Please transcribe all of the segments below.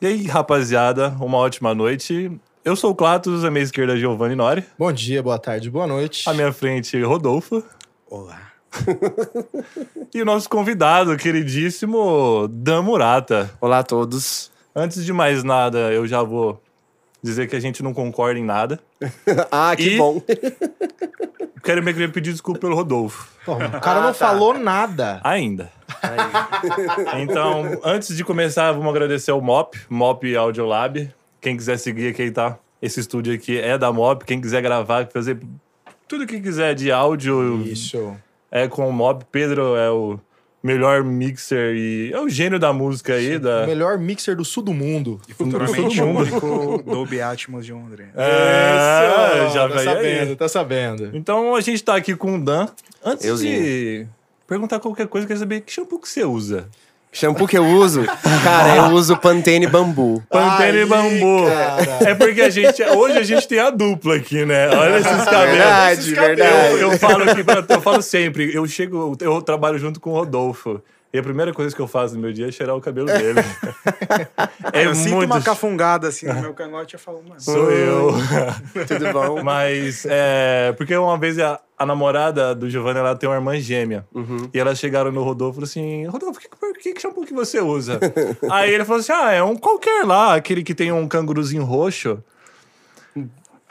E aí, rapaziada, uma ótima noite. Eu sou o Clatos, a minha esquerda é Giovanni Nori. Bom dia, boa tarde, boa noite. À minha frente, Rodolfo. Olá. E o nosso convidado, queridíssimo Dan Murata. Olá a todos. Antes de mais nada, eu já vou dizer que a gente não concorda em nada. ah, que E- bom. Quero me pedir desculpa pelo Rodolfo, Pô, o Ah, cara tá. não falou nada. ainda. Então, antes de começar, vamos agradecer ao MOP, MOP Audiolab. Quem quiser seguir aqui, tá? Esse estúdio aqui é da MOP. Quem quiser gravar, fazer tudo que quiser de áudio, Isso. é com o Mob. Pedro é o melhor mixer e é o gênio da música aí. Da... O melhor mixer do sul do mundo. E futuramente Todo mundo. o Dolby Atmos de Londres. É, Isso, já tá veio sabendo, aí. tá sabendo. Então a gente tá aqui com o Dan. Antes Euzinho. de perguntar qualquer coisa, eu quero saber que shampoo que você usa. Shampoo que eu uso? Cara, eu uso Pantene Bambu. Pantene Aí, e bambu. cara. É porque a gente. Hoje a gente tem a dupla aqui, né? Olha esses cabelos. Verdade, Eu, verdade. eu falo aqui, pra, eu falo sempre, eu chego, eu trabalho junto com o Rodolfo. E a primeira coisa que eu faço no meu dia é cheirar o cabelo dele. é eu sinto uma muito. cafungada assim no meu canote e eu falo, mano. Sou eu. Tudo bom? Mas é. Porque uma vez a, a namorada do Giovanni ela tem uma irmã gêmea. E elas chegaram no Rodolfo e falaram assim: Rodolfo, que, que, que shampoo que você usa? Aí ele falou assim: Ah, é um qualquer lá, aquele que tem um canguruzinho roxo.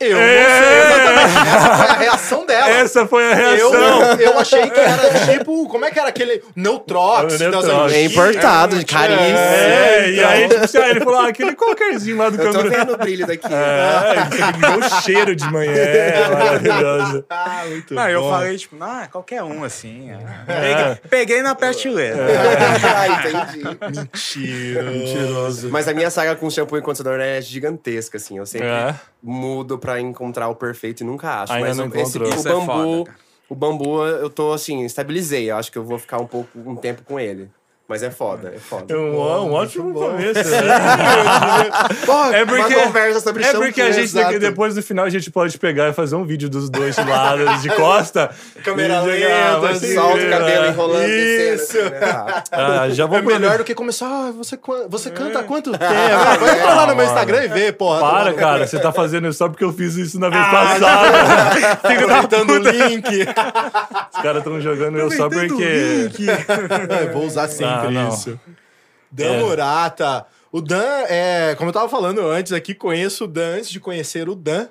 Eu não sei exatamente essa foi a reação dela. É. Essa foi a É eu, reação. eu achei que era tipo, como é que era aquele Neutrox? É o das Neutrox. É antigas. importado, de caríssimo. É, e aí, tipo, assim, aí ele falou: ah, aquele qualquerzinho lá do Eu tô canguru. vendo o brilho daqui. né? É, aquele meu cheiro de manhã, é maravilhoso. Ah, muito Não, eu bom. falei, tipo, ah, qualquer um, assim. ah. É. Peguei, peguei na prateleira. Ah, entendi. Um Mentiroso. Mas a minha saga com shampoo e condicionador é gigantesca, assim. Eu sempre É. mudo pra encontrar o perfeito e nunca acho. Ainda mas não o- esse, encontrou. o Isso é bambu, foda, cara. o bambu, eu tô assim, estabilizei. Eu acho que eu vou ficar um pouco, um tempo com ele. Mas é foda, é foda. É um, um ótimo começo, né? Porra, É porque, uma conversa sobre é shampoo, porque a gente exato. daqui- depois do final a gente pode pegar e fazer um vídeo dos dois de lado, de costa. Câmera e jogar, lenta, vai assim, se Solta o virar. cabelo enrolando, Isso. descendo, assim, né? Ah, Ah, já vou É melhor do que começar, ah, você, quan- você canta há quanto tempo? Vai pra lá no meu Instagram e vê, porra. É, Para, cara, você tá fazendo isso só porque eu fiz isso na vez passada. Fica tentando Tá o link. Os caras tão jogando eu só Aproveitando o porque. link. É, vou usar Ah, sempre não. isso. Dan Murata. O Dan, é, como eu tava falando antes aqui, conheço o Dan antes de conhecer o Dan.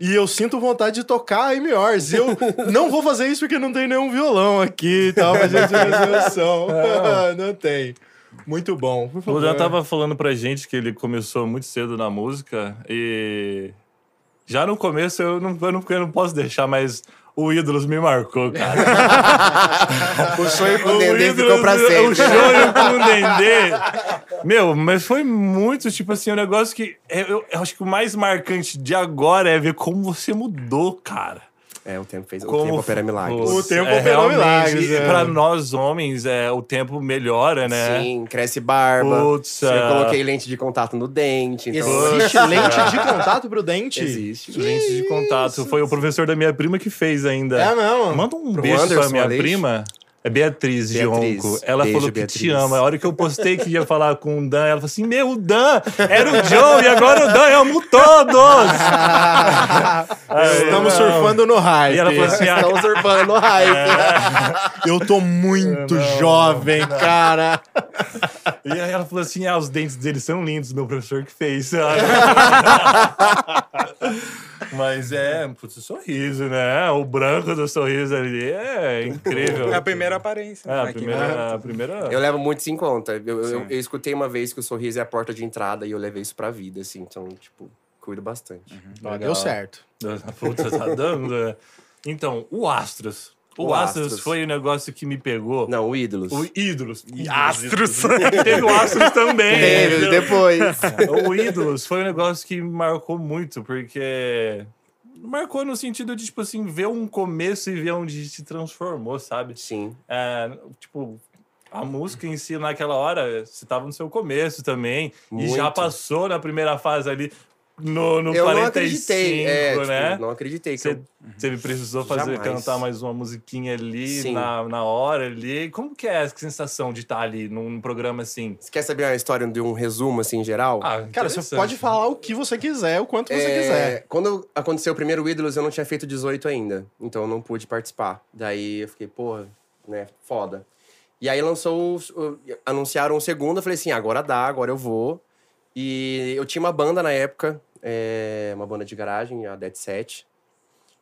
E eu sinto vontade de tocar a Amy Ors. Eu não vou fazer isso porque não tem nenhum violão aqui e tal, pra gente fazer noção. não tem. Muito bom. Por O favor. Dan tava falando pra gente que ele começou muito cedo na música e. Já no começo eu não, eu não, eu não posso deixar, mas o Ídolos me marcou, cara. Ah, o sonho com o O Dendê ídolo ficou pra do- O sempre. né? sonho com o Dendê. Meu, mas foi muito, tipo assim, um negócio que... Eu, eu- eu acho que o mais marcante de agora é ver como você mudou, cara. É, o tempo fez. Como o tempo opera f- milagres. Putz, O tempo é, operou realmente, milagres, e é. Pra nós homens, é, o tempo melhora, né? Sim, cresce barba. Putz, eu ah. coloquei lente de contato no dente. Então... Existe lente de contato pro dente? Existe. Gente de contato. Foi o professor da minha prima que fez ainda. É mesmo? Manda um Pro beijo pra Anderson minha Aleixo? prima. É Beatriz, Beatriz. Gionco. Ela Beijo, falou que te Beatriz. ama. A hora que eu postei que ia falar com o Dan, ela falou assim: Meu, o Dan era o John e agora o Dan eu amo todos. Aí, Estamos não. surfando no hype. E ela falou assim: Estão ah, é. usurpando no hype. Eu tô muito jovem, cara. E aí ela falou assim: ah, os dentes dele são lindos, meu professor que fez. Mas é, putz, o sorriso, né? O branco do sorriso ali é incrível. É a primeira aparência. É, a Aqui, né? primeira. A primeira... Eu levo muito isso em conta. Eu, eu- eu escutei uma vez que o sorriso é a porta de entrada e eu levei isso pra vida, assim. Então, tipo, cuido bastante. Uhum. Legal. Deu certo. Puta, tá dando. né? Então, o Astros. O, O Astros, Astros. foi o negócio que me pegou. Não, o ídolos. O Ídolos. Astros. Teve o Astros também. Teve, entendeu? depois. O Ídolos foi um negócio que me marcou muito, porque... Marcou no sentido de, tipo assim, ver um começo e ver onde se transformou, sabe? Sim. É, tipo, a música em si naquela hora, você tava no seu começo também. E Muito. já passou na primeira fase ali. no, no Eu 45, não acreditei. É, tipo, né? não acreditei. que Você, eu- você precisou fazer Jamais. cantar mais uma musiquinha ali Sim. na, na hora ali. Como que é a sensação de estar ali num programa assim? Você quer saber a história de um resumo, assim, em geral? Ah, Cara, você interessante. pode falar o que você quiser, o quanto você É, quiser. Quando aconteceu o primeiro Ídolos, eu não tinha feito 18 ainda. Então eu não pude participar. Daí eu fiquei, porra, né? Foda. E aí lançou. o- o- anunciaram o segundo, eu falei assim, agora dá, agora eu vou. E eu tinha uma banda na época, é, uma banda de garagem, a Dead Set.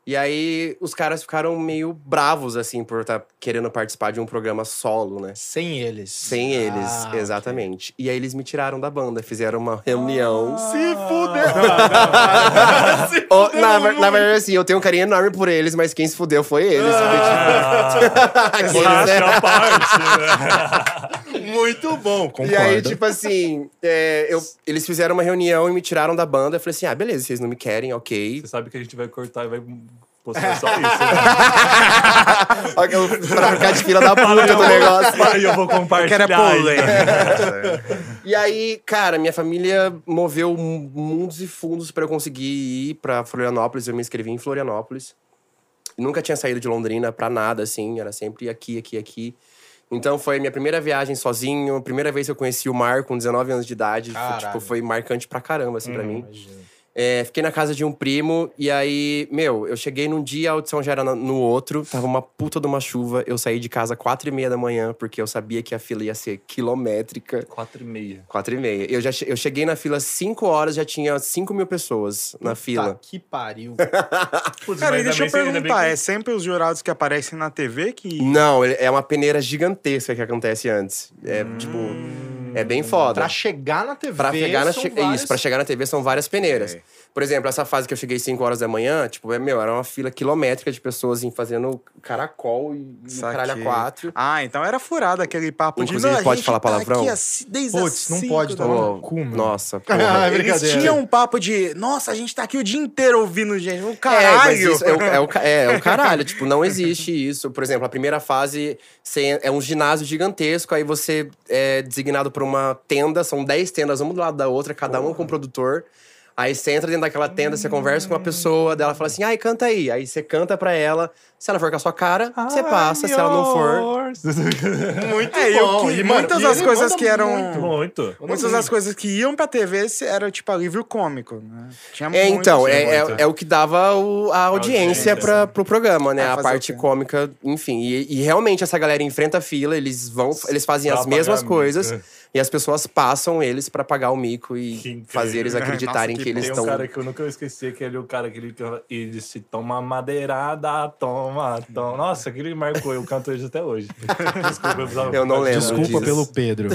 E aí os caras ficaram meio bravos, assim, por estar querendo participar de um programa solo, né? Sem eles. Sem eles, Ah, ok. exatamente. E aí eles me tiraram da banda, fizeram uma reunião. Se fuder! Se Ó, fuder na, muito. na verdade, assim, eu tenho um carinho enorme por eles, mas quem se fudeu foi eles. porque, tipo, aqueles, né? Modéstia à parte, né? Muito bom, concordo. E aí, tipo assim, é, eu- eles fizeram uma reunião e me tiraram da banda. Eu falei assim: ah, beleza, vocês não me querem, ok. Você sabe que a gente vai cortar e vai postar só isso. Né? Eu- pra ficar de fila da Fala, puta eu do vou- negócio. E eu vou compartilhar. Que era é ainda. polêmica. E aí, cara, minha família moveu mu- mundos e fundos pra eu conseguir ir pra Florianópolis. Eu me inscrevi em Florianópolis. Nunca tinha saído de Londrina pra nada, assim. Era sempre aqui, aqui, aqui. Então foi minha primeira viagem sozinho. Primeira vez que eu conheci o mar com 19 anos de idade. Foi, Caralho. Uhum. tipo, foi marcante pra caramba, assim, pra mim. Imagina. É, fiquei na casa de um primo, e aí, meu, eu cheguei num dia, a audição já era no- no outro, tava uma puta de uma chuva. Eu saí de casa quatro e meia da manhã, porque eu sabia que a fila ia ser quilométrica. Quatro e meia. Quatro e meia. Eu, já, che- eu cheguei na fila cinco horas, já tinha cinco mil pessoas na Tá fila. que pariu. Putz, Cara, mas e deixa eu ainda bem- ainda bem perguntar, que- é sempre os jurados que aparecem na TV que... Não, ele- é uma peneira gigantesca que acontece antes. É, tipo, é bem foda. Hum. pra chegar na TV. Pra chegar na são che- é várias- isso, pra chegar na TV são várias peneiras. É. Por exemplo, essa fase que eu cheguei 5 horas da manhã, tipo, é, meu, era uma fila quilométrica de pessoas assim, fazendo caracol e e o Saquei. caralho a quatro. Ah, então era furado aquele papo de... Inclusive, "Não, a pode gente falar palavrão?" Tá aqui às- desde as Putz, não cinco pode, da tá bom. manhã." Pô, cu, meu. nossa, Ah, porra. é Eles brincadeira. tinham um papo de, nossa, a gente tá aqui o dia inteiro ouvindo gente. Um É, mas caralho! isso é, o, é, o, ca- é, é o caralho, tipo, não existe isso. Por exemplo, a primeira fase você en- é um ginásio gigantesco, aí você é designado por uma tenda, são 10 tendas, uma do lado da outra, cada uma com um produtor. Aí você entra dentro daquela tenda, você conversa com uma pessoa, dela fala assim, ai, canta aí. Aí você canta pra ela, se ela for com a sua cara, é, você passa, se ela não for... Muito É, eu bom. que- mano, muitas e das ele coisas manda que eram- muito. Muito. Manda Muitas das coisas que iam pra TV se- era tipo alívio cômico, né? Tinha É, muito, então, assim, é, é, muito. é o que dava o- a audiência audiência. para pro programa, né? Ah, a fazer parte o quê? cômica, enfim. E, e realmente essa galera enfrenta a fila, eles vão, eles fazem Pra as mesmas pagar coisas mico, é. e as pessoas passam eles para pagar o mico Que e incrível. fazer eles acreditarem Nossa, que, que eles Tem estão. um cara que eu nunca esqueci, que ele é o cara que ele, ele disse: toma madeirada, toma, toma. Nossa, aquele marcou, eu canto hoje até hoje. Desculpa, eu precisava- Eu não lembro. Desculpa Jesus. pelo Pedro.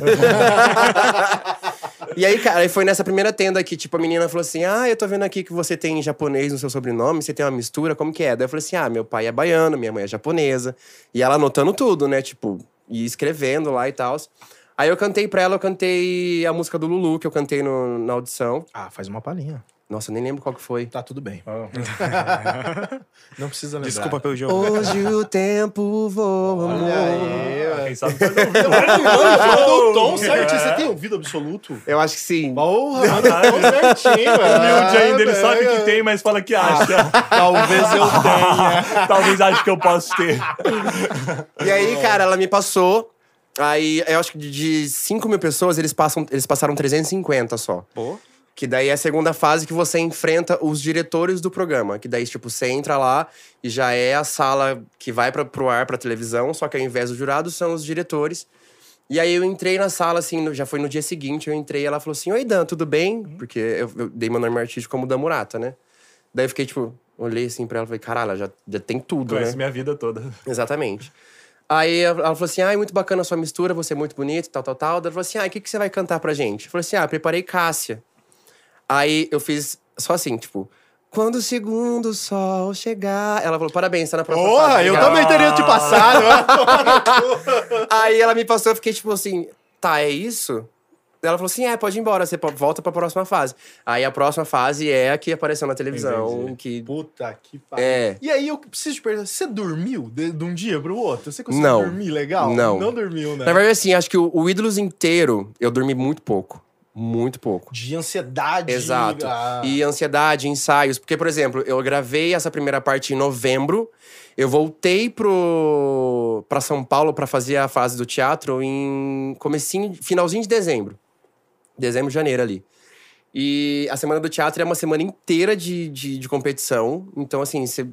E aí, cara, aí foi nessa primeira tenda que, tipo, a menina falou assim: Ah, eu tô vendo aqui que você tem japonês no seu sobrenome, você tem uma mistura, como que é? Daí eu falei assim: Ah, meu pai é baiano, minha mãe é japonesa. E ela anotando tudo, né? Tipo, e escrevendo lá e tal. Aí eu cantei pra ela, eu cantei a música do Lulu, que eu cantei no- na audição. Ah, faz uma palhinha. Nossa, eu nem lembro qual que foi. Tá tudo bem. Ah, Não precisa lembrar. Desculpa pelo jogo. Hoje o tempo voa, amor. Olha aí. Ah, Quem sabe faz ao vivo. Manda o tom certinho. Você tem ouvido absoluto? Eu acho que sim. Porra, manda o tom certinho, O um humilde ainda, ele velho. sabe que tem, mas fala que acha. Talvez eu tenha. Talvez ache que eu posso ter. E aí, cara, ela me passou. Aí, eu acho que de- de 5 mil pessoas, eles, passam, eles passaram 350 só. Pô. Que daí é a segunda fase que você enfrenta os diretores do programa. Que daí, tipo, você entra lá e já é a sala que vai pra, pro ar, pra televisão. Só que ao invés do jurado, são os diretores. E aí eu entrei na sala, assim, no- já foi no dia seguinte, eu entrei e ela falou assim, Oi, Dan, tudo bem? Porque eu, eu dei meu nome artístico como Dan Murata, né? Daí eu fiquei, tipo, olhei assim pra ela e falei, caralho, ela já, já tem tudo, né? Conhece minha vida toda. Exatamente. Aí ela ela falou assim: ai, muito bacana a sua mistura, você é muito bonito, tal, tal, tal. Daí Ela falou assim: ai, o que, que você vai cantar pra gente? Eu falei assim: ah, preparei Cássia. Aí eu fiz só assim, tipo. Quando o segundo sol chegar. Ela falou, parabéns, tá na próxima Porra, fase. eu obrigado." também teria te passado. né? Aí ela me passou, eu fiquei tipo assim, tá, é isso? Ela falou assim: é, pode ir embora, você po- volta pra próxima fase. Aí a próxima fase é a que apareceu na televisão, Entendi. que. Puta que pariu. É. E aí eu preciso te perguntar, você dormiu de, de um dia pro outro? Você conseguiu Não. dormir legal? Não. Não dormiu, né? Na verdade, assim, acho que o, o Ídolos inteiro, eu dormi muito pouco. Muito pouco. De ansiedade. Exato. ah, E ansiedade, ensaios. Porque, por exemplo, eu gravei essa primeira parte em novembro. Eu voltei pro, pra São Paulo pra fazer a fase do teatro em comecinho, finalzinho de dezembro. Dezembro, janeiro ali. E a semana do teatro é uma semana inteira de, de, de competição. Então, assim, você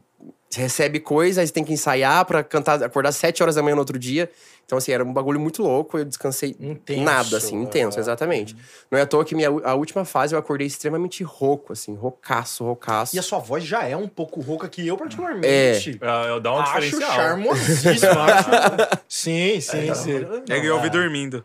recebe coisa, aí você tem que ensaiar pra cantar, acordar sete horas da manhã no outro dia. Então, assim, era um bagulho muito louco. Eu descansei Intenso, nada, assim, intenso, é. exatamente. Não é à toa que minha, u- a última fase eu acordei extremamente rouco, assim, roucaço, roucaço. E a sua voz já é um pouco rouca que eu, particularmente. É, dá um Acho diferencial. charmosíssimo. acho... Sim, sim, sim. É que eu ouvi dormindo.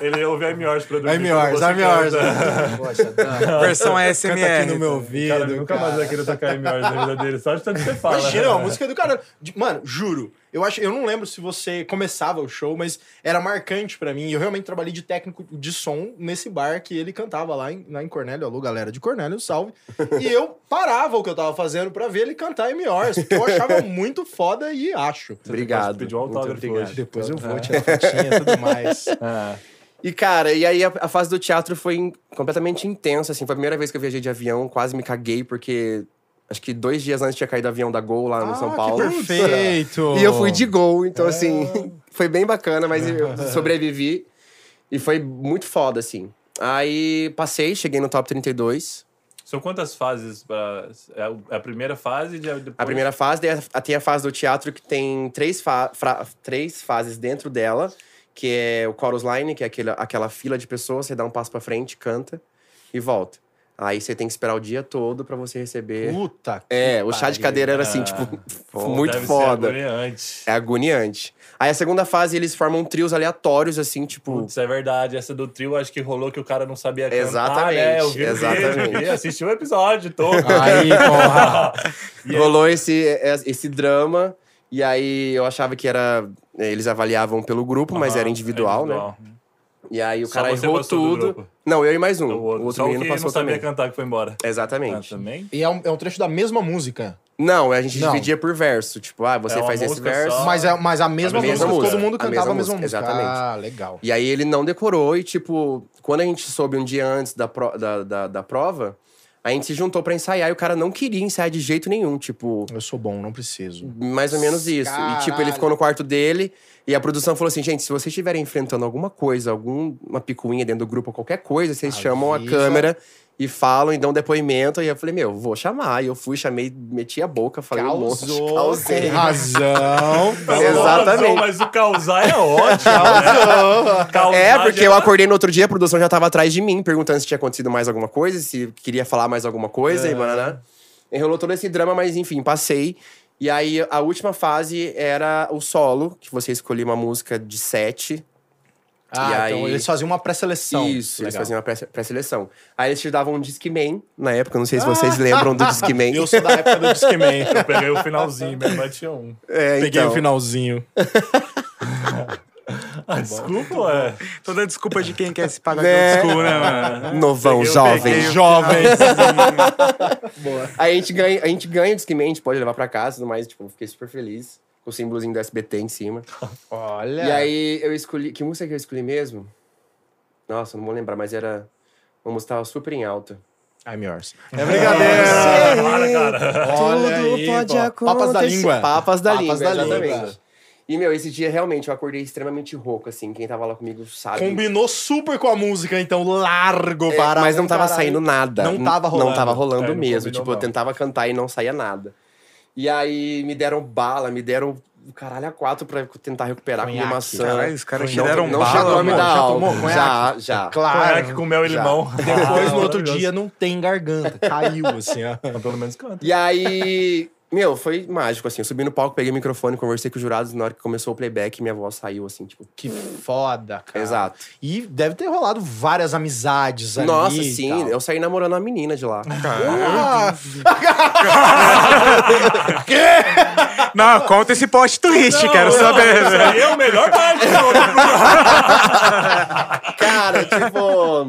Ele ouve a Miors pra dormir. Ai, melhor, quando ai, você melhor. canta. Poxa, tá. Versão Canta aqui ASMR. no meu Cara, ouvido. nunca mais cara. vai querer tocar em Miors na vida dele. Só de tanto que você fala. Imagina, né, é uma cara? música do caralho. De- Mano, juro. Eu, acho, eu não lembro se você começava o show, mas era marcante pra mim. Eu realmente trabalhei de técnico de som nesse bar que ele cantava lá em, lá em Cornélio. Alô, galera de Cornélio, salve. E eu parava o que eu tava fazendo pra ver ele cantar M. Ors, porque eu achava muito foda e acho. Obrigado. Pediu um muito autógrafo obrigado. hoje. Depois eu é. vou tirar fotinha e tudo mais. É. E, cara, e aí a, a fase do teatro foi in- completamente intensa, assim. Foi a primeira vez que eu viajei de avião, quase me caguei, porque acho que dois dias antes tinha caído avião da Gol lá no Ah, São Paulo. Ah, perfeito! É. E eu fui de gol, então assim, foi bem bacana, mas eu sobrevivi. E foi muito foda, assim. Aí passei, cheguei no top 32. São quantas fases? Pra... É o- é a primeira fase? De... depois- A primeira fase, daí a- tem a fase do teatro que tem três, fa- fra- três fases dentro dela, que é o chorus line, que é aquela, aquela fila de pessoas, você dá um passo pra frente, canta e volta. Aí você tem que esperar o dia todo pra você receber. Puta. que é, o chá de pariu. cadeira era assim, Ah, tipo, Pô, muito deve ser foda. agoniante. É agoniante. Aí a segunda fase eles formam trios aleatórios, assim, tipo. Putz, é verdade. Essa do trio, acho que rolou que o cara não sabia cantar, Exatamente, né? Eu vi o exatamente. Ah, vídeo, vi, assisti o episódio todo. Aí, porra. E aí? Rolou esse, é, esse drama. E aí eu achava que era. é, Eles avaliavam pelo grupo, mas Aham, é era individual, né? E aí o Só cara você errou gostou do tudo. grupo? Então Não, eu e mais um. O outro, Só outro o que menino não passou sabia também. cantar que foi embora. Ah, Exatamente. também? E é um, é um trecho da mesma música. Não, a gente Não. dividia por verso. Tipo, ah, você É uma faz esse música verso. só. Mas, é, mas a mesma, A mesma música, música. todo mundo A cantava a mesma mesma música. música, Ah, legal. E aí ele não decorou e, tipo, quando a gente soube um dia antes da, pro- da, da, da prova, a gente se juntou pra ensaiar e o cara não queria ensaiar de jeito nenhum. Tipo, Eu sou bom, não preciso. Mais ou menos isso. E, tipo, ele Caralho. ficou no quarto dele e a produção falou assim: gente, se vocês estiverem enfrentando alguma coisa, alguma picuinha dentro do grupo, qualquer coisa, vocês Avisa. chamam a câmera e falam e dão depoimento. E eu falei: meu, vou chamar. E eu fui, chamei, meti a boca, falei: um monte de causei. com razão. Exatamente. Ah, Mas o causar é ótimo. né? Causar É, porque já- eu acordei no outro dia, a produção já tava atrás de mim, perguntando se tinha acontecido mais alguma coisa, se queria falar mais alguma coisa e bananá. Enrolou todo esse drama, mas enfim, passei. E aí, a última fase era o solo, que você escolhia uma música de sete. Ah, E então aí- eles faziam uma pré-seleção. Isso, eles Legal. faziam uma pré- pré-seleção. Aí eles te davam um Discman, na época, não sei se vocês lembram do Discman. Eu sou da época do Discman. Eu peguei o finalzinho, minha irmã tinha um. É, Peguei então. o finalzinho. Ah, desculpa, é. Toda desculpa de quem quer se pagar Né? de old school, né, mano? Novão, Peguei o- jovem. peguei Jovens. Aí a gente ganha, a gente ganha o Discman, a gente pode levar pra casa e tudo mais. Tipo, eu fiquei super feliz. Com o símbolozinho do SBT em cima. Olha. E aí eu escolhi. Que música que eu escolhi mesmo? Nossa, não vou lembrar, mas era. Uma música que tava super em alta. I'm yours. É brincadeira. Ah, para, cara. Olha aí, pô. Papas da língua. Papas da Papas língua, da língua. exatamente. E, meu, esse dia realmente eu acordei extremamente rouco, assim. Quem tava lá comigo sabe. Combinou super com a música, então. Largo É, para. mas não um tava caralho. saindo nada. Não tava Não rolando. tava rolando É, não mesmo. combinou, Tipo, eu não. tentava cantar e não saía nada. E aí me deram bala, me deram o caralho a quatro pra tentar recuperar com Conhaque. maçã. Caralho, os caras te não, deram não bala, chegou a me amor. dar Já algo. tomou conhaque? Já, já. Caraca, com mel e já. limão. Depois, Ah, no outro maravilhoso. dia, não tem garganta. Caiu, assim, ó. Mas Pelo menos canta. E aí, meu, foi mágico, assim. Eu subi no palco, peguei o microfone, conversei com os jurados. Na hora que começou o playback, minha voz saiu, assim, tipo... Que foda, cara. Exato. E deve ter rolado várias amizades ali. Nossa, e sim. tal. Eu saí namorando uma menina de lá. Ah, Não, conta esse plot twist, quero saber. Isso aí é o melhor parte do né? Cara, tipo,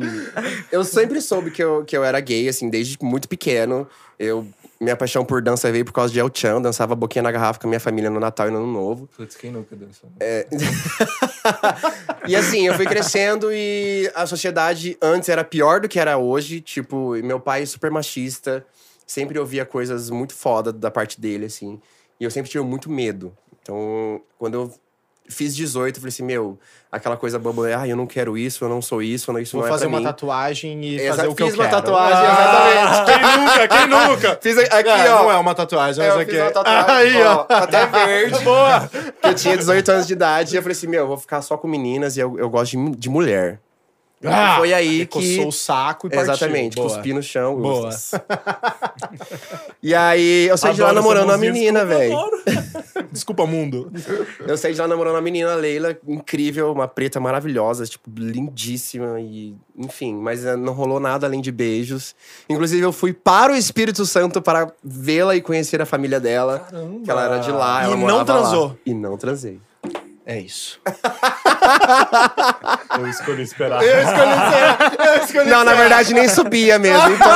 eu sempre soube que eu, que eu era gay, assim, desde muito pequeno. Eu Minha paixão por dança veio por causa de El Chan. Dançava boquinha na garrafa com a minha família no Natal e no Ano Novo. Putz, quem nunca dançou? E assim, eu fui crescendo e a sociedade antes era pior do que era hoje. Tipo, e meu pai é super machista. Sempre ouvia coisas muito foda da parte dele, assim. E eu sempre tive muito medo. Então, quando eu fiz 18, eu falei assim, meu, aquela coisa boba, ah, eu não quero isso, eu não sou isso, eu não- isso Vou não é fazer pra uma mim. tatatuagem e Exa- fazer o que fiz eu uma quero. Ah, tatuagem, exatamente. Quem nunca, quem nunca? Fiz a- aqui, Ah, ó. Não é uma tatuagem, mas eu aqui fiz uma é. tatuagem, tá Aí, ó. Até verde. Boa! Que eu tinha 18 anos de idade. E eu falei assim, meu, eu vou ficar só com meninas e eu, eu gosto de, mu- de mulher. Ah, e foi aí Ele coçou que... o saco e partiu. Exatamente, Boa. cuspi no chão. Boa. ups. E aí, eu saí de lá Adoro essa namorando a mãozinha, menina, desculpa, velho. adoro. Desculpa, mundo. Eu saí de lá namorando a menina Leila, incrível, uma preta maravilhosa, tipo, lindíssima e, enfim, mas eh, não rolou nada além de beijos. Inclusive, eu fui para o Espírito Santo para vê-la e conhecer a família dela. Caramba. Que ela era de lá, E ela não morava lá. transou. E não transei. É isso. Eu escolhi esperar. É Eu escolhi Não, na verdade, nem subia mesmo. Então,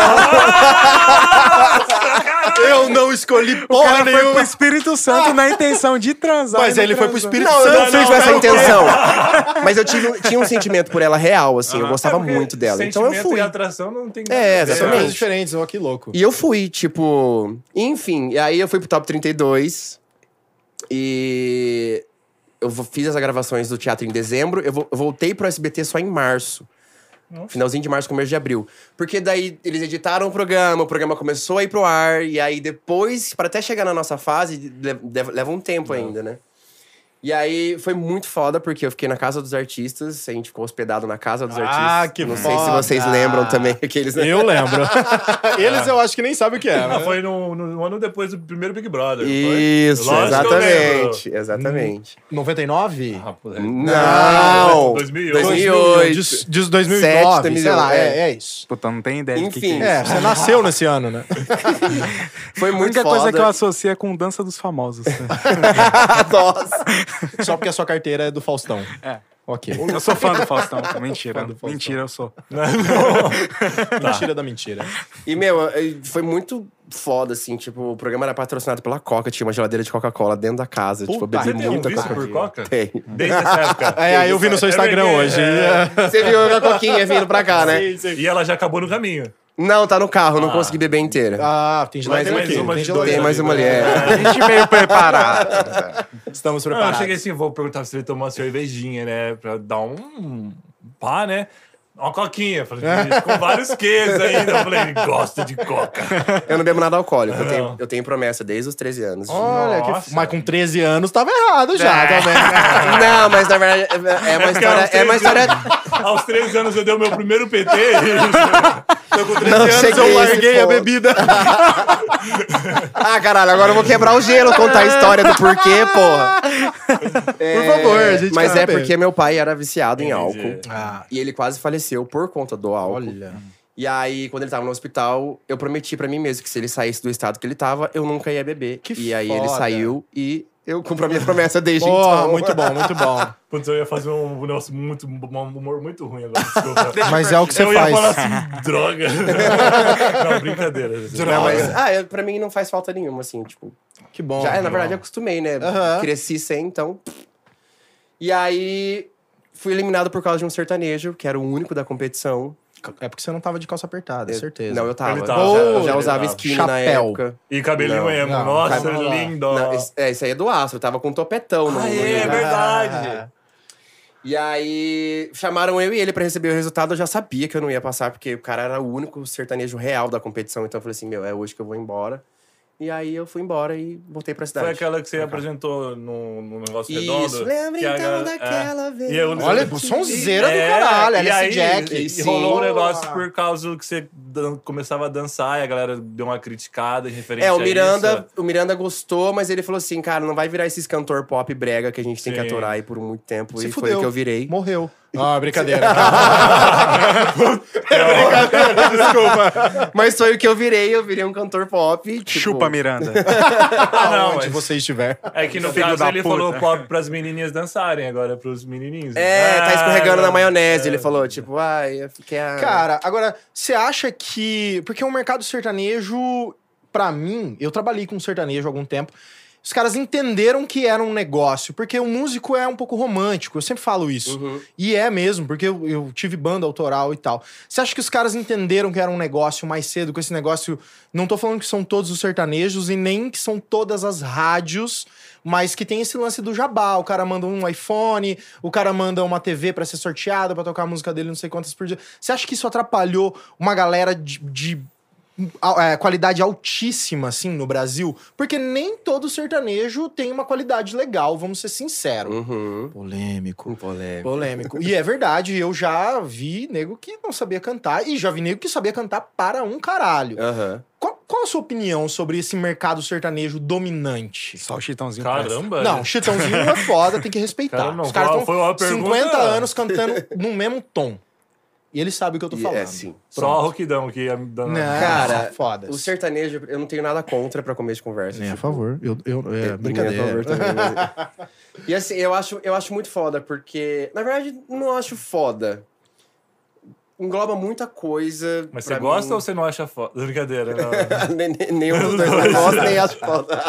Eu não escolhi O porra cara foi pro nenhuma. Espírito Santo na intenção de transar. Mas e não ele foi pro transou. Espírito não, eu não Santo. fui com não, essa não, intenção. Mas eu tive, tinha um sentimento por ela real, assim. Eu gostava muito dela. Então eu É sentimento fui. E atração não tem É, nada a ver. São coisas exatamente. diferentes, ó, que louco. E eu fui, tipo. Enfim, e aí eu fui pro top 32. E. Eu vo- fiz as gravações do teatro em dezembro. Eu vo- eu voltei pro SBT só em março. Finalzinho de março, começo de abril. Porque daí eles editaram o programa, o programa começou a ir pro ar. E aí depois, pra até chegar na nossa fase, le- deve- leva um tempo ainda, né? E aí foi muito foda, porque eu fiquei na casa dos artistas. A gente ficou hospedado na casa dos Ah, artistas. que Não sei se foda! vocês lembram também aqueles, né? Eu lembro. Eles eu acho que nem sabem o que é. Ah, né? foi no, no- no ano depois do primeiro Big Brother. não foi? Isso, Lógico que eu lembro. exatamente. Exatamente. 99? Ah, pô, é. Não! 2008. 2008. Diz- diz 2009, sei 2009, lá, é, é. é isso. Puta, não tem ideia do que, Enfim. que é. É, você nasceu nesse ano, né? Foi A muito única foda. coisa que eu associo é com dança dos famosos. né? Nossa. Só porque a sua carteira é do Faustão. É. Ok. eu sou fã do Faustão. Mentira. Fã do Faustão. Mentira, eu sou. Mentira da mentira. E, meu, eh, foi muito foda, assim. Tipo, o programa era patrocinado pela Coca. Tinha uma geladeira de Coca-Cola dentro da casa. tipo, eu Puta, Você bebi tem um muita vício Coca. por Coca? Tem. Desde essa época. É, aí eu vi no seu É Instagram verdade, hoje. Tá, é. Você viu a Coquinha vindo pra cá, né? E ela já acabou no caminho. Não, tá no carro. Não consegui beber inteira. Ah, tem geladeira Mais aqui. uma de geladeira. dois. né? Tem mais uma ali. é. A gente veio preparado. Estamos Não, eu preparados. cheguei assim, vou perguntar se ele tomou uma cervejinha, né? Pra dar um pá, né? Uma coquinha. Falei, "Ih, com vários queijos ainda. Eu falei, ele gosta de coca. Eu não bebo nada alcoólico. Eu tenho, Não. eu tenho promessa desde os 13 anos. Oh. Olha, que Nossa. É. f- mas com 13 anos tava errado já também. né? Não, mas na verdade é uma história. É uma história. Aos 13 anos eu dei o meu primeiro PT. e- Com 13 Não anos cheguei eu a esse larguei a ponto. bebida. Ah, caralho, agora eu vou quebrar o gelo, contar a história do porquê, porra. Por favor, a gente Mas é canta aí. porque meu pai era viciado em Entendi. álcool. E ele quase faleceu por conta do álcool. Olha. E aí, quando ele tava no hospital, eu prometi pra mim mesmo que se ele saísse do estado que ele tava, eu nunca ia beber. Que e aí foda. ele saiu e eu cumpro a minha promessa desde Porra, então. muito bom, muito bom. Putz, eu ia fazer um negócio muito, um humor muito ruim agora, desculpa. Mas é o que você eu ia falar faz. assim, droga. Não, brincadeira. Não, mas, ah, é, pra mim não faz falta nenhuma, assim, tipo, Que bom. Já, na verdade, acostumei, né? Aham. Cresci sem, então. E aí, fui eliminado por causa de um sertanejo, que era o único da competição. É porque você não tava de calça apertada, certeza. Não, eu tava. Ele tava, Eu já- ele eu já tava. usava skinny na Chapéu. época. E cabelinho Não, emo. não, Nossa, cabelo- lindo. Não, esse- é, isso aí é do aço. Eu tava com um topetão no, Ah, no é, é lugar. Ah, verdade. E aí, chamaram eu e ele pra receber o resultado. Eu já sabia que eu não ia passar, porque o cara era o único sertanejo real da competição. Então eu falei assim, meu, é hoje que eu vou embora. E aí, eu fui embora e voltei pra cidade. Foi aquela que você apresentou no, no negócio redondo. Isso, lembra que a então galera- daquela é. vez. E eu- Olha, um eu- sonzeira do É, caralho, e Alice aí, Jack. E sim. rolou um negócio por causa que você dan- começava a dançar e a galera deu uma criticada em referência É, o a Miranda, isso. o Miranda gostou, mas ele falou assim, cara, não vai virar esses cantor pop brega que a gente tem que Sim. aturar aí por muito tempo. Se e fudeu. foi o que eu virei. Morreu. Ah, brincadeira. É, Mas foi o que eu virei, eu virei um cantor pop. Tipo, Chupa, Miranda. Ah, não, Onde mas- você estiver. É que no Filho caso da ele puta. falou pop pras menininhas dançarem, agora pros menininhos. É, tá escorregando Ah, na maionese. Ele falou, tipo, ai, eu fiquei a... Cara, agora, você acha que. Porque o mercado sertanejo pra mim, eu trabalhei com sertanejo há algum tempo. Os caras entenderam que era um negócio, porque o músico é um pouco romântico, eu sempre falo isso. E é mesmo, porque eu, eu tive banda autoral e tal. Você acha que os caras entenderam que era um negócio mais cedo, com esse negócio. Não tô falando que são todos os sertanejos e nem que são todas as rádios, mas que tem esse lance do jabá. O cara manda um iPhone, o cara manda uma TV pra ser sorteada, pra tocar a música dele, não sei quantas por dia. Você acha que isso atrapalhou uma galera de- de a- é, qualidade altíssima, assim, no Brasil, porque nem todo sertanejo tem uma qualidade legal, vamos ser sinceros. Uhum. Polêmico. Um polêmico. Polêmico. E é verdade, eu já vi nego que não sabia cantar, e já vi nego que sabia cantar para um caralho. Aham. Qual, qual a sua opinião sobre esse mercado sertanejo dominante? Só o chitãozinho. presta. Caramba. Não, Chitãozinho é foda, tem que respeitar. Cara, não, Os caras qual- foi uma estão pergunta- 50 anos cantando no mesmo tom. E ele sabe o que eu tô E falando. É, sim. Só a roquidão que ia me dando. Não, Cara, foda. O sertanejo, eu não tenho nada contra pra começo de conversa. Nem a tipo, favor. Eu, eu, é, nem a brincadeira. favor também, mas- e assim, eu acho, eu acho muito foda, porque. Na verdade, não acho foda. Engloba muita coisa. Mas pra você gosta mim. ou você não acha foda? Brincadeira, não. nem, nem, nenhum dos dois eu gosto, nem acho foda.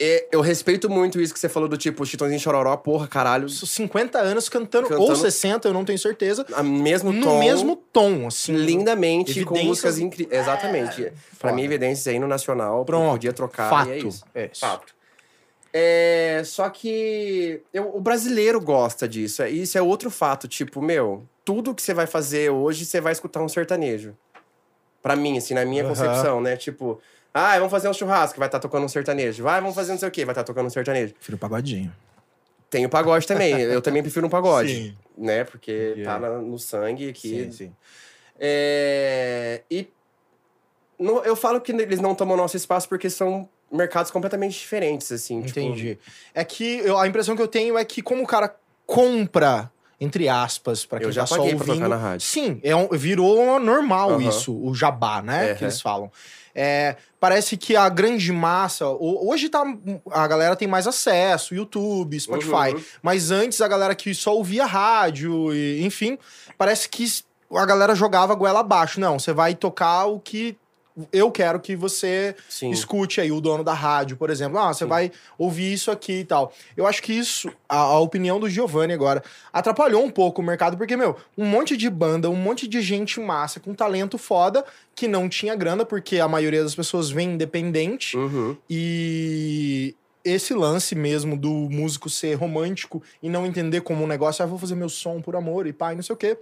É, eu respeito muito isso que você falou do tipo, Chitãozinho Chororó, porra, caralho. Isso, 50 anos cantando, Cantando. ou 60, eu não tenho certeza, a mesmo no tom, mesmo tom, assim. lindamente, com Evidências- músicas incríveis. Exatamente. pra mim, evidências aí no nacional, Pronto. podia trocar Fato. e é isso. É isso. Fato. É, só que eu- o brasileiro gosta disso. é- Isso é outro fato. Tipo, meu, tudo que você vai fazer hoje, você vai escutar um sertanejo. Pra mim, assim, na minha Aham. concepção, né? Tipo, ah, vamos fazer um churrasco, vai estar tocando um sertanejo. Vai, vamos fazer não sei o quê, vai estar tocando um sertanejo. Filho pagodinho. Tem o pagode também. Eu também prefiro um pagode. Sim. Né? Porque Yeah. tá na- no sangue aqui. Sim, sim. É, E não- eu falo que eles não tomam nosso espaço porque são mercados completamente diferentes, assim. tipo, Entendi. É que eu- a impressão que eu tenho é que como o cara compra, entre aspas, pra quem Eu já tá só paguei pra ouvindo... tocar na rádio. Sim, é um- virou normal Aham. isso, o jabá, né? É, Que eles falam. É, parece que a grande massa... ho- Hoje tá, a galera tem mais acesso, YouTube, Spotify. Uhum. Mas antes a galera que só ouvia rádio, e, enfim, parece que s- a galera jogava goela abaixo. Não, você vai tocar o que eu quero que você Sim. escute aí, o dono da rádio, por exemplo. Ah, você vai ouvir isso aqui e tal. Eu acho que isso, a, a opinião do Giovanni agora, atrapalhou um pouco o mercado, porque, meu, um monte de banda, um monte de gente massa com talento foda que não tinha grana, porque a maioria das pessoas vem independente. Uhum. E esse lance mesmo do músico ser romântico e não entender como um negócio, ah, vou fazer meu som por amor e pai, não sei o quê,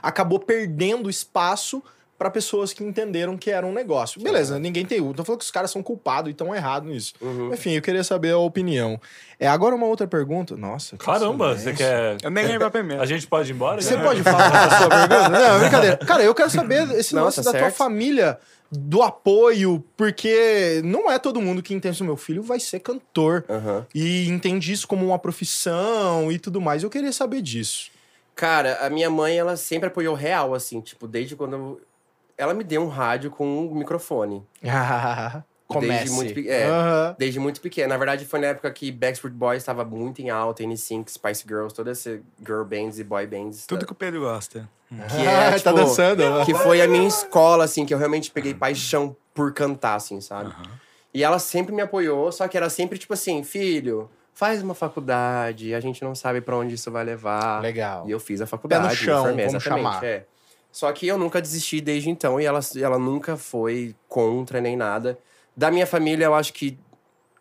acabou perdendo espaço pra pessoas que entenderam que era um negócio. Beleza, ninguém tem. Não falando que os caras são culpados e estão errados nisso. Uhum. Enfim, eu queria saber a opinião. É, agora uma outra pergunta. Nossa. que né? Caramba, silêncio. você quer. Eu nem lembro a A primeira. gente pode ir embora? né? Você já? pode falar a sua pergunta? Não, brincadeira. Cara, eu quero saber esse Não, lance da tá tua certo. família, do apoio, porque não é todo mundo que entende o meu filho vai ser cantor. Aham. E entende isso como uma profissão e tudo mais. Eu queria saber disso. Cara, a minha mãe, ela sempre apoiou real, assim, tipo, desde quando eu- Ela me deu um rádio com um microfone. Comece. muito pe- é. Aham. Desde muito pequeno. Na verdade, foi na época que Backstreet Boys estava muito em alta, N5, Spice Girls, todas essas girl bands e boy bands. Tudo da- que o Pedro gosta. que é, tá tipo, dançando. que foi a minha escola, assim, que eu realmente peguei paixão por cantar, assim, sabe? E ela sempre me apoiou, só que era sempre tipo assim, filho, faz uma faculdade, a gente não sabe pra onde isso vai levar. Legal. E eu fiz a faculdade, Pé no chão, me formei, como exatamente. chamar. é. Só que eu nunca desisti desde então e ela, ela nunca foi contra nem nada. Da minha família, eu acho que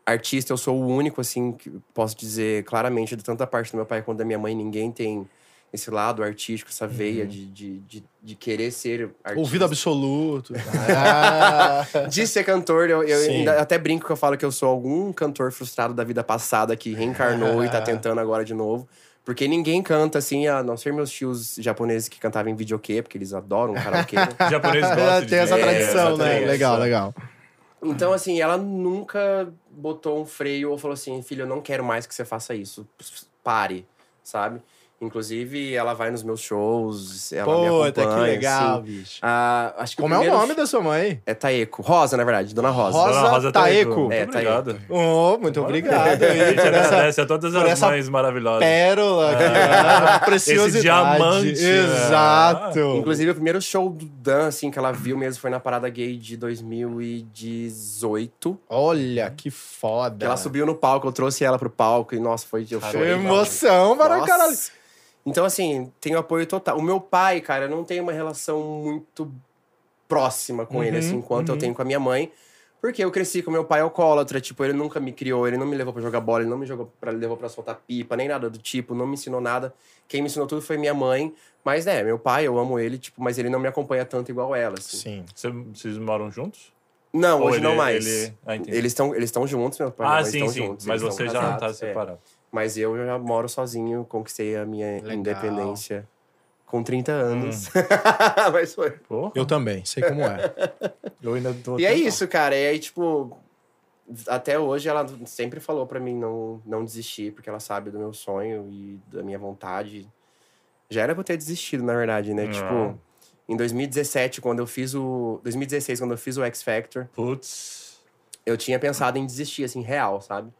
artista, eu sou o único, assim, que posso dizer claramente, de tanta parte do meu pai quanto da minha mãe, ninguém tem esse lado artístico, essa Uhum. veia de, de, de, de querer ser artista. Ouvido absoluto. Ah. De ser cantor, eu, eu Sim. ainda até brinco que eu falo que eu sou algum cantor frustrado da vida passada que reencarnou e tá tentando agora de novo. Porque ninguém canta assim, a não ser meus tios japoneses que cantavam em videokê, porque eles adoram karaokê. né? Japonês gosta de- Tem essa É, tradição, né? exatamente. Legal, legal. Então, assim, ela nunca botou um freio ou falou assim: filho, eu não quero mais que você faça isso. Pare, sabe? Inclusive, ela vai nos meus shows, ela me Pô, acompanha. tá que legal, assim. bicho. Ah, acho que Como é o primeiro nome da sua mãe? É Taeco. Rosa, na verdade, Dona Rosa. Rosa. Dona Rosa Taeco. Muito É, Taeco. obrigado. Oh, muito obrigado A aí gente por essa agradece a todas por as essa É. mães maravilhosas. pérola, cara, preciosidade. É. diamante, Ah. né? Exato. Inclusive, o primeiro show do Dan, assim, que ela viu mesmo foi na Parada Gay de 2018. Olha, que foda. Ela subiu no palco, eu trouxe ela pro palco e, nossa, foi eu Que chorei. emoção para Nossa. caralho. Então, assim, tenho apoio total. O meu pai, cara, não tem uma relação muito próxima com ele, Uhum, assim, quanto eu uhum. tenho com a minha mãe. Porque eu cresci com meu pai alcoólatra, tipo, ele nunca me criou, ele não me levou pra jogar bola, ele não me jogou pra, levou pra soltar pipa, nem nada do tipo, não me ensinou nada. Quem me ensinou tudo foi minha mãe. Mas, né, meu pai, eu amo ele, tipo, mas ele não me acompanha tanto igual ela, assim. Sim. Cê- Vocês moram juntos? Não, Ou hoje ele- não mais. ele- Ah, entendi. Eles estão eles tão juntos, meu pai e minha Ah, mãe sim, estão sim. juntos. Mas eles você estão já não tá casados, é. separado. Mas eu já moro sozinho, conquistei a minha Legal. independência com 30 anos. Mas foi. Pô, Eu também, sei como é. eu ainda tô. E é isso, cara. E aí, tipo, até hoje ela sempre falou pra mim não, não desistir, porque ela sabe do meu sonho e da minha vontade. Já era pra eu ter desistido, na verdade, né? Não. Tipo, em 2017, quando eu fiz o. 2016, quando eu fiz o X Factor, Putz. eu tinha pensado em desistir, assim, real, sabe?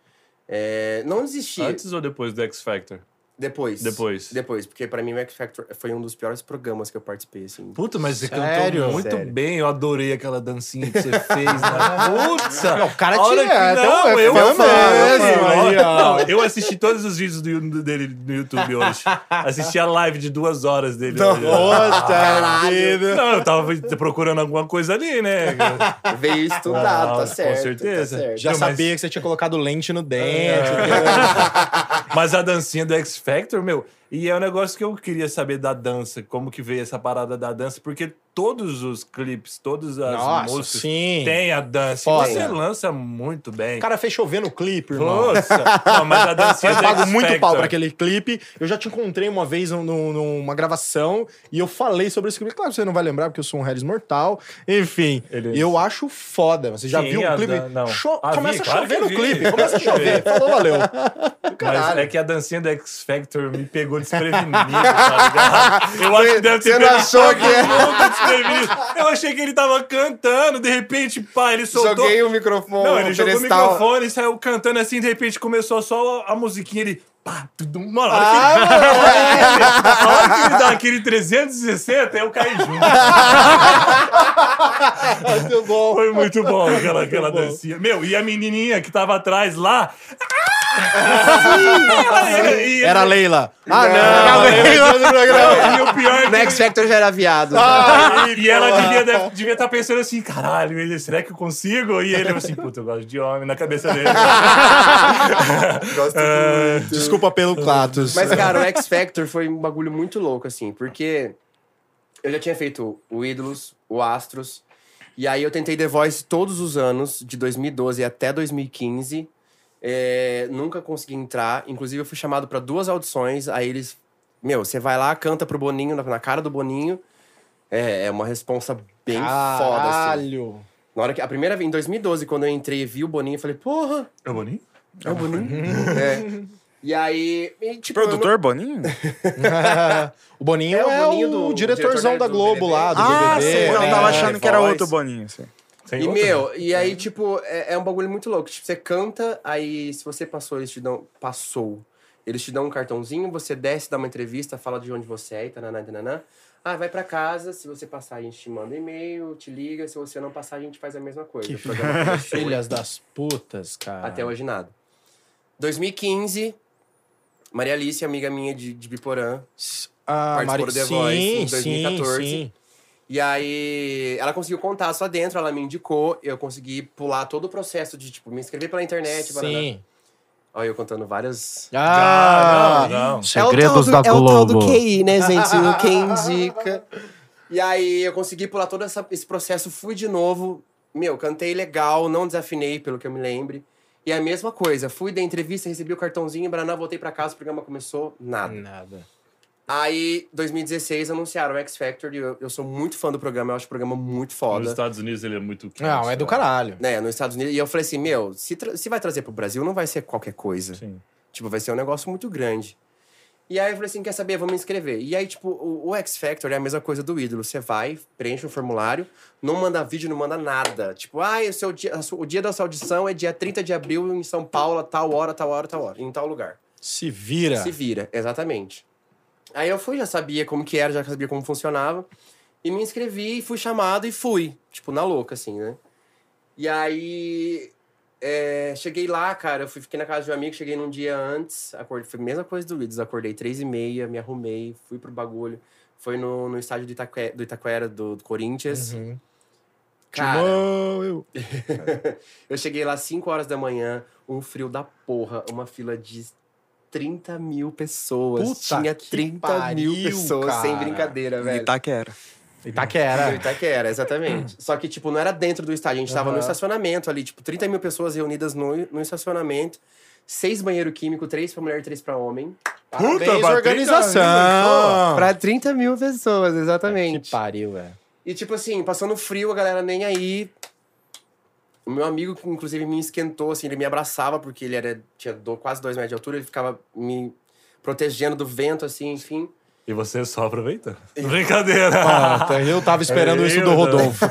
É, não desistir Antes ou depois do X Factor? depois. Depois. Depois, porque pra mim o X Factor foi um dos piores programas que eu participei, assim. Puta, mas você Sério? cantou muito Sério. bem. Eu adorei aquela dancinha que você fez. Né? Puta! Não, o cara A hora tinha- é, que- tem um- Não, é eu fã mesmo aí, ó. Não, eu assisti todos os vídeos do- dele no YouTube hoje. assisti a live de duas horas dele Então, hoje. Puta vida. Não, eu tava procurando alguma coisa ali, né? Veio estudado, Ah, tá com certo. certeza. Tá certo. Já Não, mas- sabia que você tinha colocado lente no dente. É. Mas a dancinha do X Factor, meu, e é um negócio que eu queria saber da dança, como que veio essa parada da dança, porque todos os clipes, todas as Nossa, músicas sim. têm a dança. E Foda. Você lança muito bem. O cara fez chover no clipe, irmão. Nossa, Não, mas a dancinha Eu do pago X muito Factor- pau pra aquele clipe. Eu já te encontrei uma vez num- num- numa gravação e eu falei sobre esse clipe. Claro, que você não vai lembrar, porque eu sou um Harris mortal. Enfim, Ele- eu acho foda. Você já Sim, viu o a clipe? da- não. Cho- Ah, vi, começa a claro chover que no vi. clipe. Começa a Claro que chover. vi. Falou, valeu. Mas Caralho. é que a dancinha do X Factor me pegou desprevenido, tá ligado? Eu acho que deve ter Você não pegado achou todo que é? mundo desprevenido. Eu achei que ele tava cantando, de repente, pá, ele soltou. Joguei o um microfone. Não, ele o jogou o pedestal. microfone, saiu cantando assim, de repente começou só a, a musiquinha, ele. Pá, tudo, mano, a hora Ah, que- mano. a hora que ele dá aquele 360, eu caí junto. Muito bom. Foi muito bom aquela, aquela dancinha. Meu, e a menininha que tava atrás lá. Ela- é ela- e- Era a Leila. Ah, não. Não, a Leila entrou no programa. e o pior é que- No X Factor já era viado. Ah, E ela devia estar pensando assim, caralho, ele- será que eu consigo? E ele assim, puta, eu gosto de homem na cabeça dele. Gosto Ah, Desculpa pelo Platos. Mas, cara, o X Factor foi um bagulho muito louco, assim, porque eu já tinha feito o Ídolos, o Astros, e aí eu tentei The Voice todos os anos, de 2012 até 2015. É, nunca consegui entrar. Inclusive, eu fui chamado pra duas audições, aí eles. Meu, você vai lá, canta pro Boninho, na, na cara do Boninho. É, é uma responsa bem Ah, foda, assim. Caralho. Na hora que, a primeira vez, em 2012, quando eu entrei e vi o Boninho, eu falei, porra, é bonito? é o Boninho. é. E aí, e, tipo, eu não- Produtor Boninho? o Boninho é, É, o Boninho o, do- diretorzão diretor da do Globo BBB. lá, do Ah, BBB. sim. Eu né? tava achando que era voz. outro Boninho. Assim. Sem E, outra? meu, e aí, tipo, é, é um bagulho muito louco. Tipo, você canta, aí se você passou, eles te dão. Passou. Eles te dão um cartãozinho, você desce, dá uma entrevista, fala de onde você é, e tananá, e tananá. Ah, vai pra casa, se você passar, a gente te manda e-mail, te liga, se você não passar, a gente faz a mesma coisa. Que O programa começou e Filhas das putas, cara. até hoje nada. 2015, Maria Alice, amiga minha de, de Biporã. Ah, Mari... participou do The sim, Voice em sim, 2014. sim. E aí, ela conseguiu contar só dentro, ela me indicou, eu consegui pular todo o processo de, tipo, me inscrever pela internet, bananá. Sim. Olha, eu contando várias. Ah, não, não. É Segredos da Globo. QI, né, gente? O quem indica. E aí eu consegui pular todo essa- esse processo, fui de novo. Meu, cantei legal, não desafinei, pelo que eu me lembre. E a mesma coisa, fui da entrevista, recebi o cartãozinho, Braná, voltei pra casa, o programa começou, nada. Hum. Nada. Aí, 2016, anunciaram o X Factor e eu, eu sou muito fã do programa, eu acho o programa muito Nos foda. Estados Unidos ele é muito quente. Não, é do cara. caralho. Né, nos Estados Unidos. E eu falei assim, meu, se, tra- se vai trazer pro Brasil, não vai ser qualquer coisa. Sim. Tipo, vai ser um negócio muito grande. E aí eu falei assim, quer saber, vamos me inscrever. E aí, tipo, o, o X Factor é a mesma coisa do ídolo. Você vai, preenche o formulário, não manda vídeo, não manda nada. Tipo, ah, o, seu dia, a sua- o dia da sua audição é dia 30 de abril em São Paulo, a tal hora, tal hora, tal hora, em tal lugar. Se vira. Se vira, exatamente. Aí eu fui, já sabia como que era, já sabia como funcionava. E me inscrevi, fui chamado e fui. Tipo, na louca, assim, né? E aí. é, cheguei lá, cara, eu fui, fiquei na casa de um amigo, cheguei num dia antes, acordei, foi a mesma coisa do Lidos, acordei três e meia, me arrumei, fui pro bagulho. Foi no, no estádio do, Itaque, do Itaquera, do, do Corinthians. Cara, Uhum. Timão, eu- eu cheguei lá às 5 horas da manhã, um frio da porra, uma fila de 30 mil pessoas. Puta Tinha que 30 mil pariu, pessoas, sem cara. brincadeira, velho. Itaquera. No Itaquera. Itaquera, exatamente. Só que, tipo, não era dentro do estádio, a gente tava no Aham. estacionamento ali, tipo, 30 mil pessoas reunidas no, no estacionamento. Seis banheiro químico, três pra mulher e três pra homem. Puta, Parabéns, bateu, organização. Pra 30 mil pessoas, exatamente. pariu, é. velho. E tipo assim, passando frio, a galera nem aí. O meu amigo, que inclusive me esquentou, assim, ele me abraçava, porque ele era, tinha do- quase dois metros de altura, ele ficava me protegendo do vento, assim, enfim. E você só aproveitando. Brincadeira. tá, eu tava É, esperando isso do Eu Rodolfo.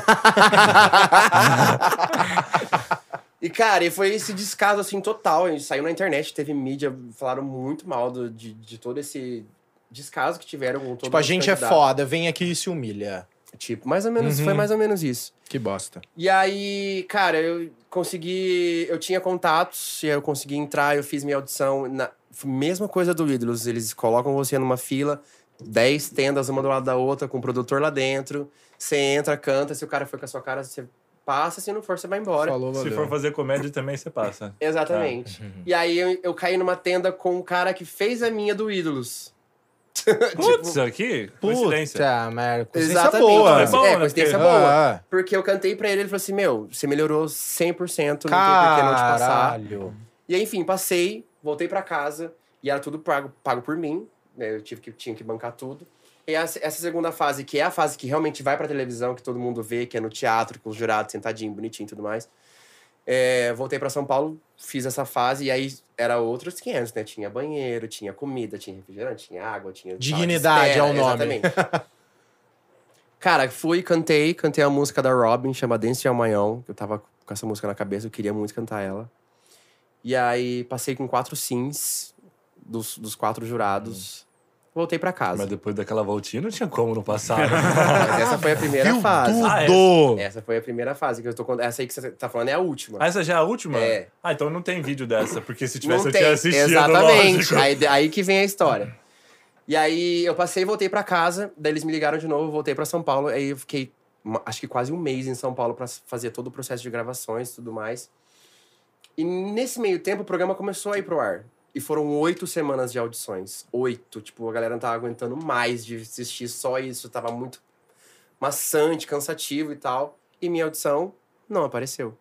E, cara, e foi esse descaso, assim, total. Ele saiu na internet, teve mídia, falaram muito mal do- de, de todo esse descaso que tiveram com todo Tipo, a esse gente é candidato. foda, Uhum. vem aqui e se humilha. Tipo, mais ou menos, foi mais ou menos isso. Que bosta. E aí, cara, eu consegui. Eu tinha contatos, e aí eu consegui entrar, eu fiz minha audição. Na, mesma coisa do Ídolos, eles colocam você numa fila, 10 tendas uma do lado da outra, com o produtor lá dentro. Você entra, canta, se o cara for com a sua cara, você passa, se não for, você vai embora. Falou, Se valeu. for fazer comédia também, você passa. Exatamente. Ah, uhum. E aí eu, eu caí numa tenda com o cara que fez a minha do Ídolos. Tipo, Putz, aqui? Coincidência. Puta, merda. Coincidência Exatamente. boa. É bom, né? É, coincidência Porque- boa. Ah, Porque eu cantei pra ele, ele falou assim: Meu, você melhorou 100%, não tem por que não te passar. Caralho. E aí, enfim, passei, voltei pra casa e era tudo pago, pago por mim, né? Eu tive que, tinha que bancar tudo. E essa, essa segunda fase, que é a fase que realmente vai pra televisão, que todo mundo vê, que é no teatro, com os jurados sentadinho, bonitinho e tudo mais. É, voltei pra São Paulo, fiz essa fase e aí era outros 500, né? Tinha banheiro, tinha comida, tinha refrigerante, tinha água, tinha. sala de Dignidade espera, é o nome. Exatamente. Cara, fui, cantei, cantei a música da Robin, chama Dance All My Own. Eu tava com essa música na cabeça, eu queria muito cantar ela. E aí passei com quatro sims dos, dos quatro jurados. Voltei pra casa. Mas depois daquela voltinha não tinha como não passar. Mas essa foi a primeira fase. Ah, é. Tudo. Essa foi a primeira fase que eu tô contando. Essa aí que você tá falando é a última. Ah, essa já é a última? É. Ah, então não tem vídeo dessa, porque se Não tivesse eu tem. tinha assistido, Exatamente. lógico. Aí, aí que vem a história. E aí eu passei, voltei pra casa, daí eles me ligaram de novo, voltei pra São Paulo, aí eu fiquei uma- acho que quase um mês em São Paulo pra fazer todo o processo de gravações e tudo mais. E nesse meio tempo o programa começou a ir pro ar. E foram oito semanas de audições. Oito. Tipo, a galera não tava aguentando mais de assistir só isso. Tava muito maçante, cansativo e tal. E minha audição não apareceu.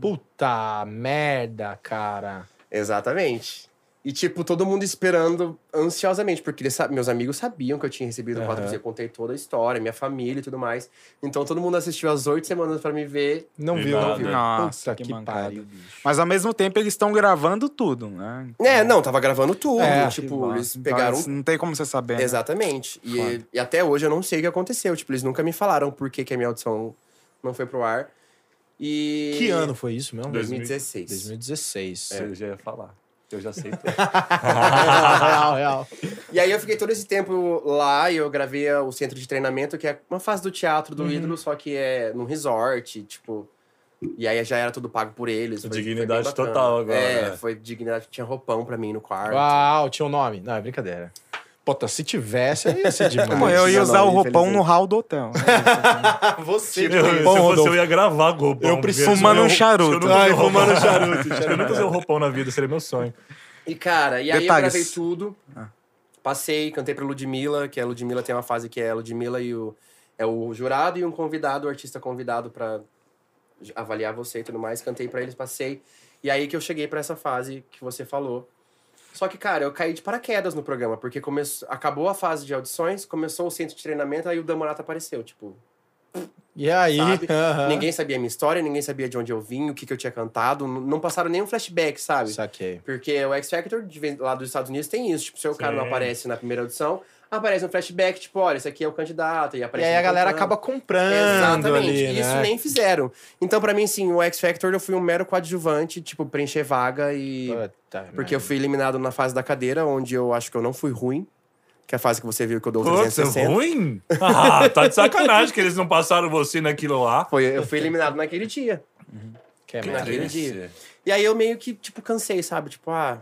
Puta merda, cara. Exatamente. E, tipo, todo mundo esperando ansiosamente, porque eles sa- meus amigos sabiam que eu tinha recebido o quadro, Aham. eu contei toda a história, minha família e tudo mais. Então todo mundo assistiu as oito semanas pra me ver. Não Ele viu, não nada. viu. Nossa, que, mancada, bicho. Mas ao mesmo tempo eles estão gravando tudo, né? É, não, tava gravando tudo. Uhum. É, Que tipo, massa. eles Então, pegaram. isso Não tem como você saber. né? Exatamente. E, e até hoje eu não sei o que aconteceu. Tipo, eles nunca me falaram por que, que a minha audição não foi pro ar. E. Que ano foi isso mesmo? 2016. 2016. É. É, Eu já ia falar. Eu já sei. tudo. real, real. E aí eu fiquei todo esse tempo lá e eu gravei a- o centro de treinamento, que é uma fase do teatro Uhum. do ídolo, só que é num resort, tipo. E aí já era tudo pago por eles. foi- foi bem Dignidade bacana. total agora, É, né? foi dignidade. Tinha roupão pra mim no quarto. Uau, tinha um nome. Não, é brincadeira. Puta, se tivesse, aí ia ser demais. Pô, eu ia Não, usar não, o roupão infelizmente. no hall do hotel. Você, Eu, se bom, eu fosse, Rodolfo. eu ia gravar com o roupão. Eu preciso- porque Fumando um eu- charuto. eu nunca Ai, usei roupão. fumando um charuto. Eu nunca usei um roupão na vida, seria meu sonho. E, cara, e aí eu Detalhes. gravei tudo. Passei, cantei pra Ludmilla, que a Ludmilla tem uma fase que é a Ludmilla e o. É o jurado e um convidado, o artista convidado pra j- avaliar você e tudo mais. Cantei pra eles, passei. E aí que eu cheguei pra essa fase que você falou. Só que, cara, eu caí de paraquedas no programa, porque começou, acabou a fase de audições, começou o centro de treinamento, aí o Damorata apareceu, tipo. E aí? sabe? Aham. Ninguém sabia a minha história, ninguém sabia de onde eu vim, o que, que eu tinha cantado. n- Não passaram nenhum flashback, sabe? Saquei. Porque o X Factor, de vez- lá dos Estados Unidos, tem isso. Tipo, se o cara não Sim. aparece na primeira audição, aparece um flashback, tipo, olha, esse aqui é o candidato. E, E aparece aí a ele galera cantando. acaba comprando Exatamente. ali, isso né? nem fizeram. Então, pra mim, sim, o X Factor eu fui um mero coadjuvante, tipo, preencher vaga e. Puta Porque eu fui eliminado na fase da cadeira, onde eu acho que eu não fui ruim. Que é a fase que você viu que eu dou é Nossa, 360. é ruim? Ah, tá de sacanagem que eles não passaram você naquilo lá. Foi, eu fui eliminado naquele dia. Que Naquele merda. dia. E aí eu meio que, tipo, cansei, sabe? Tipo, ah.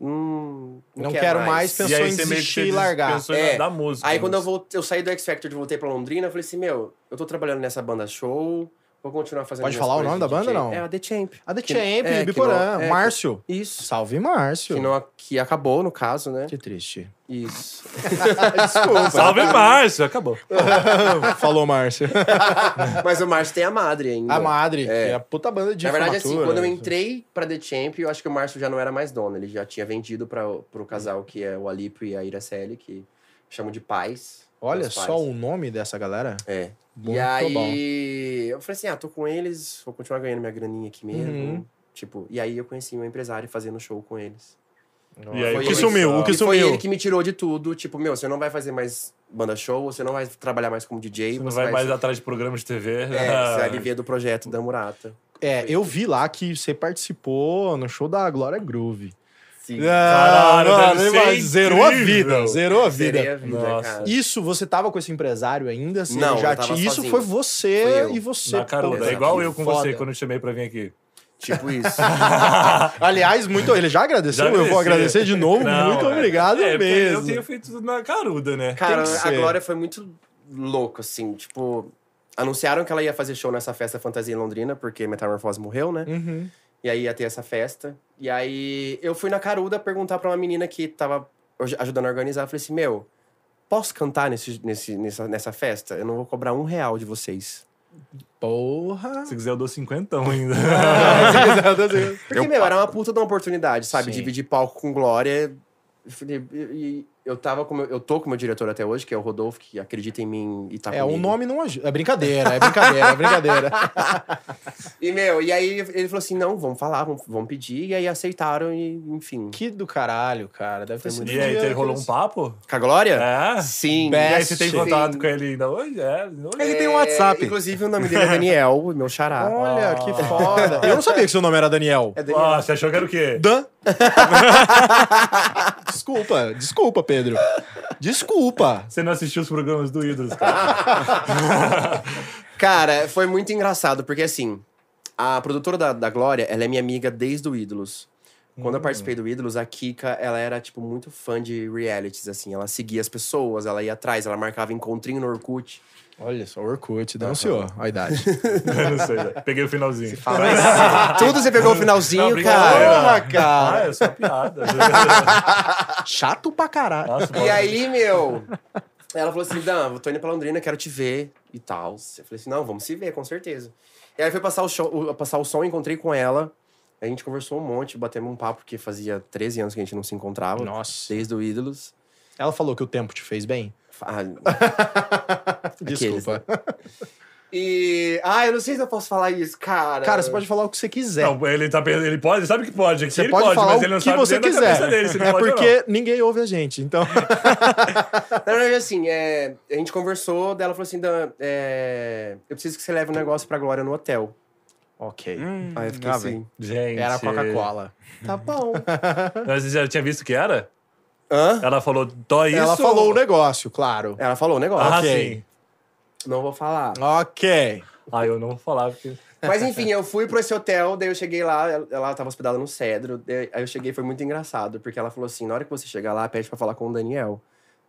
Hum, Não quero mais, E Pensou aí em você meio que desistir você e largar. Pensou É. é. da música. Aí quando eu, voltei, eu saí do X Factor e voltei pra Londrina, eu falei assim, meu, eu tô trabalhando nessa banda show, vou continuar fazendo Pode minhas falar o coisas nome da de banda DJ. ou não? É, a The Champ. A The Que- Champ, é, que Biporã, não- é, Márcio. Isso. Salve, Márcio. Que, não, que acabou, no caso, né? Que triste. Isso. Desculpa. Salve Márcio, acabou. Falou, Márcio. Mas o Márcio tem a Madre ainda. A Madre, É. que é a puta banda de Na verdade, assim, formatura, quando eu né? entrei pra The Champ, eu acho que o Márcio já não era mais dono. Ele já tinha vendido pra, pro casal que é o Alipo e a Iracelli, que chamam de pais. Olha Meus pais. só um o nome dessa galera. É. Muito e aí, bom. eu falei assim: ah, tô com eles, vou continuar ganhando minha graninha aqui mesmo. Uhum. Tipo, e aí eu conheci meu empresário fazendo show com eles. E aí, Foi É, o que ele. sumiu, o que E foi ele sumiu. que me tirou de tudo. Tipo, meu, você não vai fazer mais banda show, você não vai trabalhar mais como DJ, Você não vai mais atrás de programa de Ah, TV. É, você vai viver do projeto da Murata. É, eu vi lá que você participou no show da Glória Groove. Ah, Sim. Caralho, mano, deve ser mas zerou a é incrível. vida, zerou a Zerei vida. a vida, Nossa. cara. Isso, você tava com esse empresário ainda? Você Não, já eu tava tinha- Isso sozinho. foi você Fui eu. e você. Na caruda. puta, É igual que eu com foda. você quando eu te chamei pra vir aqui. Tipo isso. Aliás, muito. Ele já agradeceu? Já eu vou agradeci. agradecer de novo. Não, muito é. obrigado é, porque Eu mesmo. tenho feito tudo na caruda, né? Cara, Tem que a ser. Glória foi muito louco, assim. Tipo, anunciaram que ela ia fazer show nessa festa fantasia em Londrina, porque Metamorfose morreu, né? Uhum. E aí ia ter essa festa. E aí eu fui na Caruda perguntar pra uma menina que tava aj- ajudando a organizar. Eu Falei assim: Meu, posso cantar nesse, nesse, nessa, nessa festa? Eu não vou cobrar um real de vocês. Porra. Se quiser, eu dou cinquentão ainda. Ah, É, Porque, Eu- meu, era uma puta de uma oportunidade, sabe? Sim. Dividir palco com Glória. Eu falei, E e eu tava com meu- eu tô com o meu diretor até hoje, que é o Rodolfo, que acredita em mim e tá É, comigo. o nome não ajuda. É brincadeira, é brincadeira, é brincadeira. E, meu, e aí ele falou assim: não, vamos falar, vamos, vamos pedir. E aí aceitaram, e enfim. Que do caralho, cara. Deve ter sido. e aí, teve- rolou um papo? Com a Glória? É. Sim. E aí, você Best. tem contato Sim. com ele ainda hoje? É. hoje. Ele tem um É, WhatsApp. Inclusive, o nome dele é Daniel, meu xará. Olha, que foda. Ah. Eu não sabia que seu nome era Daniel. É Daniel. Ó, você achou que era o quê? Dan. desculpa, desculpa, Pedro. Desculpa. Você não assistiu os programas do Ídolos, cara. Cara, foi muito engraçado, porque assim, a produtora da, da Glória, ela é minha amiga desde o Ídolos. Quando eu participei do Ídolos, a Kika, ela era, tipo, muito fã de realities, assim. Ela seguia as pessoas, ela ia atrás, ela marcava encontrinho no Orkut. Olha só, Orkut, né? denunciou a idade. não sei, velho. peguei o finalzinho. assim, Tudo você pegou o finalzinho, Não, cara. brincadeira. Porra, cara. Ah, é só piada. Chato pra caralho. Nossa, E aí, meu, ela falou assim: Dan, eu tô indo pra Londrina, quero te ver e tal. Eu falei assim: não, vamos se ver, com certeza. E aí foi passar o, show, o- passar o som, encontrei com ela. A gente conversou um monte, batemos um papo, porque fazia 13 anos que a gente não se encontrava. Nossa. Desde o Ídolos. Ela falou que o tempo te fez bem? Ah, Desculpa. e. Ah, eu não sei se eu posso falar isso, cara. Cara, você pode falar o que você quiser. Não, ele tá pensando, ele pode, sabe que pode, aqui Você ele pode, pode, falar mas ele não o que sabe você dentro da quiser. cabeça dele, se ele é pode ou não. porque ninguém ouve a gente, então. Na verdade, assim, é, a gente conversou, dela falou assim: Dan, é, eu preciso que você leve um negócio pra Glória no hotel. ok. Hum. Aí eu fiquei ah, assim. Gente. Era a Coca-Cola. Tá bom. Mas você já tinha visto que era? Hã? Ela falou só É isso? Ela falou o negócio, claro. Ela falou o negócio. Ah, Ok. sim. Não vou falar. Ok. Ah, eu não vou falar, porque... Mas enfim, eu fui pra esse hotel, daí eu cheguei lá, ela- ela tava hospedada no Cedro. daí- Aí eu cheguei, foi muito engraçado, porque ela falou assim: na hora que você chegar lá, pede pra falar com o Daniel.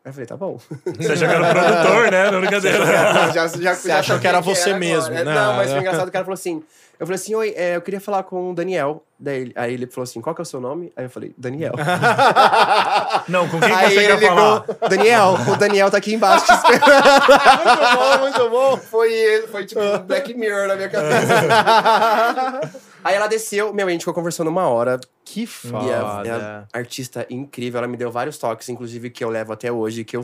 Aí eu falei, tá bom. Você achou que era o produtor, né? Não, brincadeira. já, já, já Você achou sabia que era você mesmo, É, né? Não, mas foi engraçado que ela falou assim: eu falei assim, oi, é, eu queria falar com o Daniel. Daí ele- aí ele falou assim: qual que é o seu nome? Aí eu falei, Daniel. Não, com quem aí você quer ele falar? ligou, Daniel, o Daniel tá aqui embaixo te esperando. muito bom, muito bom. Foi, foi tipo Black Mirror na minha cabeça. aí ela desceu, meu, a gente ficou conversando uma hora. Que E é, é uma foda. artista incrível, ela me deu vários toques, inclusive que eu levo até hoje, que eu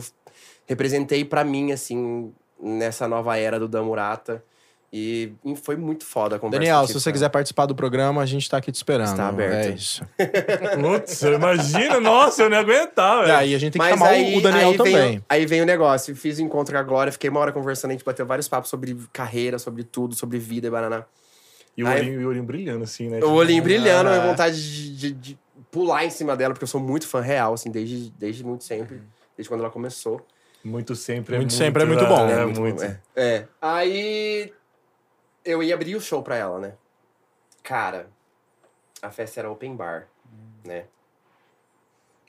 representei pra mim, assim, nessa nova era do Dan Murata. E e foi muito foda a conversa. Daniel, se contigo, você cara. quiser participar do programa, a gente tá aqui te esperando. tá. Está É aberto. isso. Putz, imagina, nossa, eu não ia aguentar, E velho. aí a gente tem que chamar o- o Daniel aí também. Vem, aí vem o negócio. Fiz o encontro com a Glória, fiquei uma hora conversando, a gente bateu vários papos sobre carreira, sobre tudo, sobre vida e bananá. E o Aí- olhinho, e o olhinho brilhando, assim, né? O olhinho brilhando, Ah. a vontade de, de- de pular em cima dela, porque eu sou muito fã real, assim, desde, desde muito sempre. Desde quando ela começou. Muito sempre é Muito muito. sempre é muito bom. né? É É muito. É. É. Aí eu ia abrir o show pra ela, né? Cara, a festa era open bar, né?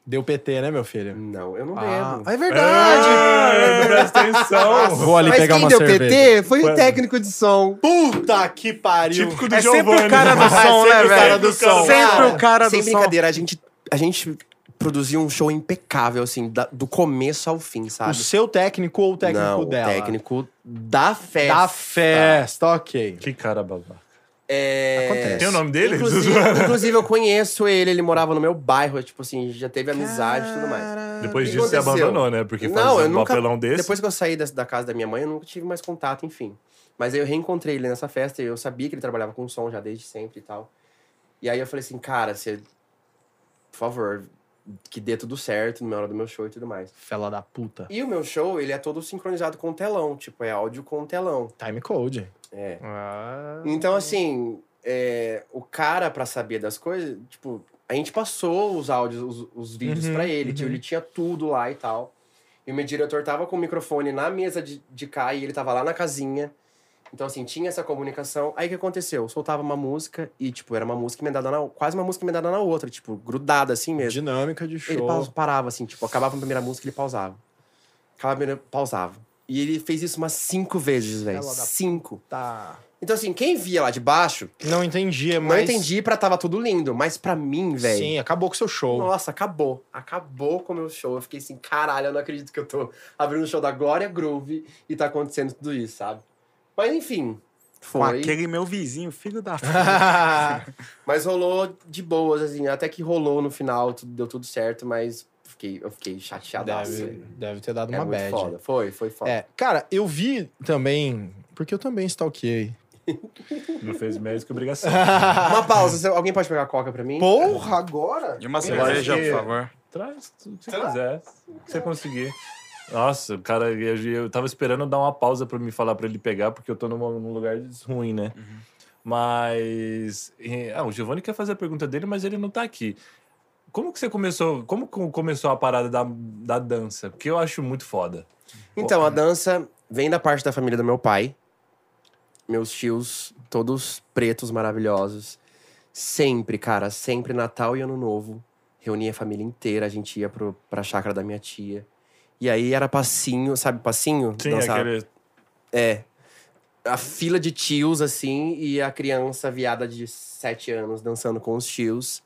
Deu PT, né, meu filho? Não, eu não Ah, bebo. é Ah, verdade! é, presta atenção. Vou ali pegar uma cerveja. foi um Foi- técnico de som. Puta que pariu! Tipo, Típico do É sempre Giovanni. o cara do É som, né, sempre o cara velho? do som. Sempre o cara do Sem som. brincadeira, a gente, a gente produziu um show impecável, assim, da- do começo ao fim, o sabe? seu técnico ou o técnico não, dela? O técnico da festa. Da festa, ok. Que cara babaca. É... Acontece. Tem o nome dele? Inclusive, inclusive, eu conheço ele, ele morava no meu bairro, tipo assim, já teve amizade e tudo mais. Depois O que disso, você aconteceu? abandonou, né? Porque Não, fazer eu um nunca- papelão desse. Depois que eu saí da, da casa da minha mãe, eu nunca tive mais contato, enfim. Mas aí eu reencontrei ele nessa festa e eu sabia que ele trabalhava com som já desde sempre e tal. E aí eu falei assim, cara, você. Por favor, que dê tudo certo na hora do meu show e tudo mais. Fela da puta. E o meu show, ele é todo sincronizado com telão, tipo, é áudio com telão. Time code. É. Ah, Uhum. Então, assim, é, o cara, pra saber das coisas, tipo, a gente passou os áudios, os, os vídeos Uhum, pra ele, tipo, ele tinha tudo lá e tal. E o meu diretor tava com o microfone na mesa de, de cá e ele tava lá na casinha. Então, assim, tinha essa comunicação. Aí o que aconteceu? Eu soltava uma música e, tipo, era uma música emendada na. quase uma música emendada na outra, tipo, grudada assim mesmo. Dinâmica de Ele show. paus- parava, assim, tipo, acabava a primeira música, ele pausava. Acabava a primeira, pausava. E ele fez isso umas cinco vezes, velho. Ela da Cinco. Tá. Então, assim, quem via lá de baixo, Não entendi, não mas... entendi pra tava tudo lindo, mas pra mim, velho. Sim, acabou com o seu show. Nossa, acabou. Acabou com o meu show. Eu fiquei assim, caralho, eu não acredito que eu tô abrindo o show da Glória Groove e tá acontecendo tudo isso, sabe? Mas enfim, com foi. aquele meu vizinho, filho da puta. Mas rolou de boas, assim, até que rolou no final, tudo- deu tudo certo, mas fiquei, eu fiquei chateadaço. deve, velho. deve ter dado É uma muito bad. foda. Foi, foi foda. É, cara, eu vi também... Porque eu também stalkeei. Não fez mais que obrigação. Uma pausa, você- alguém pode pegar a coca pra mim? Porra, agora? E uma cerveja, cerveja, por por favor. Traz tudo que você quiser. O que você conseguir. Nossa, cara, eu, eu tava esperando dar uma pausa pra me falar pra ele pegar, porque eu tô numa- num lugar ruim, né? Mas. eh, Ah, o Giovanni quer fazer a pergunta dele, mas ele não tá aqui. Como que você começou? Como co- começou a parada da, da dança? Porque eu acho muito foda. Então, a dança vem da parte da família do meu pai. Meus tios, todos pretos, maravilhosos. Sempre, cara, sempre Natal e Ano Novo. Reunia a família inteira, a gente ia pro, pra chácara da minha tia. E aí era passinho, sabe passinho? Sim, Dançar- aquele. É. A fila de tios, assim, e a criança viada de sete anos dançando com os tios.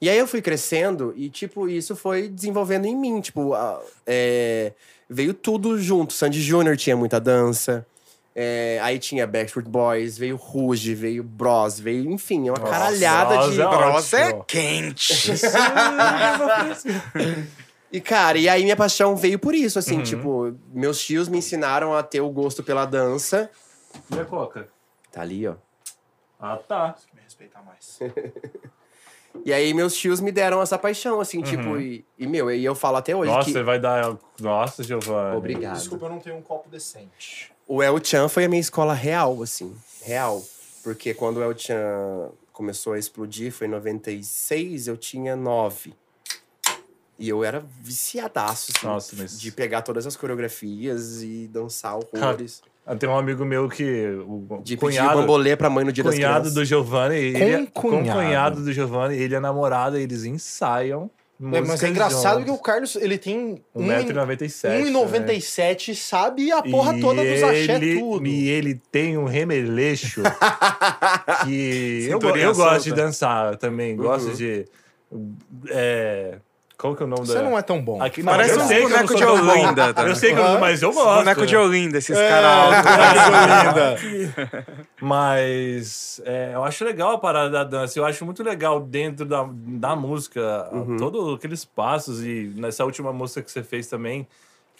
E aí eu fui crescendo e, tipo, isso foi desenvolvendo em mim. Tipo, a- é, veio tudo junto. Sandy Júnior tinha muita dança. É, aí tinha Backstreet Boys, veio Ruge, veio Bros, veio, enfim, uma caralhada Bros de. é ótimo. Prosa é quente. Ah, E, cara, e aí minha paixão veio por isso, assim, tipo, meus tios me ensinaram a ter o gosto pela dança. E a coca? Tá ali, ó. Ah, tá. Me respeita mais. E aí meus tios me deram essa paixão, assim, tipo, e, e, meu, e eu falo até hoje Uhum. Nossa, que. vai dar. Nossa, Giovanni. Obrigado. eu não tenho um copo decente. O El Chan foi a minha escola real, assim. Real. Porque quando o El Chan começou a explodir, foi em 96, eu tinha 9. E eu era viciadaço, assim, Nossa, mas- de pegar todas as coreografias e dançar horrores. Ah, Tem um amigo meu que. O De pedir cunhado. bambolê pra mãe no dia cunhado das do Giovanni. ele é- Com com cunhado. cunhado do Giovanni, ele é namorado, eles ensaiam. É, mas é músicas engraçado juntos. que o Carlos, ele tem... um e- 1,97m. 1,97 sabe a porra toda dos axé tudo. E né? ele tem um remeleixo que eu, go- Cinturinha eu gosto de solta. dançar também. Uhum. Gosto de. é, qual que é o nome Você da. não é tão bom. Aqui, Parece eu um sei que eu não boneco sou de tão bom. Olinda, tá? Eu sei que eu não, mas eu gosto. Boneco de Olinda, esses É, caras. altos. Mas é, eu acho legal a parada da dança. Eu acho muito legal dentro da, Uhum. da música, todos aqueles passos. E nessa última música que você fez também,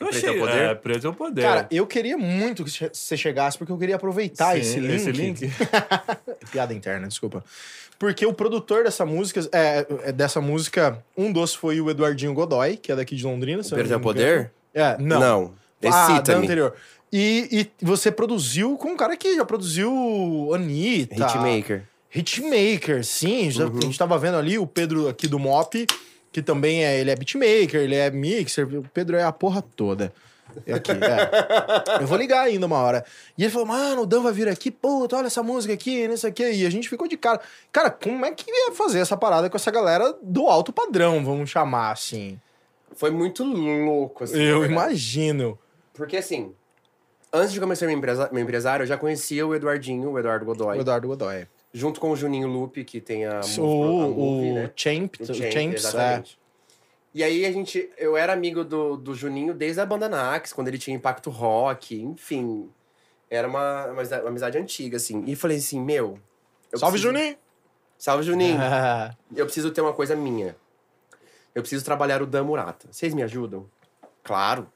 Eu Preto achei, é o Poder? É, preto é o poder. Cara, eu queria muito que che- você chegasse, porque eu queria tá aproveitar Sim, esse link. Piada interna, desculpa. Porque o produtor dessa música, é, é, dessa música, um dos foi o Eduardinho Godoy, que é daqui de Londrina. se eu não Perdeu o me engano. poder? É, não. Ah, da Excita-me. anterior. E, e você produziu com um cara que já produziu Anitta. Hitmaker. Tá. Hitmaker, sim. já- Uhum. A gente tava vendo ali o Pedro aqui do Mop, que também é, ele é beatmaker, ele é mixer. O Pedro é a porra toda. É Aqui, é. Eu vou ligar ainda uma hora. E ele falou, mano, o Dan vai vir aqui, puta, olha essa música aqui, não sei o quê. E a gente ficou de cara. Cara, como é que ia fazer essa parada com essa galera do alto padrão, vamos chamar assim? Foi muito louco, assim. na Eu verdade. imagino. Porque, assim, antes de começar meu, empresa- meu empresário, eu já conhecia o Eduardinho, o Eduardo O Godoy. Eduardo Godoy. Junto com o Juninho Lupe, que tem a, O, a o, movie, né? Champ, O o Champ, Champs, é. exatamente. E aí a gente. Eu era amigo do, do Juninho desde a banda Nax, quando ele tinha Impacto Rock, enfim. Era uma, uma, amizade- uma amizade antiga, assim. E falei assim, meu. eu Salve, preciso- Juninho! Salve, Juninho! Eu preciso ter uma coisa minha. Eu preciso trabalhar o Dan Murata. Vocês me ajudam? Claro.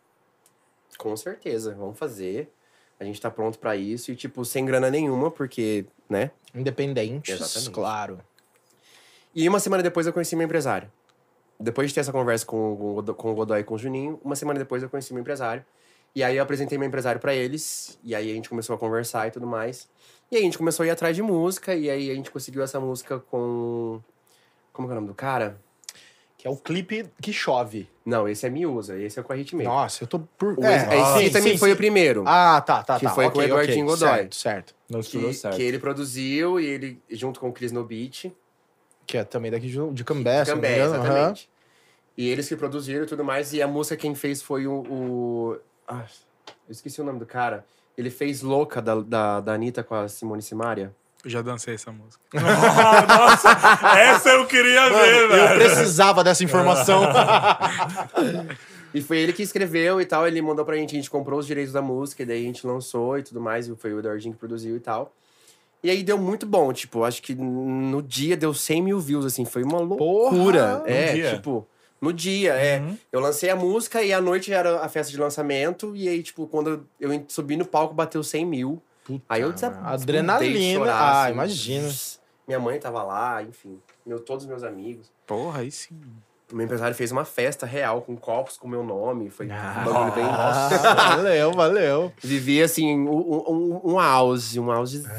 Com certeza. Vamos fazer. A gente tá pronto pra isso. E, tipo, sem grana nenhuma, porque, né? Independentes, Exatamente. claro. E uma semana depois eu conheci meu empresário. Depois de ter essa conversa com, o Godo- com o Godoy e com o Juninho, uma semana depois eu conheci meu empresário. E aí eu apresentei meu empresário pra eles. E aí a gente começou a conversar e tudo mais. E aí a gente começou a ir atrás de música. E aí a gente conseguiu essa música com. Como que é o nome do cara? Que é o clipe que chove. Não, esse é Miúza, esse é com a Hitmaker. Nossa, eu tô por. O é, esse aí sim, também sim, foi sim. o primeiro. Ah, tá, tá, Que tá. foi com o Ok, ok, Eduardinho Godoy. Certo, certo. Não que, estudou certo. que é? ele produziu e ele, junto com o Chris Nobit, Que é também daqui de, de Cambé, se não me Cambé, engano, aham. exatamente. E eles que produziram e tudo mais. E a música quem fez foi o. o- Ah, eu esqueci o nome do cara. Ele fez Louca da, da, da Anitta com a Simone Simaria. Eu já dancei essa música. Nossa, essa eu queria ver, Mano, eu velho. precisava dessa informação. E foi ele que escreveu e tal. Ele mandou pra gente, a gente comprou os direitos da música, e daí a gente lançou e tudo mais. E foi o Eduardinho que produziu e tal. E aí deu muito bom, tipo, acho que no dia deu 100 mil views, assim, foi uma loucura. Porra! é, No dia? tipo, no dia, Uhum. é. Eu lancei a música e à noite já era a festa de lançamento. E aí, tipo, quando eu en- subi no palco, bateu 100 mil. aí eu desa- mano. Adrenalina. desbundei de Ah, assim. imagino. Minha mãe tava lá, enfim, meu, todos os meus amigos. Porra, aí sim. O meu empresário fez uma festa real com copos com meu nome. Foi um bagulho bem. Ah, valeu, valeu. Vivi, assim, um, um, um auge, um Ah. augezinho.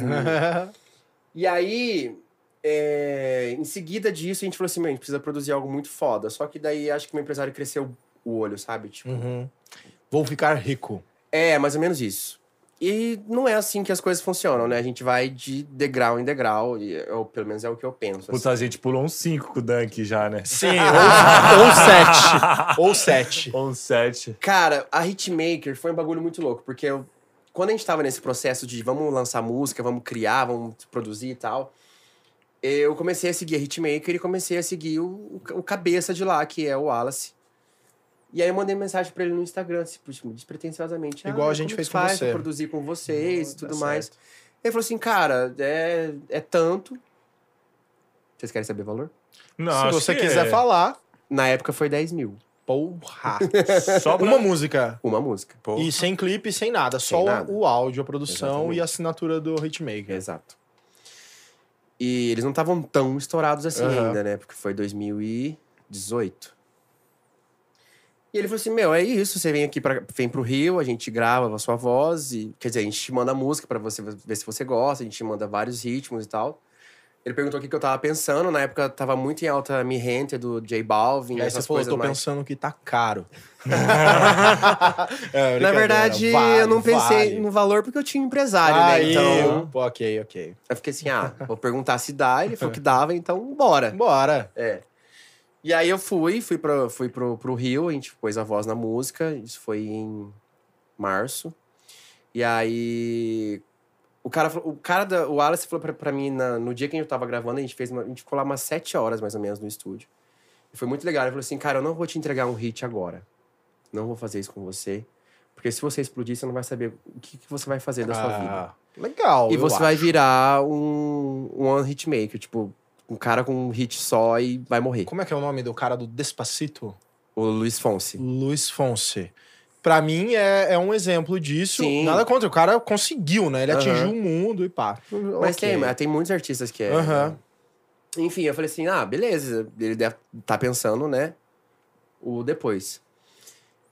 E aí, é, em seguida disso, a gente falou assim, "Meu, a gente precisa produzir algo muito foda. Só que daí, acho que meu empresário cresceu o olho, sabe? Tipo, Uhum. Vou ficar rico. É, mais ou menos isso. E não é assim que as coisas funcionam, né? A gente vai de degrau em degrau, e eu- pelo menos é o que eu penso. assim. Puta, a gente pulou um 5 com o Dunk já, né? Sim, ou, ou sete. Ou sete. Ou um 7. Cara, a Hitmaker foi um bagulho muito louco, porque eu- quando a gente tava nesse processo de vamos lançar música, vamos criar, vamos produzir e tal, eu comecei a seguir a Hitmaker e comecei a seguir o, o cabeça de lá, que é o Wallace. E aí eu mandei mensagem pra ele no Instagram, assim, tipo, despretensiosamente. Igual a "Ah, gente como fez que com faz pra você." Uhum, produzir com vocês e Dá tudo mais. certo. Ele falou assim, cara, é, é tanto. Vocês querem saber o valor? Não, Se acho você que quiser é. falar, Na época foi 10 mil, porra. Só pra... Uma música. uma música. Porra. E sem clipe, sem nada. Só o- nada. o áudio, a produção Exatamente. e a assinatura do Hitmaker. Exato. E eles não estavam tão estourados assim Aham. ainda, né? Porque foi 2018. E ele falou assim: Meu, é isso. Você vem aqui, pra, vem pro Rio, a gente grava a sua voz. E, quer dizer, a gente te manda música pra você ver se você gosta, a gente te manda vários ritmos e tal. Ele perguntou o que, que eu tava pensando. Na época tava muito em alta Mi Rente do J Balvin. E aí você essas falou, coisas tô mais. pensando que tá caro. É, Na brincadeira, verdade, vale, eu não pensei vale. no valor porque eu tinha um empresário, né? Aí, Então, pô, ok, ok. eu fiquei assim, ah, vou perguntar se dá. Ele falou que dava, então bora. Bora. É. E aí eu fui, fui, pra, fui pro, pro Rio, a gente pôs a voz na música. Isso foi em março. E aí... O cara, falou- o cara da, o Wallace falou pra, pra mim na- no dia que a gente tava gravando, a gente fez uma- a gente ficou lá umas sete horas mais ou menos no estúdio. E foi muito legal. Ele falou assim: Cara, eu não vou te entregar um hit agora. Não vou fazer isso com você. Porque se você explodir, você não vai saber o que, que você vai fazer É da sua vida. Ah, Legal. E eu você vai acho. virar um, um one hit maker, tipo, um cara com um hit só e vai morrer. Como é que é o nome do cara do Despacito? O Luiz Fonse. Luiz Fonse. Pra mim é, é um exemplo disso. Sim. Nada contra. O cara conseguiu, né? Ele Aham. atingiu o mundo e pá. Ok. Mas tem, mas tem muitos artistas que é. Aham. Enfim, eu falei assim: ah, beleza, ele deve tá pensando, né? O depois.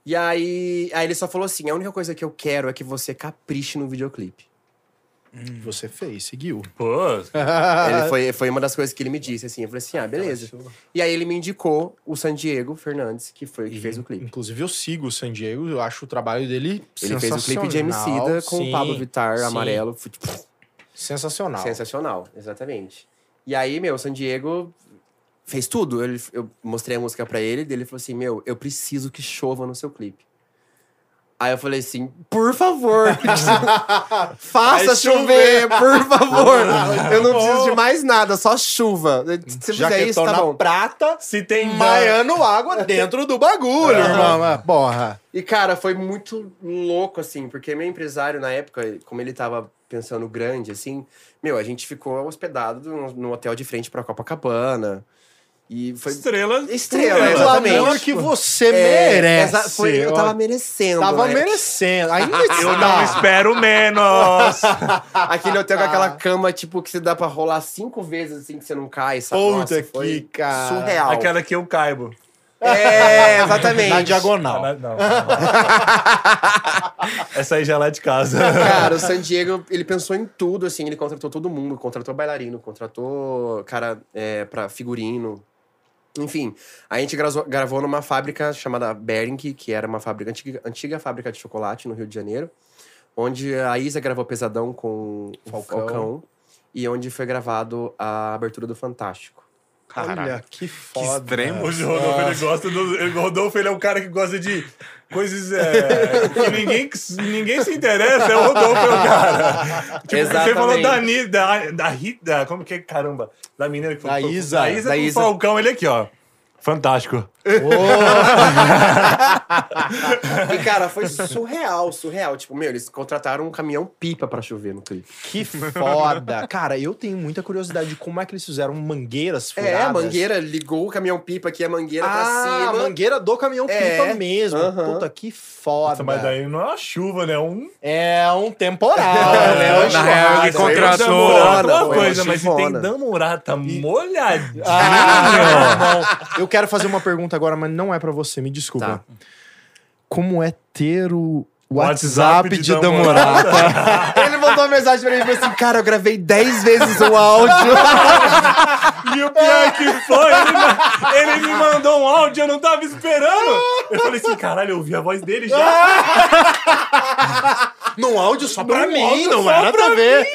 E aí, aí ele só falou assim: a única coisa que eu quero é que você capriche no videoclipe. Você fez, seguiu. Pô, Ah. Ele foi, foi uma das coisas que ele me disse, assim. Eu falei assim: ah, então beleza. E aí ele me indicou o San Diego Fernandes, que foi que fez o clipe. Uhum. Inclusive, eu sigo o San Diego, eu acho o trabalho dele Ele fez sensacional. o clipe de Emicida com Sim, o Pablo Vittar sim. amarelo. Fui, tipo, Sensacional. Sensacional, exatamente. E aí, meu, o San Diego fez tudo. Ele, eu mostrei a música pra ele, daí ele falou assim: Meu, eu preciso que chova no seu clipe. Aí eu falei assim: Por favor, faça Vai tá chover, por favor. Eu não bom. preciso de mais nada, só chuva. Se Já fizer que isso, tá na bom. prata, se tem banho. maiando água dentro do bagulho, irmão. Mas, Porra. E, cara, foi muito louco, assim, porque meu empresário, na época, como ele tava pensando grande, assim, meu, a gente ficou hospedado num num hotel de frente pra Copacabana. E foi. Estrela. Estrela, Estrela. O um amor exatamente. Tipo, que você É, merece. exa- foi- eu tava merecendo. Tava né? merecendo. Ainda Eu não está. espero menos. Aquele hotel com aquela cama, tipo, que você dá pra rolar cinco vezes assim que você não cai, sabe? Puta Nossa, que foi cara. Surreal. Aquela que eu caibo. É, exatamente. Na diagonal. Ah, Não. Essa aí já é lá de casa. Cara, o San Diego, ele pensou em tudo, assim, ele contratou todo mundo, contratou bailarino, contratou cara é, pra figurino. Enfim, a gente grazou- gravou numa fábrica chamada Bering, que era uma fábrica antiga, antiga fábrica de chocolate no Rio de Janeiro, onde a Isa gravou Pesadão com o Falcão. Falcão, e onde foi gravado a abertura do Fantástico. Caralho. Olha, que foda. extremo. O Rodolfo, ele gosta do... ele- O Rodolfo, ele é um cara que gosta de coisas é, que ninguém, ninguém se interessa. É o Rodolfo, é o cara. Tipo, Você Exatamente. falou da Ni, da, da Rita, como que é, caramba? Da menina que foi. Da foi- Isa. Da Isa Da com o Isa. Falcão, ele aqui, ó. Fantástico. E, cara, foi surreal, surreal. Tipo, meu, eles contrataram um caminhão pipa pra chover no clipe. Que foda. Cara, eu tenho muita curiosidade de como é que eles fizeram mangueiras furadas. É, a mangueira ligou o caminhão pipa aqui, a mangueira pra Ah, cima. a mangueira do caminhão É. pipa mesmo. Aham. Puta, que foda. Mas daí não é uma chuva, né? É Um É um temporal, né? Um na real, ele churrasco. contra- Contratou. Damurata, Foi uma uma coisa, mas se tem chifona. Damurata molhadinho. Ah, não. Eu quero fazer uma pergunta agora, mas não é pra você, me desculpa. Tá. Como é ter o WhatsApp WhatsApp, de de Damorata? Damorata? Ele mandou uma mensagem pra mim e falou assim: Cara, eu gravei 10 vezes o áudio. E o pior é que foi, ele, ma- ele me mandou um áudio, eu não tava esperando. Eu falei assim, caralho, eu ouvi a voz dele já. Num áudio só pra Num mim, áudio não só era pra TV.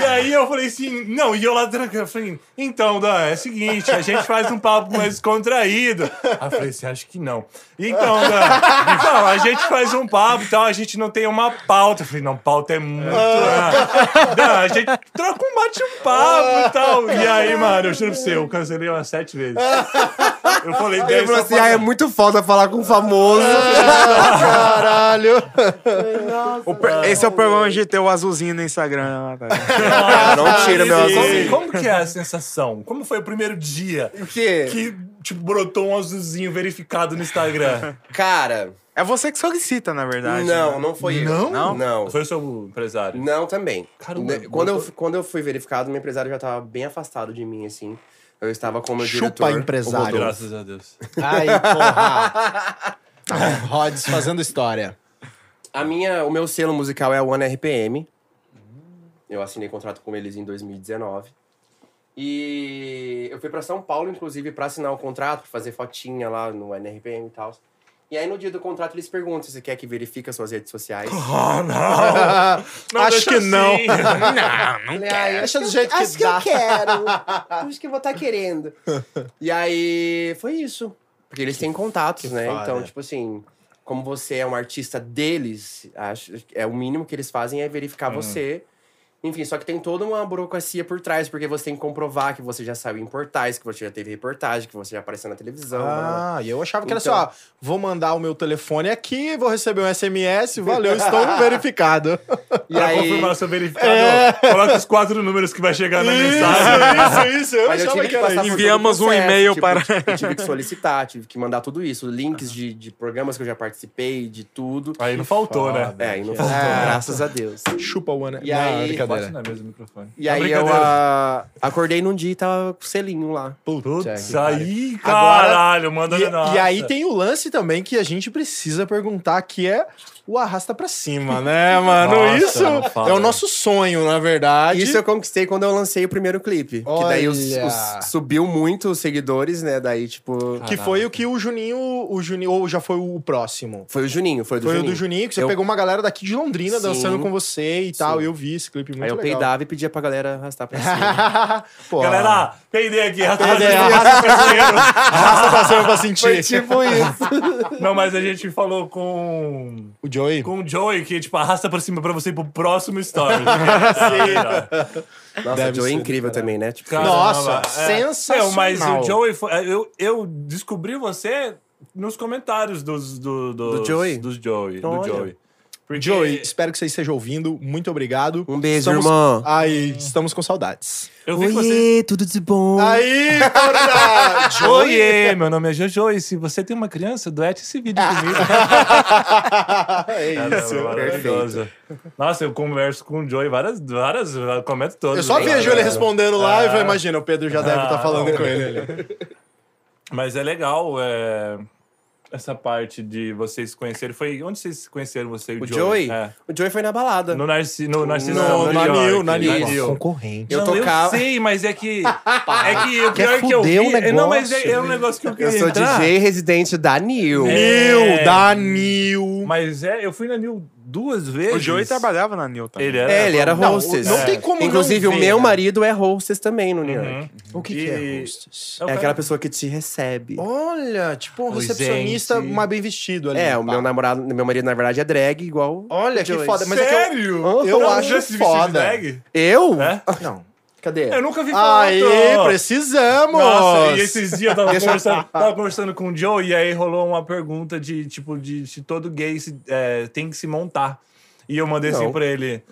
E aí eu falei assim, não, e eu lá tranquilo, eu falei, então, Dan, é o seguinte, a gente faz um papo mais descontraído. Aí eu falei assim, acho que não. Então, Dan, então, a gente faz um papo e tal, a gente não tem uma pauta. Eu falei, não, pauta é muito. Ah. Dan, a gente troca um bate-papo e tal. E É. aí, mano, eu juro pra você, eu cancelei umas sete vezes. Eu falei, Ele dez falou assim: Ah, é muito foda falar com um famoso. Caralho. O pro- Esse é o problema de ter o azulzinho no Instagram. né, cara? não tira meu Como- azulzinho. Como que é a sensação? Como foi o primeiro dia O quê? que, tipo, brotou um azulzinho verificado no Instagram? Cara, É você que solicita, na verdade. não, né? não foi Não? eu. Não. Foi o seu empresário. Não, também. Caramba, Ne- quando, eu, botou- fu- quando eu fui verificado, meu empresário já tava bem afastado de mim, assim. Eu estava com o meu Chupa, diretor. empresário. o Rodolfo. Graças a Deus. Ai, porra. Rods fazendo história. A minha, o meu selo musical é a One RPM. Eu assinei contrato com eles em 2019. E eu fui pra São Paulo, inclusive, pra assinar o contrato, pra fazer fotinha lá no NRPM e tal. E aí, no dia do contrato, eles perguntam se você quer que verifique as suas redes sociais. Ah, não! assim. Acho que não. assim. Não, não. Falei, ah, eu Deixa do jeito que acho que dá. eu quero. acho que eu vou estar querendo. e aí, foi isso. Porque eles têm contatos, né? foda. Então, tipo assim, como Hum. você é um artista deles, acho, é o mínimo que eles fazem é verificar você. Enfim, só que tem toda uma burocracia por trás, porque você tem que comprovar que você já saiu em portais, que você já teve reportagem, que você já apareceu na televisão. blá, blá, blá. Ah, e eu achava que Então. era assim, ó, vou mandar o meu telefone aqui, vou receber um SMS, valeu, estou verificado. E Pra aí, confirmar seu verificado, coloca os quatro números que vai chegar na mensagem. É isso, isso, isso. Eu Mas eu achava tive que que era passar isso. por Enviamos todo o um processo, e-mail tipo, para- eu tive que solicitar, tive que mandar tudo isso. Ah. Links de, de programas que eu já participei, de tudo. Aí não faltou, né? É, e não faltou, Ah. graças a Deus. Chupa o ano. E aí- Bate na mesa o microfone. E aí eu ah, acordei num dia e tava com selinho lá. Putz, que aí, Agora- caralho, manda E, nossa. e aí tem o lance também que a gente precisa perguntar, que é o arrasta pra cima, né, mano? Nossa, isso não fala. é o nosso sonho, na verdade. Isso é eu conquistei quando eu lancei o primeiro clipe. Que daí os- Tá Olha! os- subiu muito os seguidores, né? Daí, tipo. Que foi o que o Juninho, o Juninho, ou já foi o próximo. Foi o Juninho, foi o do Foi Juninho. o do Juninho, que você Eu- pegou uma galera daqui de Londrina Sim. dançando com você e tal. Sim. E eu vi esse clipe muito Aí eu legal. peidava e pedia pra galera arrastar pra cima. Pô, Galera, peidei aqui, Peidei, arrasta pra cima. arrasta pra cima pra sentir. tipo isso. Não, mas a gente falou com, O Joey. com o Joey que, tipo, arrasta pra cima pra você ir pro próximo story. Tá, Sim. Nossa, Deve o Joe ser é do incrível também, né? Tipo, Cara, Nossa, Meu, sensacional. mas o Joey foi. Eu, eu descobri você nos comentários dos, do, dos, Do Joey? Dos Joey. Do Olha. Joey. Porque- Joey, espero que você esteja ouvindo. Muito obrigado. Um beijo, Estamos- irmão. Aí, estamos com saudades. Eu vi que você. tudo de bom. Ah, Aí, porra! Oiê, meu nome é Jojo e se você tem uma criança, duete esse vídeo Ah. comigo. é isso. Caramba, maravilhoso. Nossa, eu converso com o Joey várias, várias, eu comento todos. Eu só né, vejo cara? ele respondendo lá e vou imagina, o Pedro já deve estar Ah, falando não. com ele. Mas é legal é, essa parte de vocês se conhecerem. Foi onde vocês se conheceram, você e o, O Joey? É. O Joey foi na balada. No Narciso. No Narciso. No- não, na New Nil, York, na Nil. Nil. Concorrente. Eu Não, tocava- Eu sei, mas é que. é que o pior que eu vi. fuder o é- não, mas é, negócio, né? é um negócio que eu Eu queria sou entrar. DJ residente da Nil. É. Nil, Danil. Mas é, eu fui na Nil duas vezes. O Joey trabalhava na Nil também. Ele era. É, ele era Não, hostess. É. não tem como não Inclusive, o ver, meu né? marido é hostess também no New York. Uhum. O que, que é hostess? o É cara- aquela pessoa que te recebe. Olha, tipo um Oi, recepcionista gente. mais bem vestido ali. É, o pá. meu namorado, meu marido, na verdade, é drag, igual. Olha que Joey. foda. Mas é que Sério? eu, eu Não, acho já se vestiu de foda. drag? Eu? É? Não. Cadê? Eu nunca vi foto. Aí, precisamos! Nossa, e esses dias eu tava, Deixa- conversando, tava conversando com o Joe e aí rolou uma pergunta de, tipo, de se todo gay se, é, tem que se montar. E eu mandei assim Não. pra ele...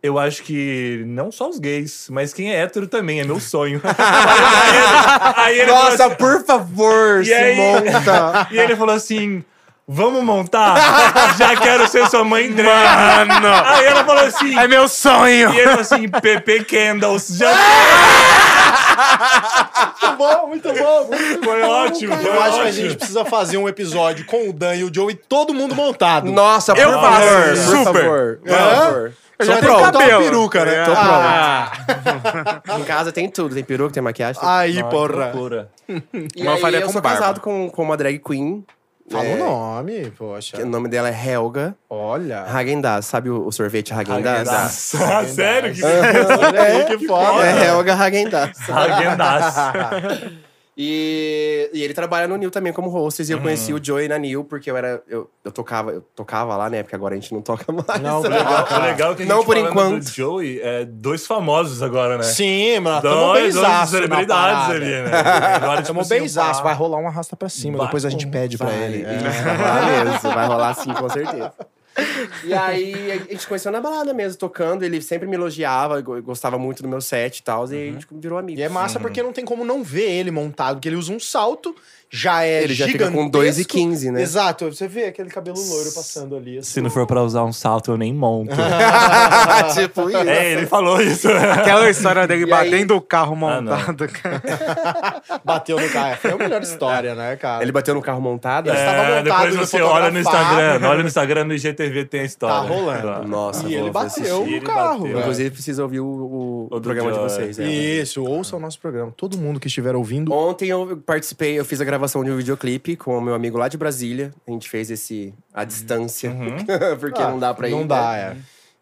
Eu acho que não só os gays, mas quem é hétero também, é meu sonho. aí ele, aí ele falou assim, Nossa, por favor, E se aí? monta. assim- e ele falou assim... Vamos montar? Já quero ser sua mãe drag. Mano, Aí ela falou assim... é meu sonho! E ele falou assim, PP Candles, já Muito é bom, muito bom. foi ótimo, foi Eu acho que a ótimo. gente precisa fazer um episódio com o Dan e o Joe e todo mundo montado. Nossa, por Eu faço, favor. Por super. favor. Por Hã? favor. Eu Só já tem tenho que botar cabelo. uma peruca, né? Tô Em casa tem tudo. Tem peruca, tem maquiagem. Tem... Aí, porra. Loucura. Ah, E Mas eu aí, faria eu com sou barba. casado com, com uma drag queen. Fala É, o nome, poxa. que O nome dela é Helga Olha. Hagendaz. Sabe o, o sorvete Hagendaz? Agendas. Sério? Que... É, que foda. É Helga Hagendaz. Agendas. E, e ele trabalha no Nil também como hostess. E eu conheci Uhum. o Joey na Nil, porque eu era. Eu, eu tocava, eu tocava lá, né? Porque agora a gente não toca mais. Não, O legal, o legal é que a gente Não, por falando enquanto. do Joey, é dois famosos agora, né? Sim, tá mano. Tamo dois, bem dois zaço. celebridades ali, né? Agora, Tamo assim, bem zaço. pá. Vai rolar um arrasta pra cima. Vai. Depois a gente pede pra ele. É. Vai rolar mesmo, vai rolar sim, com certeza. E aí, a gente conheceu na balada mesmo, tocando. Ele sempre me elogiava, go- gostava muito do meu set e tal. E a gente virou amigo. E é massa porque não tem como não ver ele montado, porque ele usa um salto, já é Ele já fica gigantesco. com 2,15, né? Exato, você vê aquele cabelo loiro passando ali. assim. Se não for pra usar um salto, eu nem monto. tipo isso. é, ele falou isso. Aquela história dele E aí? batendo o carro Ah, não. montado, cara. Bateu no carro. Foi a melhor história, né, cara? Ele bateu no carro montado? assim, É. tava montado, depois ele você fotografava. olha no Instagram. Olha no Instagram, no IGTV tem a história. Tá rolando. Nossa, E vou ele vou assistir. bateu ele no carro. bateu. velho. Inclusive, precisa ouvir o, o- o O do programa de Joy. vocês. é. Isso, ouça o nosso programa. Todo mundo que estiver ouvindo. Ontem eu participei, eu fiz a gravação de um videoclipe com o meu amigo lá de Brasília. A gente fez esse à distância, Uhum. porque não dá pra ir. Ah, Não né? dá, é.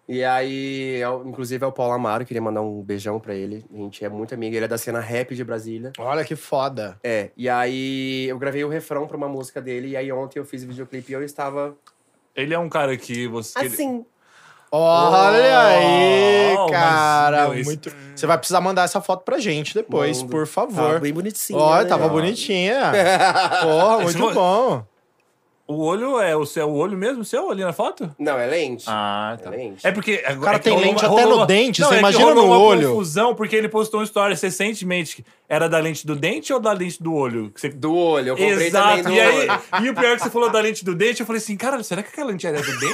E aí, é o- inclusive é o Paulo Amaro, queria mandar um beijão pra ele. A gente é muito amigo, ele é da cena rap de Brasília. é. Olha que foda. É, e aí eu gravei o refrão pra uma música dele, e aí ontem eu fiz o videoclipe e eu estava Ele é um cara que você. que ele- assim. Olha aí, Oh, mas, cara. meu, isso- muito... Você vai precisar mandar essa foto pra gente depois, Mando. por Tava favor. bem bonitinho. Tá Olha, né? tava Ó. bonitinha. Porra, Esse mo- muito bom. O olho é o seu o olho mesmo seu ali na foto? Não, é lente. Ah, tá. É lente. É porque. O cara tem lente até no dente, você imagina é rolou no uma olho. confusão, porque ele postou uma história recentemente. que Era da lente do dente ou da lente do olho? Que você- Do olho, eu comprei também Exato. do E aí, olho. e o pior é que você falou da lente do dente, eu falei assim, cara, será que aquela lente era do dente?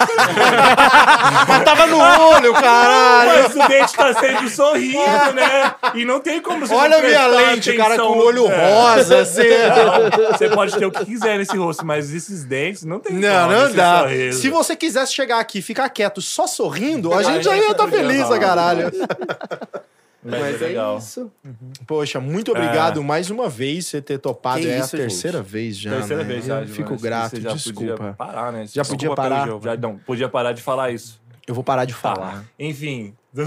Mas tava no olho, caralho. Mas o dente tá sempre sorrindo, né? E não tem como você não Olha a minha prestar lente, o cara com atenção. o olho É. rosa, assim. Você pode ter o que quiser nesse rosto, mas esses dentes não tem Não, como não esse dá. sorriso. Se você quisesse chegar aqui e ficar quieto só sorrindo, a gente Ai, já ia gente, estar tá feliz, legal. a caralho. Mas, Mas é é legal. isso. Poxa, muito É. obrigado mais uma vez você ter topado. Que é isso, a terceira vez já. Terceira né? vez Eu já. Giovana. Fico Acho que grato, você já Podia desculpa. parar, né? Já podia Desculpa pelo parar? Giovana. Já, não, podia parar de falar isso. Eu vou parar de Tá. falar. Enfim.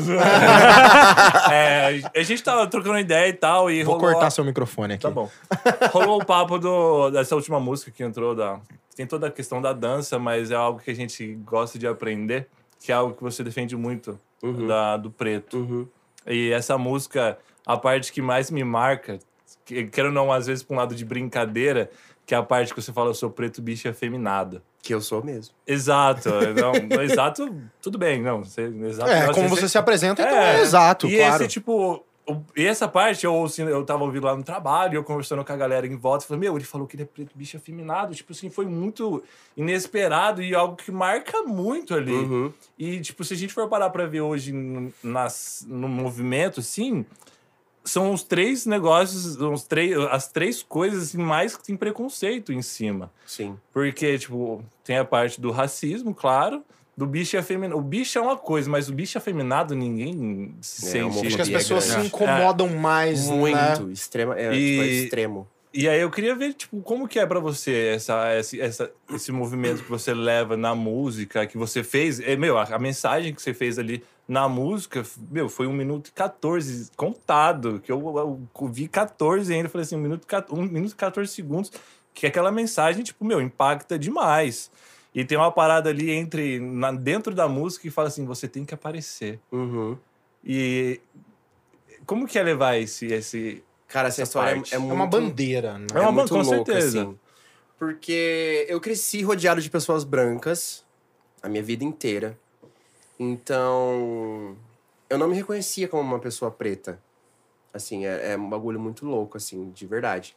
É, a gente tava trocando ideia e tal. E Vou rolou cortar a- seu microfone aqui. Tá bom. Rolou o papo do, dessa última música que entrou da. Tem toda a questão da dança, mas é algo que a gente gosta de aprender, que é algo que você defende muito Uhum. da, do preto. Uhum. E essa música, a parte que mais me marca, que, quero ou não, às vezes, pra um lado de brincadeira, que é a parte que você fala, eu sou preto, bicho afeminado. Que eu sou mesmo. Exato. Não, exato, tudo bem, não. Você, exato, É, não, como você se apresenta, então é, É. exato, e claro. esse, tipo. o- E essa parte, eu, assim, eu tava ouvindo lá no trabalho, eu conversando com a galera em volta, falei, meu, ele falou que ele é preto, bicho afeminado. Tipo assim, foi muito inesperado e algo que marca muito ali. Uhum. E, tipo, se a gente for parar pra ver hoje n- nas, no movimento, assim, são os três negócios, os três, as três coisas assim, mais que tem preconceito em cima. Sim. Porque, tipo, tem a parte do racismo, claro, do bicho afeminado. O bicho é uma coisa, mas o bicho afeminado ninguém se É, sente. homofobia. Acho que as pessoas se grande. É. incomodam mais, né? Muito. Extrema, é, E- tipo, é extremo. E aí eu queria ver, tipo, como que é pra você essa, esse, essa- esse movimento que você leva na música, que você fez. É, meu, a, a mensagem que você fez ali na música, f- meu, foi 1 minuto e 14 contado. Que eu, eu, eu vi 14 ainda, eu falei assim, 1 minuto, e 14 um minuto e 14 segundos. Que aquela mensagem, tipo, meu, impacta demais. E tem uma parada ali entre na- dentro da música que fala assim, você tem que aparecer. Uhum. E como que é levar esse. esse... Cara, essa, Essa história parte. é, é É muito... uma bandeira, né? É uma muito ban- com louca, certeza. assim. Porque eu cresci rodeado de pessoas brancas a minha vida inteira. Então, eu não me reconhecia como uma pessoa preta. Assim, é, é um bagulho muito louco, assim, de verdade.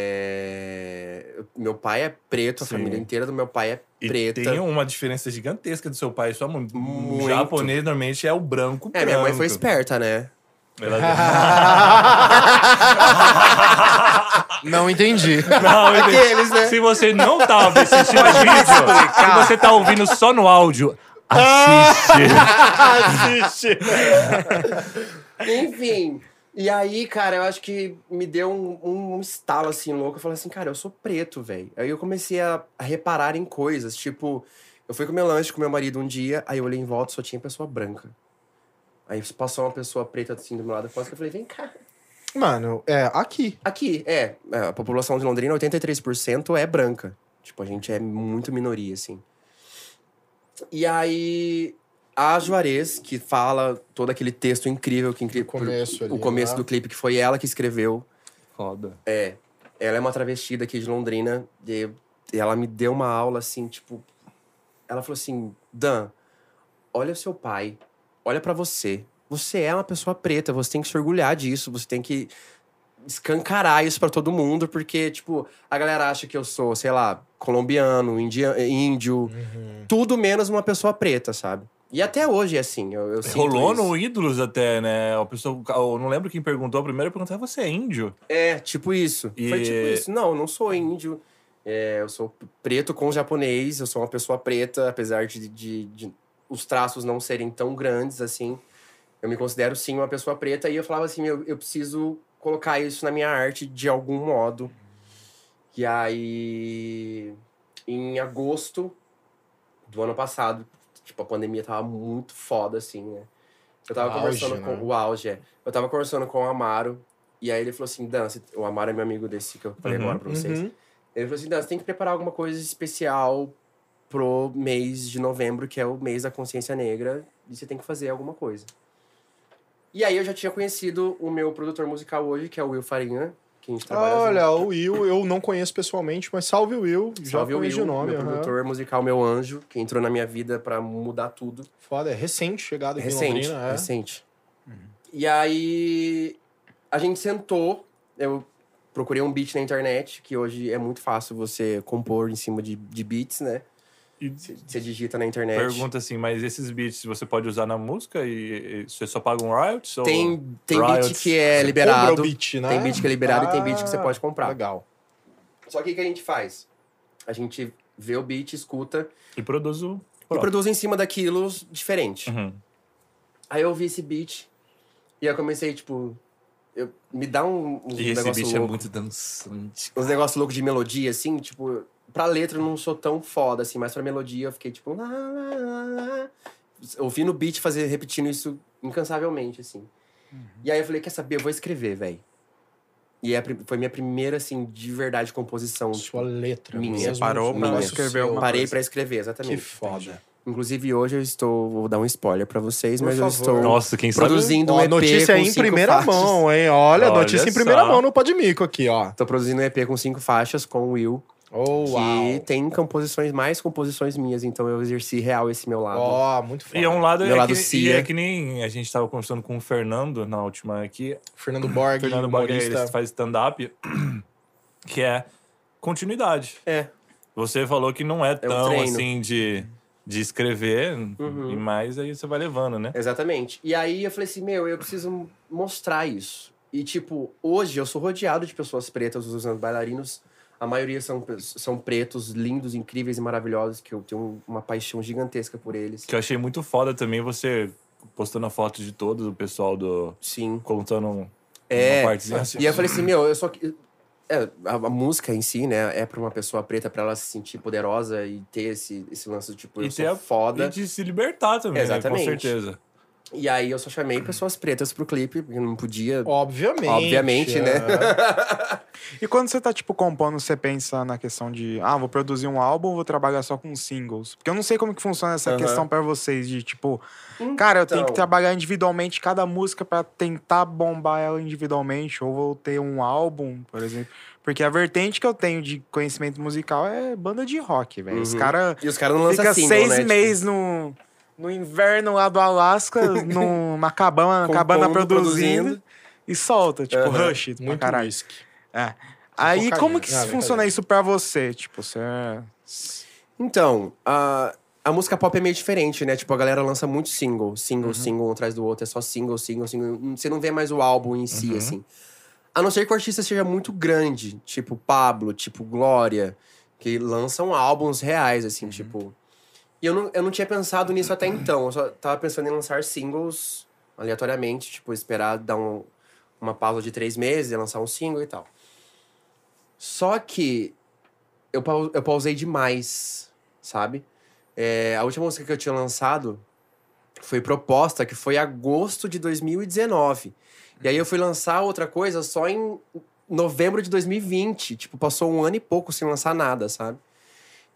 É, eu- Meu pai é preto, a Sim. família inteira do meu pai é E preta. tem um uma diferença gigantesca do seu pai e sua mãe. O Muito. japonês normalmente é o branco. É, minha mãe foi branco. esperta, né? Ela- Ah. Não entendi. é Não, eu entendi. Aqueles, né? Se você não tava assistindo o vídeo, se você tá ouvindo só no áudio, assiste. Assiste. Enfim. E aí, cara, eu acho que me deu um, um, um estalo assim louco. Eu falei assim, cara, eu sou preto, velho. Aí eu comecei a, a reparar em coisas. Tipo, eu fui comer lanche com meu marido um dia, aí eu olhei em volta só tinha pessoa branca. Aí passou uma pessoa preta assim do meu lado, eu falei, vem cá. Mano, é, aqui. Aqui, é. é, A população de Londrina, 83% é branca. Tipo, a gente é muito minoria, assim. E aí, a Juarez, que fala todo aquele texto incrível que incri... O começo ali, o começo né? do clipe, que foi ela que escreveu. Foda. Ela é uma travesti daqui de Londrina. E e ela me deu uma aula, assim, tipo... Ela falou assim, Dan, olha o seu pai. Olha pra você. Você é uma pessoa preta, você tem que se orgulhar disso. Você tem que escancarar isso pra todo mundo. Porque, tipo, a galera acha que eu sou, sei lá, colombiano, india- índio. Tudo menos uma pessoa preta, sabe? E até hoje é assim, eu, eu sinto Rolou isso. no Ídolos até, né? A pessoa, eu não lembro quem perguntou, a primeira pergunta é: você é índio? É, tipo isso. E- Foi tipo isso. Não, eu não sou índio. É, eu sou preto com japonês. Eu sou uma pessoa preta, apesar de, de- de os traços não serem tão grandes assim. Eu me considero sim uma pessoa preta. E eu falava assim: eu, eu preciso colocar isso na minha arte de algum modo. E aí, em agosto do ano passado, tipo, a pandemia tava muito foda, assim, né? Eu tava O auge, conversando com né? o auge, é. Eu tava conversando com o Amaro, e aí ele falou assim: Dan, você- o Amaro é meu amigo desse que eu falei Uhum, agora pra vocês. Ele falou assim: Dan, você tem que preparar alguma coisa especial pro mês de novembro, que é o mês da consciência negra, e você tem que fazer alguma coisa. E aí eu já tinha conhecido o meu produtor musical hoje, que é o Will Farinha, que a gente trabalha junto. Olha, o Will, eu não conheço pessoalmente, mas salve o Will. Salve já o Will, conheço de nome. meu aham. produtor musical, meu anjo, que entrou na minha vida pra mudar tudo. Foda, é recente chegado aqui em Recente, Londrina. É. recente. Uhum. E aí a gente sentou, eu procurei um beat na internet, que hoje é muito fácil você compor em cima de, de beats, né? E Você digita na internet. pergunta assim, mas esses beats você pode usar na música e, e você só paga um royalties? Ou... Tem, tem beat Riots. que é Você liberado. compra o beat, né? Tem beat que é liberado e tem beat Ah, que você pode comprar. Legal. Só que o que a gente faz? A gente vê o beat, escuta E produzo... e produz em cima daquilo diferente. Uhum. Aí eu ouvi esse beat e aí eu comecei, tipo, eu, me dá um, um E esse negócio bicho louco. é muito dançante. uns negócios loucos de melodia, assim, tipo, pra letra eu não sou tão foda, assim, mas pra melodia eu fiquei tipo. Lá, lá, lá, lá. Ouvindo o beat fazer, repetindo isso incansavelmente, assim. Uhum. E aí eu falei, quer saber? Eu vou escrever, velho. E é a prim- foi minha primeira, assim, de verdade, composição. Sua letra. Minha, mesmo, parou um pra negócio escrever seu. uma Parei coisa. pra escrever, Que exatamente. foda. Inclusive, hoje eu estou. Vou dar um spoiler pra vocês, Por mas favor. eu estou Nossa, quem sabe... produzindo Ó, um a EP. notícia é com em cinco primeira faixas. mão, hein? Olha, Olha notícia em só. primeira mão no Podmico aqui, ó. Tô produzindo um EP com cinco faixas com o Will. Oh, Que uau. tem composições, mais composições minhas, então eu exerci real esse meu lado. Ó, muito foda. E é um lado, Meu é, lado que, e Cia. é que nem a gente tava conversando com o Fernando na última aqui. Fernando Borg, Fernando é Borges humorista. ele faz stand-up, que é continuidade. É. Você falou que não é tão um treino. Uhum. assim de, de escrever, e mais aí você vai levando, né? Exatamente. E aí eu falei assim, meu, eu preciso mostrar isso. E tipo, hoje eu sou rodeado de pessoas pretas usando bailarinos. A maioria são, pe- são pretos, lindos, incríveis e maravilhosos, que eu tenho uma paixão gigantesca por eles. Que eu achei muito foda também você postando a foto de todo o pessoal do. Sim. contando um, É. uma partezinha assim. E aí eu falei assim, meu, eu só. que- É, a, a música em si, né, é pra uma pessoa preta, pra ela se sentir poderosa e ter esse, esse lance, tipo, E eu ter sou a- foda. E de se libertar também, Exatamente. Né? com certeza. E aí eu só chamei pessoas pretas pro clipe, porque não podia. Obviamente. Obviamente, né? é. E quando você tá, tipo, compondo, você pensa na questão de, ah, vou produzir um álbum ou vou trabalhar só com singles? Porque eu não sei como que funciona essa Aham. questão pra vocês, de tipo, cara, eu tenho que Então. trabalhar individualmente cada música pra tentar bombar ela individualmente, ou vou ter um álbum, por exemplo. Porque a vertente que eu tenho de conhecimento musical é banda de rock, velho. Os Uhum. caras E os caras não lançam Fica single, seis né? tipo, meses no, no inverno lá do Alasca, numa cabana, Compondo, cabana produzindo, produzindo. e solta, tipo, Aham. rush pra Muito caralho. whisky. Aí Cocaína. como que Ah, funciona brincadeira. isso pra você? Tipo, você é... Então, a, a música pop é meio diferente, né? Tipo, a galera lança muito single, Uhum. single, single, um atrás do outro. É só single, single, single. Você não vê mais o álbum em Uhum. si, assim. A não ser que o artista seja muito grande, tipo Pablo, tipo Glória, que lançam álbuns reais, assim, Uhum. tipo. E eu não, eu não tinha pensado nisso até então. Eu só tava pensando em lançar singles aleatoriamente, tipo, esperar dar um- uma pausa de três meses e lançar um single e tal. Só que eu, pau- eu pausei demais, sabe? É, a última música que eu tinha lançado foi proposta, que foi agosto de 2019. E aí eu fui lançar outra coisa só em novembro de 2020. Tipo, passou um ano e pouco sem lançar nada, sabe?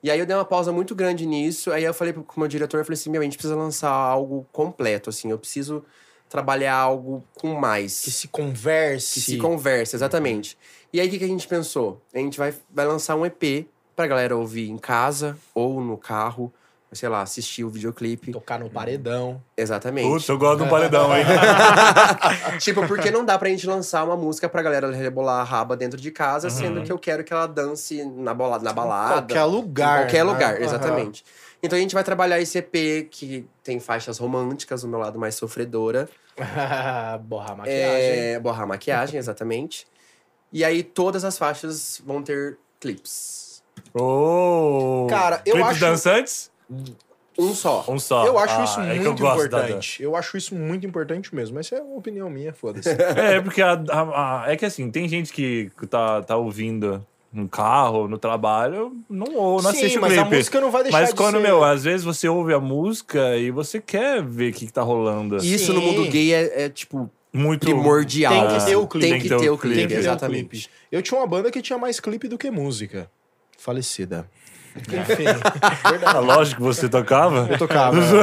E aí eu dei uma pausa muito grande nisso. Aí eu falei pro- com o meu diretor, eu falei assim, meu, a gente precisa lançar algo completo, assim. Eu preciso trabalhar algo com mais. Que se converse. Que se Uhum. conversa, exatamente. E aí, o que, que a gente pensou? A gente vai, vai lançar um EP pra galera ouvir em casa ou no carro, sei lá, assistir o videoclipe. Tocar no paredão. Exatamente. Putz, eu gosto de um paredão, hein? tipo, porque não dá pra gente lançar uma música pra galera rebolar a raba dentro de casa, sendo que eu quero que ela dance na, bola, na balada. Uhum. qualquer lugar, Em qualquer né? lugar, Aham. exatamente. Então a gente vai trabalhar esse EP que tem faixas românticas, o meu lado mais sofredora. Borrar a maquiagem. É, borrar a maquiagem, exatamente. E aí todas as faixas vão ter clipes. Ô! Cara, eu Oh. Clipes acho- dançantes? Um só. Um só. Eu acho Ah, isso é que eu muito gosto da importante. Eu acho isso muito importante mesmo. Mas isso é uma opinião minha, foda-se. É, porque a- a- a- é que assim, tem gente que tá, tá ouvindo no carro, no trabalho, não, ou não Sim, assiste o mas clipe. a música não vai deixar Mas de quando, ser- meu, às vezes você ouve a música e você quer ver o que, que tá rolando. E isso Sim. no mundo gay é, é, tipo, Muito. primordial. Tem que ter o assim. clipe. Tem que ter o clipe, Tem que ter um exatamente. clipe. Eu tinha uma banda que tinha mais clipe do que música. Falecida. Ah, lógico que você tocava. Eu tocava.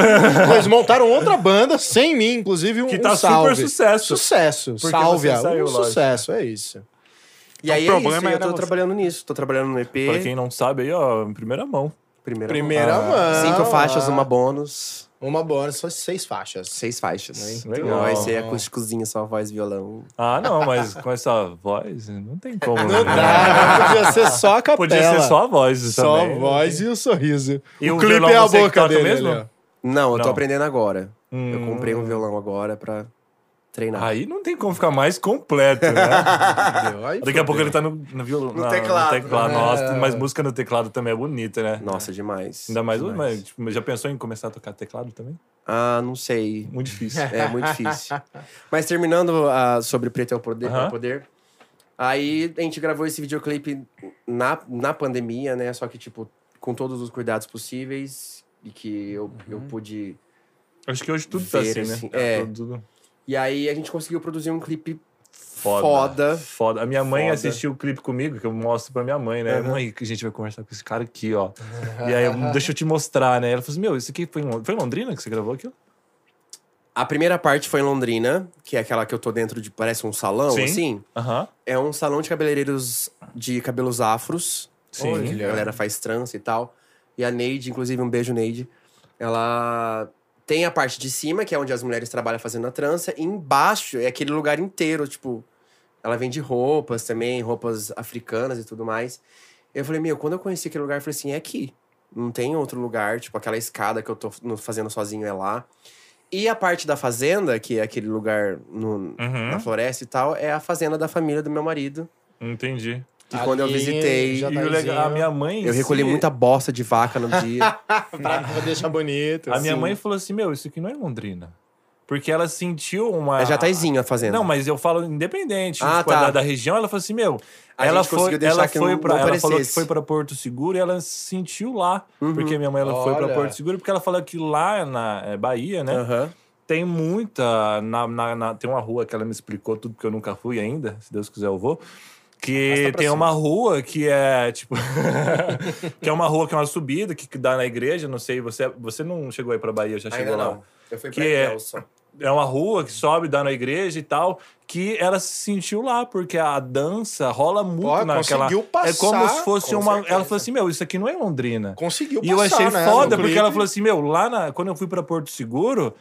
Eles montaram outra banda sem mim, inclusive um, Que um tá salve. super sucesso. Sucesso. Porque salve, você ah, saiu, um lógico. sucesso, é isso. E aí o é problema isso, e eu era tô você. trabalhando nisso. Tô trabalhando no EP. Pra quem não sabe aí, ó, em primeira mão. Primeira, Primeira mão. mão. Cinco faixas, Ah. uma bônus. Uma bônus, só seis faixas. Seis faixas. Muito Então, Vai legal. ser acústicozinho, só voz e violão. Ah, não, mas com essa voz, não tem como. Não né? dá, podia ser só a capela. Podia ser só a voz Só a também. voz e o sorriso. E o, o clipe violão é a você que boca toca dele. mesmo? ali, ó. Não, eu tô Não. aprendendo agora. Eu Hum. comprei um violão agora pra treinar. Aí não tem como ficar mais completo, né? Entendeu? Aí Daqui a fudeu. pouco ele tá no, no violão. No teclado, né? Nossa, mas música no teclado também é bonita, né? Nossa, demais. Ainda mais, demais. mas, tipo, já pensou em começar a tocar teclado também? Ah, não sei. Muito difícil. É muito difícil. Mas terminando ah, sobre Preto é o Poder, Aham. é o poder aí a gente gravou esse videoclipe na, na pandemia, né? Só que, tipo, com todos os cuidados possíveis e que Uhum. eu, eu pude Acho que hoje tudo tá Ver, assim, né? assim, é. Tudo, tudo E aí a gente conseguiu produzir um clipe foda. foda. Foda. A minha mãe Foda. assistiu o clipe comigo, que eu mostro pra minha mãe, né? Mãe, que a gente vai conversar com esse cara aqui, ó. E aí, eu- deixa eu te mostrar, né? Ela falou assim, meu, isso aqui foi em, Lon- foi em Londrina que você gravou aquilo? A primeira parte foi em Londrina, que é aquela que eu tô dentro de. Parece um salão, Sim. assim. Aham. É um salão de cabeleireiros de cabelos afros. Sim. Onde a galera faz trança e tal. E a Neide, inclusive, um beijo, Neide. Ela tem a parte de cima, que é onde as mulheres trabalham fazendo a trança, e embaixo é aquele lugar inteiro, tipo. Ela vende roupas também, roupas africanas e tudo mais. Eu falei, meu, quando eu conheci aquele lugar, eu falei assim, é aqui. Não tem outro lugar, tipo, aquela escada que eu tô no- fazendo sozinho é lá. E a parte da fazenda, que é aquele lugar no- Uhum. na floresta e tal, é a fazenda da família do meu marido. Entendi. Que quando eu Ali visitei, E já- o legal, a minha mãe... em tá eu recolhi si- muita bosta de vaca no dia. pra pra deixar bonito. tá A minha assim. mãe falou assim, meu, isso aqui não é em Londrina. Porque ela sentiu uma... é Jataizinho a fazenda. Não, mas eu falo independente Ah, tipo, tá. da, da região. Ela falou assim, meu, A ela gente conseguiu foi, deixar ela que foi não- para, não ela falou que parecesse. foi para Porto Seguro e ela se sentiu lá, porque Uhum. minha mãe ela foi para Olha. Porto Seguro porque ela falou que lá na eh, Bahia, né, Aham. tem muita na, na- na- tem uma rua que ela me explicou tudo que eu nunca fui ainda, se Deus quiser eu vou. Que tem uma rua que é tipo. que é uma rua que é uma subida que que dá na igreja, não sei. Você, você não chegou aí pra Bahia, já chegou Ainda lá? não. Eu fui Que pra é- Nelson. é uma rua que sobe, dá na igreja e tal, que ela se sentiu lá, porque a dança rola muito Ó, naquela. conseguiu passar, é como se fosse com uma. Ela certeza. falou assim: meu, isso aqui não é Londrina. Conseguiu E eu passar, achei né, foda, no porque ela clipe. falou assim: meu, lá na- quando eu fui pra Porto Seguro,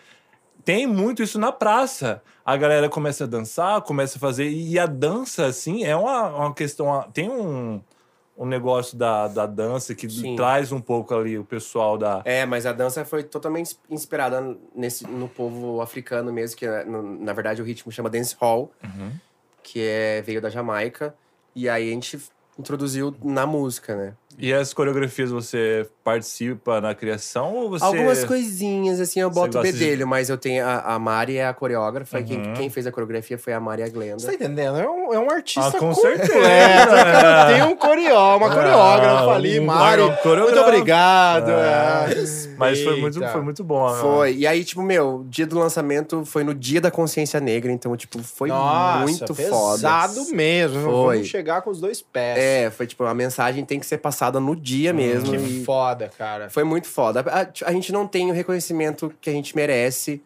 tem muito isso na praça. A galera começa a dançar, começa a fazer. E a dança, assim, é uma, uma questão. uma- tem um, um negócio da, da dança que Sim. traz um pouco ali o pessoal da. É, mas a dança foi totalmente inspirada nesse, no povo africano mesmo, que é, no- na verdade o ritmo chama dance hall, Uhum. que é, veio da Jamaica. E aí a gente introduziu na música, né? E as coreografias você participa na criação ou você. Algumas coisinhas, assim, eu Você boto o gosta de- bedelho, mas eu tenho. A, a Mari é a coreógrafa, e Uhum. quem, quem fez a coreografia foi a Mari e a Glenda. Você tá entendendo? É um, é um artista Ah, com completo. certeza. cara. Tem um coreó, uma Ah, coreógrafa ali, um Mari. coreógrafo. Muito obrigado. Ah, é. Mas foi muito, Eita. foi muito bom. né? Foi. E aí, tipo, meu, dia do lançamento foi no dia da consciência negra, então, tipo, foi Nossa, muito pesado foda. mesmo. Foi. Vamos chegar com os dois pés. É, foi tipo, a mensagem tem que ser passada no dia mesmo. Hum, Que e foda, cara. foi muito foda. A, a gente não tem o reconhecimento que a gente merece,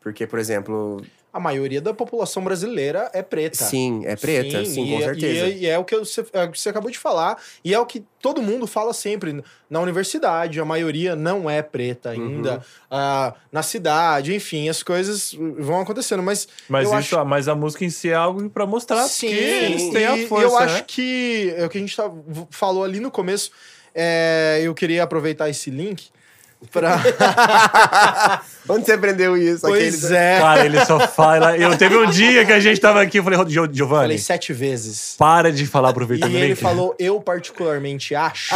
porque, por exemplo, A maioria da população brasileira é preta. sim, é preta, sim, com e- certeza. E, e é o que você, é o que você acabou de falar, e é o que todo mundo fala sempre. Na universidade, a maioria não é preta Uhum. ainda. Ah, na cidade, enfim, as coisas vão acontecendo. Mas Mas, Eu isso, mas a música em si é algo pra mostrar que eles têm e a força. eu acho né? que é o que a gente tá- v- falou ali no começo. é, eu queria aproveitar esse link pra. Onde você aprendeu isso? pois é. Cara, ele só fala. Eu teve um dia que a gente tava aqui e falei, "Rod- Gio- Falei Giovanni, sete vezes. para de falar E aproveitando o ele link." falou, eu particularmente acho.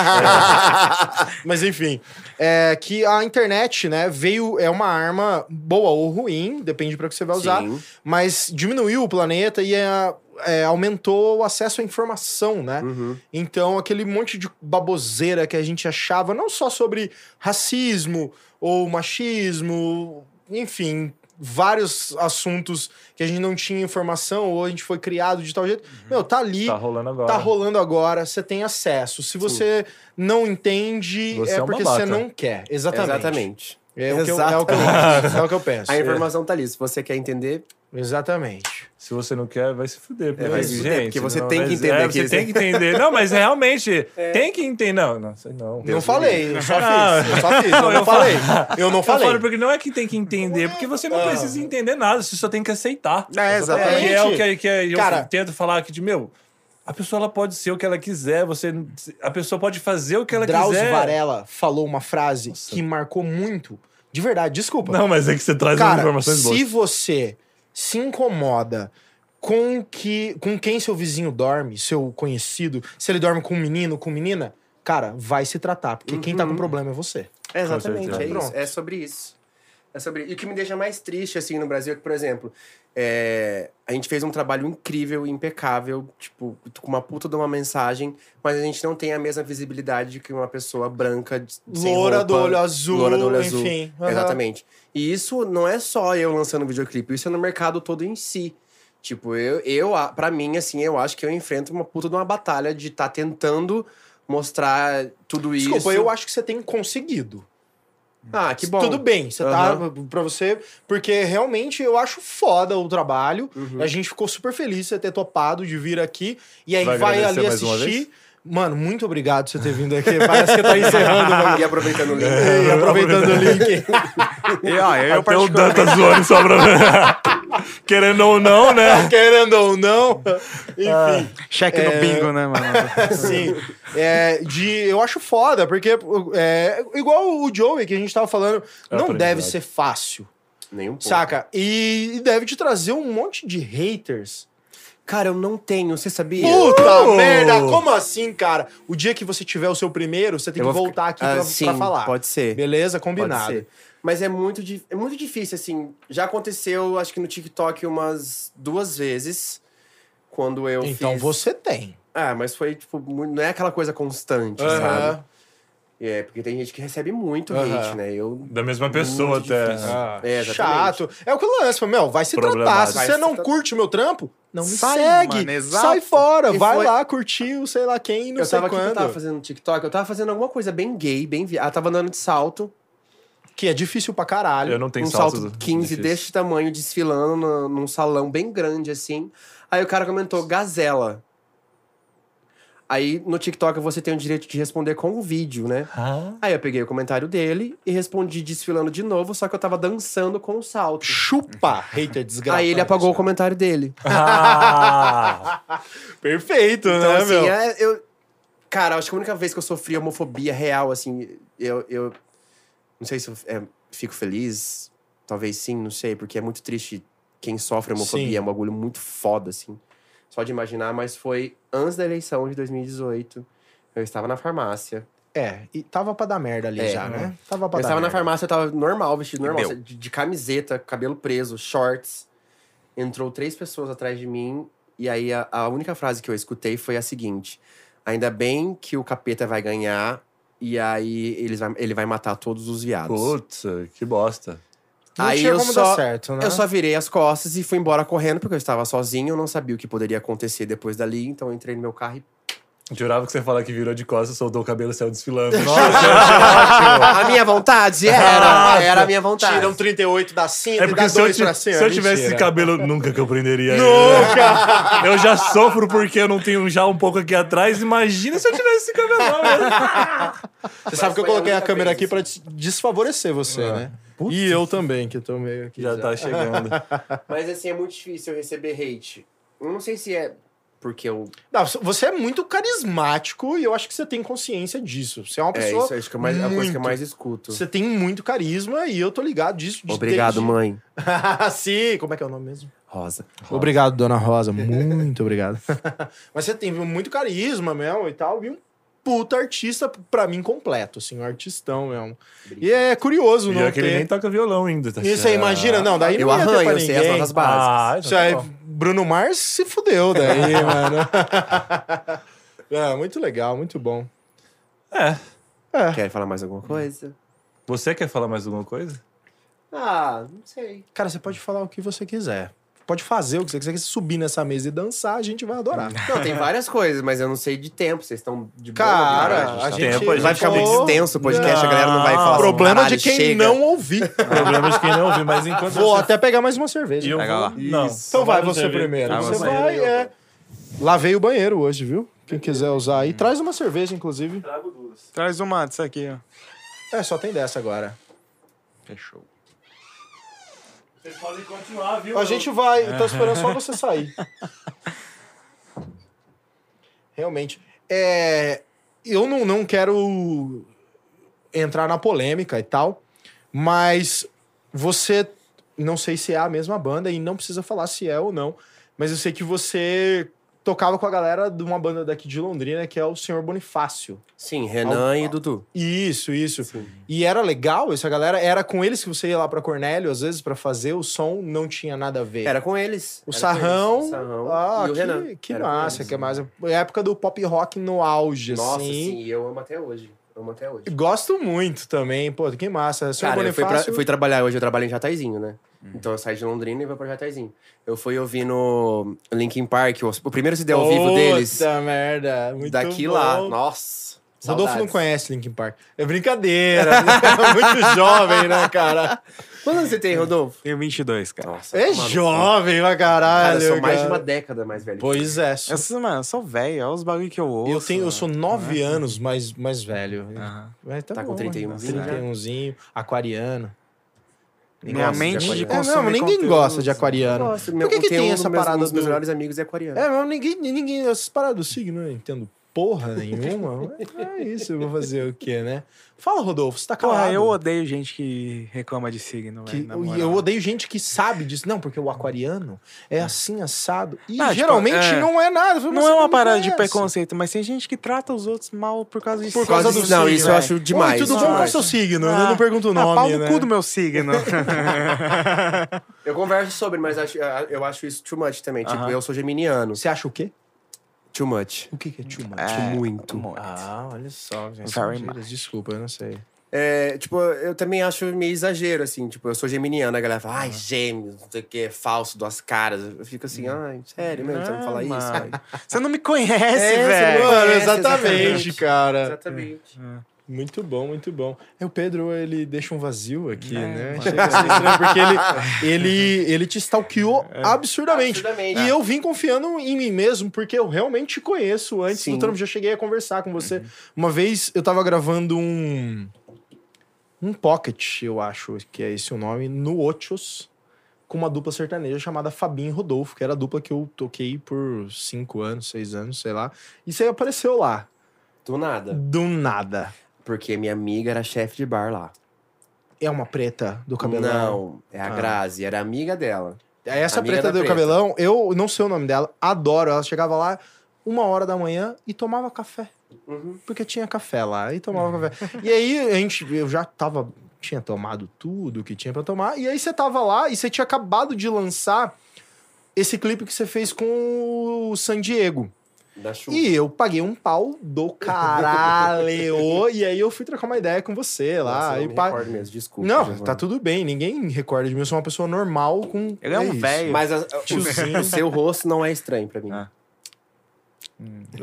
Mas enfim, é que a internet, né, veio. É uma arma boa ou ruim, depende para que você vai usar. Sim. Mas diminuiu o planeta e é, é, aumentou o acesso à informação, né? Uhum. Então, aquele monte de baboseira que a gente achava, não só sobre racismo ou machismo, enfim, vários assuntos que a gente não tinha informação ou a gente foi criado de tal jeito. Meu, tá ali, Tá rolando agora. tá rolando agora, você tem acesso. Se você não entende, Você é é um porque babaca. você não quer. Exatamente. Exatamente. É o que eu, é o que eu acho, é o que eu penso. A informação tá ali. Se você quer entender, Exatamente. Se você não quer, vai se fuder. Porque, é vai se fuder, gente, porque você não- tem que é, entender Você que- tem que entender. Não, mas realmente, tem que entender. Não, não sei não. não falei, eu só Ah. fiz. Eu só fiz, eu não falei. Eu não Eu falei. falo porque não é que tem que entender, porque você não precisa entender nada, você só tem que aceitar. É, exatamente. Que é o que, que eu Cara- tento falar aqui de meu. A pessoa ela pode ser o que ela quiser, você a pessoa pode fazer o que ela Drauzio quiser. Varela falou uma frase que marcou muito. De verdade, desculpa. Não, mas é que você traz umas Cara, informações boas. se você se incomoda com que com quem seu vizinho dorme, seu conhecido, se ele dorme com um menino, com menina, cara, vai se tratar, porque quem tá Uhum. com problema é você. É exatamente, certeza. é isso. Pronto. É sobre isso. É sobre... E o que me deixa mais triste, assim, no Brasil é que, por exemplo, é, a gente fez um trabalho incrível, impecável, tipo, com uma puta de uma mensagem, mas a gente não tem a mesma visibilidade que uma pessoa branca, de- sem Loura roupa, do Um olho azul, loura do olho azul. enfim. Aham. Exatamente. E isso não é só eu lançando videoclipe, isso é no mercado todo em si. Tipo, eu, eu a- pra mim, assim, eu acho que eu enfrento uma puta de uma batalha de estar tentando mostrar tudo isso. Desculpa, eu acho que você tem conseguido. Ah, que bom. Tudo bem, você tá pra você, porque realmente eu acho foda o trabalho. Uhum. A gente ficou super feliz de você ter topado de vir aqui e aí Vai vai, agradecer ali mais uma assistir. Mano, muito obrigado por você ter vindo aqui. Parece que tá encerrando o E aproveitando o link. E aproveitando o link. E, ó, eu, Até o Dan tá zoando só pra... Querendo ou não, né? Querendo ou não. Enfim, Cheque no bingo, né, mano? Ah. assim. é, de, eu acho foda, porque é, igual o Joey que a gente tava falando, não aprendizado. deve ser fácil, Nem um pouco. saca? E, e deve te trazer um monte de haters. Cara, eu não tenho, você sabia? Puta merda! Como assim, cara? O dia que você tiver o seu primeiro, você tem Eu que vou voltar aqui Ah, pra, sim, pra falar. Pode ser. Beleza? Pode Combinado. ser. Mas é muito, di- é muito difícil, assim. Já aconteceu, acho que no TikTok, umas duas vezes. Quando eu Então fiz... você tem. Ah, mas foi, tipo, mu- não é aquela coisa constante, sabe? Aham. É, porque tem gente que recebe muito Aham. hate, né? Eu... Da mesma pessoa Muito até. difícil. Ah. É, exatamente. Chato. É o que eu lanço. Meu, vai se tratar. Problemático. Se Vai você se não tratar. curte o meu trampo, não me Sai, segue. mano, exato. Sai fora. E vai foi- lá curtir o sei lá quem, não eu sei tava aqui, eu quando. tava fazendo no TikTok, eu tava fazendo alguma coisa bem gay, bem... Vi... Ah, tava andando de salto. Que é difícil pra caralho. Eu não tenho um salto, salto 15 difícil. desse tamanho, desfilando no- num salão bem grande, assim. Aí o cara comentou, gazela. Aí no TikTok você tem o direito de responder com o vídeo, né? Ah. Aí eu peguei o comentário dele e respondi desfilando de novo, só que eu tava dançando com o salto. Chupa, hater desgraçado. Aí ele apagou o né? comentário dele. Ah. Perfeito, Então, né, assim, meu? é- eu. Cara, acho que a única vez que eu sofri homofobia real, assim, eu. eu não sei se eu é, fico feliz, talvez sim, não sei, porque é muito triste quem sofre homofobia, Sim. é um bagulho muito foda, assim. Só de imaginar, mas foi antes da eleição de 2018. Eu estava na farmácia. É, e tava pra dar merda ali É. já, né? Tava pra Eu dar estava na merda. farmácia, eu estava normal, vestido normal, Deu. de, de camiseta, cabelo preso, shorts. Entrou três pessoas atrás de mim, e aí a, a única frase que eu escutei foi a seguinte: Ainda bem que o capeta vai ganhar, e aí eles vai- ele vai matar todos os viados. Putz, que bosta. Não Aí tinha eu como só- dar certo, né? Eu só virei as costas e fui embora correndo, porque eu estava sozinho, eu não sabia o que poderia acontecer depois dali, então eu entrei no meu carro e. Jurava que você ia falar que virou de costas, soltou o cabelo e saiu desfilando. Nossa, a minha vontade era! Era a minha vontade. Ah, Tira um 38 da cinta Tá. é e dá porque se eu, dois ti- pra cima. se eu tivesse esse Mentira. cabelo, nunca que eu prenderia ele. Nunca! Eu já sofro porque eu não tenho já um pouco aqui atrás. Imagina se eu tivesse esse cabelão. né? Você sabe que eu foi a coloquei a única câmera vez, aqui pra des- desfavorecer você, né? E eu também, que eu tô meio aqui. Ah. Já tá chegando. Mas assim, é muito difícil eu receber hate. Eu não sei se é porque eu Não, você é muito carismático e eu acho que você tem consciência disso. Você é uma É, pessoa. isso acho que é mais- a coisa que eu muito- mais escuto. Você tem muito carisma e eu tô ligado disso. de Obrigado, ter- mãe. Sim, como é que é o nome mesmo? Rosa. Obrigado, dona Rosa. Muito obrigado. Mas você tem muito carisma mesmo e tal. E um puta artista, pra mim, completo. Assim, um artistão mesmo. E é curioso, Já não que ele nem ter... toca violão ainda. Tá Isso aí, imagina? Não, daí Eu não ia ter arranho, pra eu sei as ninguém. notas básicas. Ah, então Isso tá aí, bom. Bruno Mars se fudeu daí, mano. É, muito legal, muito bom. É. Ah. Quer falar mais alguma coisa? Você quer falar mais alguma coisa? Ah, não sei. Cara, você pode falar o que você quiser. Pode fazer o que você quiser. Se você subir nessa mesa e dançar, a gente vai adorar. Não, tem várias coisas, mas eu não sei de tempo. Vocês estão de boa, Cara, né? a tá- gente Tempo, a gente Vai ficar muito falou- extenso o podcast, a galera não vai Não. falar assim, um Problema "Caralho, de quem chega". não ouvir. Problema de quem não ouviu, mas enquanto Vou você... até pegar mais uma cerveja. E eu Pega vou... lá. Não. Então vai no você serviço. primeiro. Ah, você você. vai, é. Lavei o banheiro hoje, viu? Quem quiser usar Hum. aí. Traz uma cerveja, inclusive. Traz uma disso aqui, ó. É, só tem dessa agora. Fechou. Vocês podem continuar, viu? A gente vai, eu tô esperando só você sair. Realmente. É, eu não, não quero entrar na polêmica e tal, mas você, não sei se é a mesma banda e não precisa falar se é ou não, mas eu sei que você tocava com a galera de uma banda daqui de Londrina que é o Senhor Bonifácio. Sim, Renan e Dudu. Isso, isso. E era legal isso, a galera era com eles que você ia lá pra Cornélio às vezes pra fazer, o som não tinha nada a ver. Era com eles. O Era com Sarrão. eles, o Sarrão Ah, e o que, Renan. que Era com massa, eles. que é massa. Época do pop rock no auge, Nossa, assim. sim, e eu amo até hoje. Amo até hoje. Gosto muito também, pô, que massa. Seu Cara, eu fui, pra- Bonifácio... fui trabalhar hoje, eu trabalho em Jataizinho, né? Então eu saí de Londrina e vou pra Jataizinho. Eu fui ouvindo Linkin Park, o, o primeiro CD ao vivo deles, Puta merda, muito daqui bom. lá. Nossa. Rodolfo não saudades. conhece Linkin Park. É brincadeira. né? É muito jovem, né, cara? Quantos anos você tem, Rodolfo? Tenho 22, cara. Nossa. É mano, jovem pra tá Cara, caralho. eu sou mais de cara. uma década mais velho. Pois é. Eu, sou- mano, eu sou velho, olha os bagulho que eu ouço. eu, tenho, eu sou mano. nove anos mais, mais velho. Aham. Mas né? Uhum. Tá com bom, 31zinho, né? 31zinho, aquariano. Minha gosto de mente de, aquariano. É, consumir não, ninguém conteúdo. gosta de aquariano. Nossa, Por que que tem essa parada dos meus do- melhores amigos é aquariano. É, mas ninguém, ninguém. Essas paradas do signo, eu não entendo porra nenhuma. é isso, eu vou fazer o quê, né? Fala, Rodolfo, você tá calado. Porra, eu odeio gente que reclama de signo, Que- velho. na moral. e eu odeio gente que sabe disso. Não, porque o aquariano é assim, assado. E Ah, tipo, geralmente é. não é nada. Você Não é uma me parada de conhece. preconceito, mas tem gente que trata os outros mal por causa de né? Por causa Quase- do Não, signo, isso eu é. acho demais. Oi, tudo bom? Qual é o seu signo? eu não pergunto o Ah, nome, pau no né? cu do meu signo. Eu converso sobre, mas acho- eu acho isso too much também. Tipo, Aham. eu sou geminiano. Você acha o quê? Too much. O que que é too much? É, muito. Ah, olha só, gente. Very Gírias, Desculpa, eu não sei. É, tipo, eu também acho meio exagero, assim. Tipo, eu sou geminiano, a galera fala, ai, gêmeos, não sei o que, é falso, duas caras. Eu fico Hum. assim, ai, sério mesmo, você vai me falar Não, isso? mano. cara?" Você não me conhece, É, você velho. não- Mano, conhece, exatamente, exatamente. cara. Exatamente. Muito bom, muito bom. É, o Pedro, ele deixa um vazio aqui, É, né? mano. Chega a ser estranho, porque ele, ele, ele te stalkeou absurdamente. É. Absurdamente. E eu vim confiando em mim mesmo, porque eu realmente te conheço antes do Sim. Uhum. trampo. Já cheguei a conversar com você. Uma vez eu tava gravando um. Um pocket, eu acho que é esse o nome, no Ochos, com uma dupla sertaneja chamada Fabinho e Rodolfo, que era a dupla que eu toquei por cinco anos, seis anos, sei lá. E você apareceu lá, Do nada. do nada. Porque minha amiga era chefe de bar lá. É uma preta do cabelão? Não, é a Ah. É Grazi, era amiga dela. Essa Amiga preta da do preta. cabelão, eu não sei o nome dela, adoro. Ela chegava lá uma hora da manhã e tomava café. Uhum. Porque tinha café lá e tomava café. E aí a gente, eu já tava, tinha tomado tudo que tinha pra tomar. E aí você tava lá e você tinha acabado de lançar esse clipe que você fez com o San Diego. Da chuva. E eu paguei um pau do caralho. e aí eu fui trocar uma ideia com você lá. Nossa, eu e não me pá- recordo mesmo, desculpa. não, Giovana. tá tudo bem. Ninguém recorda de mim. Eu sou uma pessoa normal com. Ele é um isso. velho. Mas a- a- Tiozinho. o seu rosto não é estranho pra mim. Ah.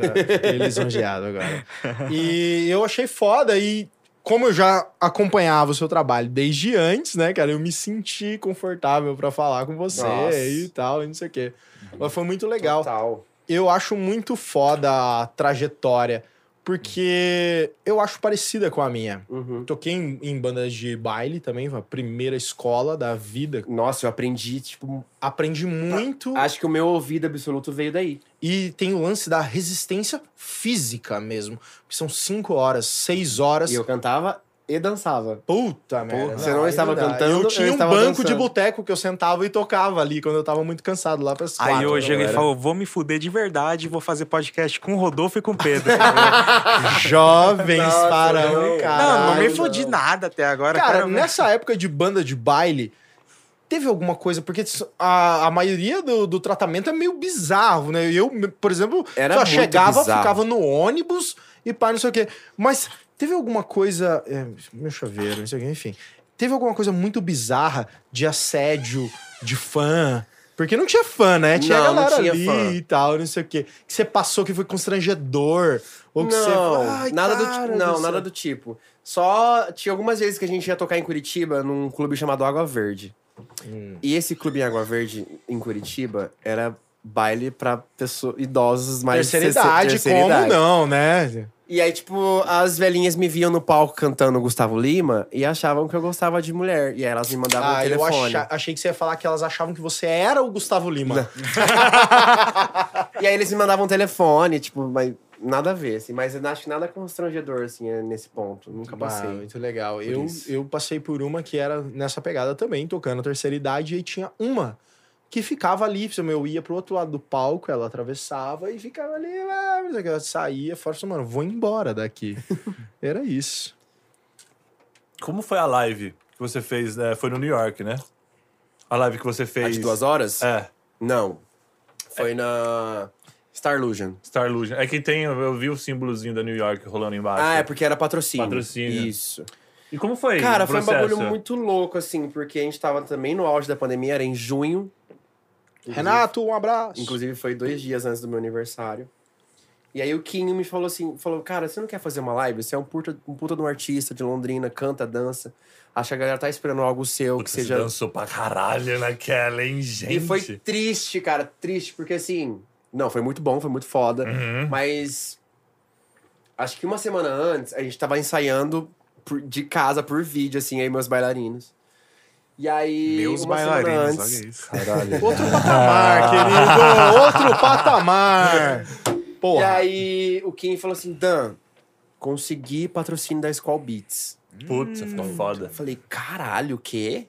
É, fiquei lisonjeado agora. E eu achei foda e como eu já acompanhava o seu trabalho desde antes, né, cara, eu me senti confortável pra falar com você Nossa. e tal, e não sei o quê. Uhum. Mas foi muito legal. Total. Eu acho muito foda a trajetória, porque eu acho parecida com a minha. Uhum. Toquei em, em bandas de baile também, a primeira escola da vida. Nossa, eu aprendi, tipo, Tá. Aprendi muito. acho que o meu ouvido absoluto veio daí. E tem o lance da resistência física mesmo. Que são 5 horas, 6 horas. E eu cantava e dançava. Puta merda. você não estava dá. cantando, Eu eu tinha um estava banco dançando. de boteco que eu sentava e tocava ali quando eu tava muito cansado lá para Aí hoje ele né, galera. falou: vou me fuder de verdade, vou fazer podcast com o Rodolfo e com o Pedro. Jovens Nossa, para não. um não, não me caralho. fudi nada até agora. Cara, quero ver. nessa época de banda de baile, teve alguma coisa? Porque a, a maioria do, do tratamento é meio bizarro, né? Eu, por exemplo, Era só muito chegava, bizarro. ficava no ônibus e pá, não sei o quê. Mas teve alguma coisa. É, meu chaveiro, não sei o quê, enfim. Te- Teve alguma coisa muito bizarra de assédio de fã? Porque não tinha fã, né? Tinha Não, a não galera tinha ali fã. e tal, não sei o quê. Que você passou que foi constrangedor. Ou que você falou, Não, "Ai, nada do, cara ti- não do nada céu." do tipo. Só tinha algumas vezes que a gente ia tocar em Curitiba num clube chamado Água Verde. Hum. E esse clube em Água Verde, em Curitiba, era baile pra pessoa, idosos mais... de Terceira 60 idade, terceira como idade. não, né? E aí, tipo, as velhinhas me viam no palco cantando Gustavo Lima e achavam que eu gostava de mulher. E aí elas me mandavam o Ah, eu telefone. acha- achei que você ia falar que elas achavam que você era o Gustavo Lima. E aí eles me mandavam um telefone, tipo, mas nada a ver, assim. Mas eu acho que nada constrangedor, assim, é nesse ponto. Nunca Ah, passei. muito legal. Eu, isso. eu passei por uma que era nessa pegada também, tocando a terceira idade, e tinha uma que ficava ali. se Eu ia pro outro lado do palco, ela atravessava e ficava ali, ah, não sei o que, ela saía, fora, falou, mano, vou embora daqui. era isso. Como foi a live que você fez? né? Foi no New York, né? A live que você fez. A de duas horas? É, Não. Foi na Starlusion. Star Illusion. É que tem, eu vi o símbolozinho da New York rolando embaixo. Ah, é porque era patrocínio. Patrocínio. Isso. E como foi? Cara, o foi um processo? é. bagulho muito louco, assim, porque a gente tava também no auge da pandemia, era em junho. Renato, um abraço. Inclusive, foi dois dias antes do meu aniversário. E aí o Quinho me falou assim, falou, cara, você não quer fazer uma live? Você é um puta, um puta de um artista de Londrina, canta, dança. Acho que a galera tá esperando algo seu, Puta, que você seja... dançou pra caralho naquela, hein, gente? E foi triste, cara, triste, porque assim. Não, foi muito bom, foi muito foda. Uhum. Mas. Acho que uma semana antes, a gente tava ensaiando por- de casa por vídeo, assim, aí meus bailarinos. E aí. Meus uma bailarinos, semana antes, olha isso. Outro patamar, Ah. querido! Outro patamar! E Porra. aí o Kim falou assim: Dan, consegui patrocínio da Skull Beats. Putz, ficou foda. Eu falei, caralho, o quê?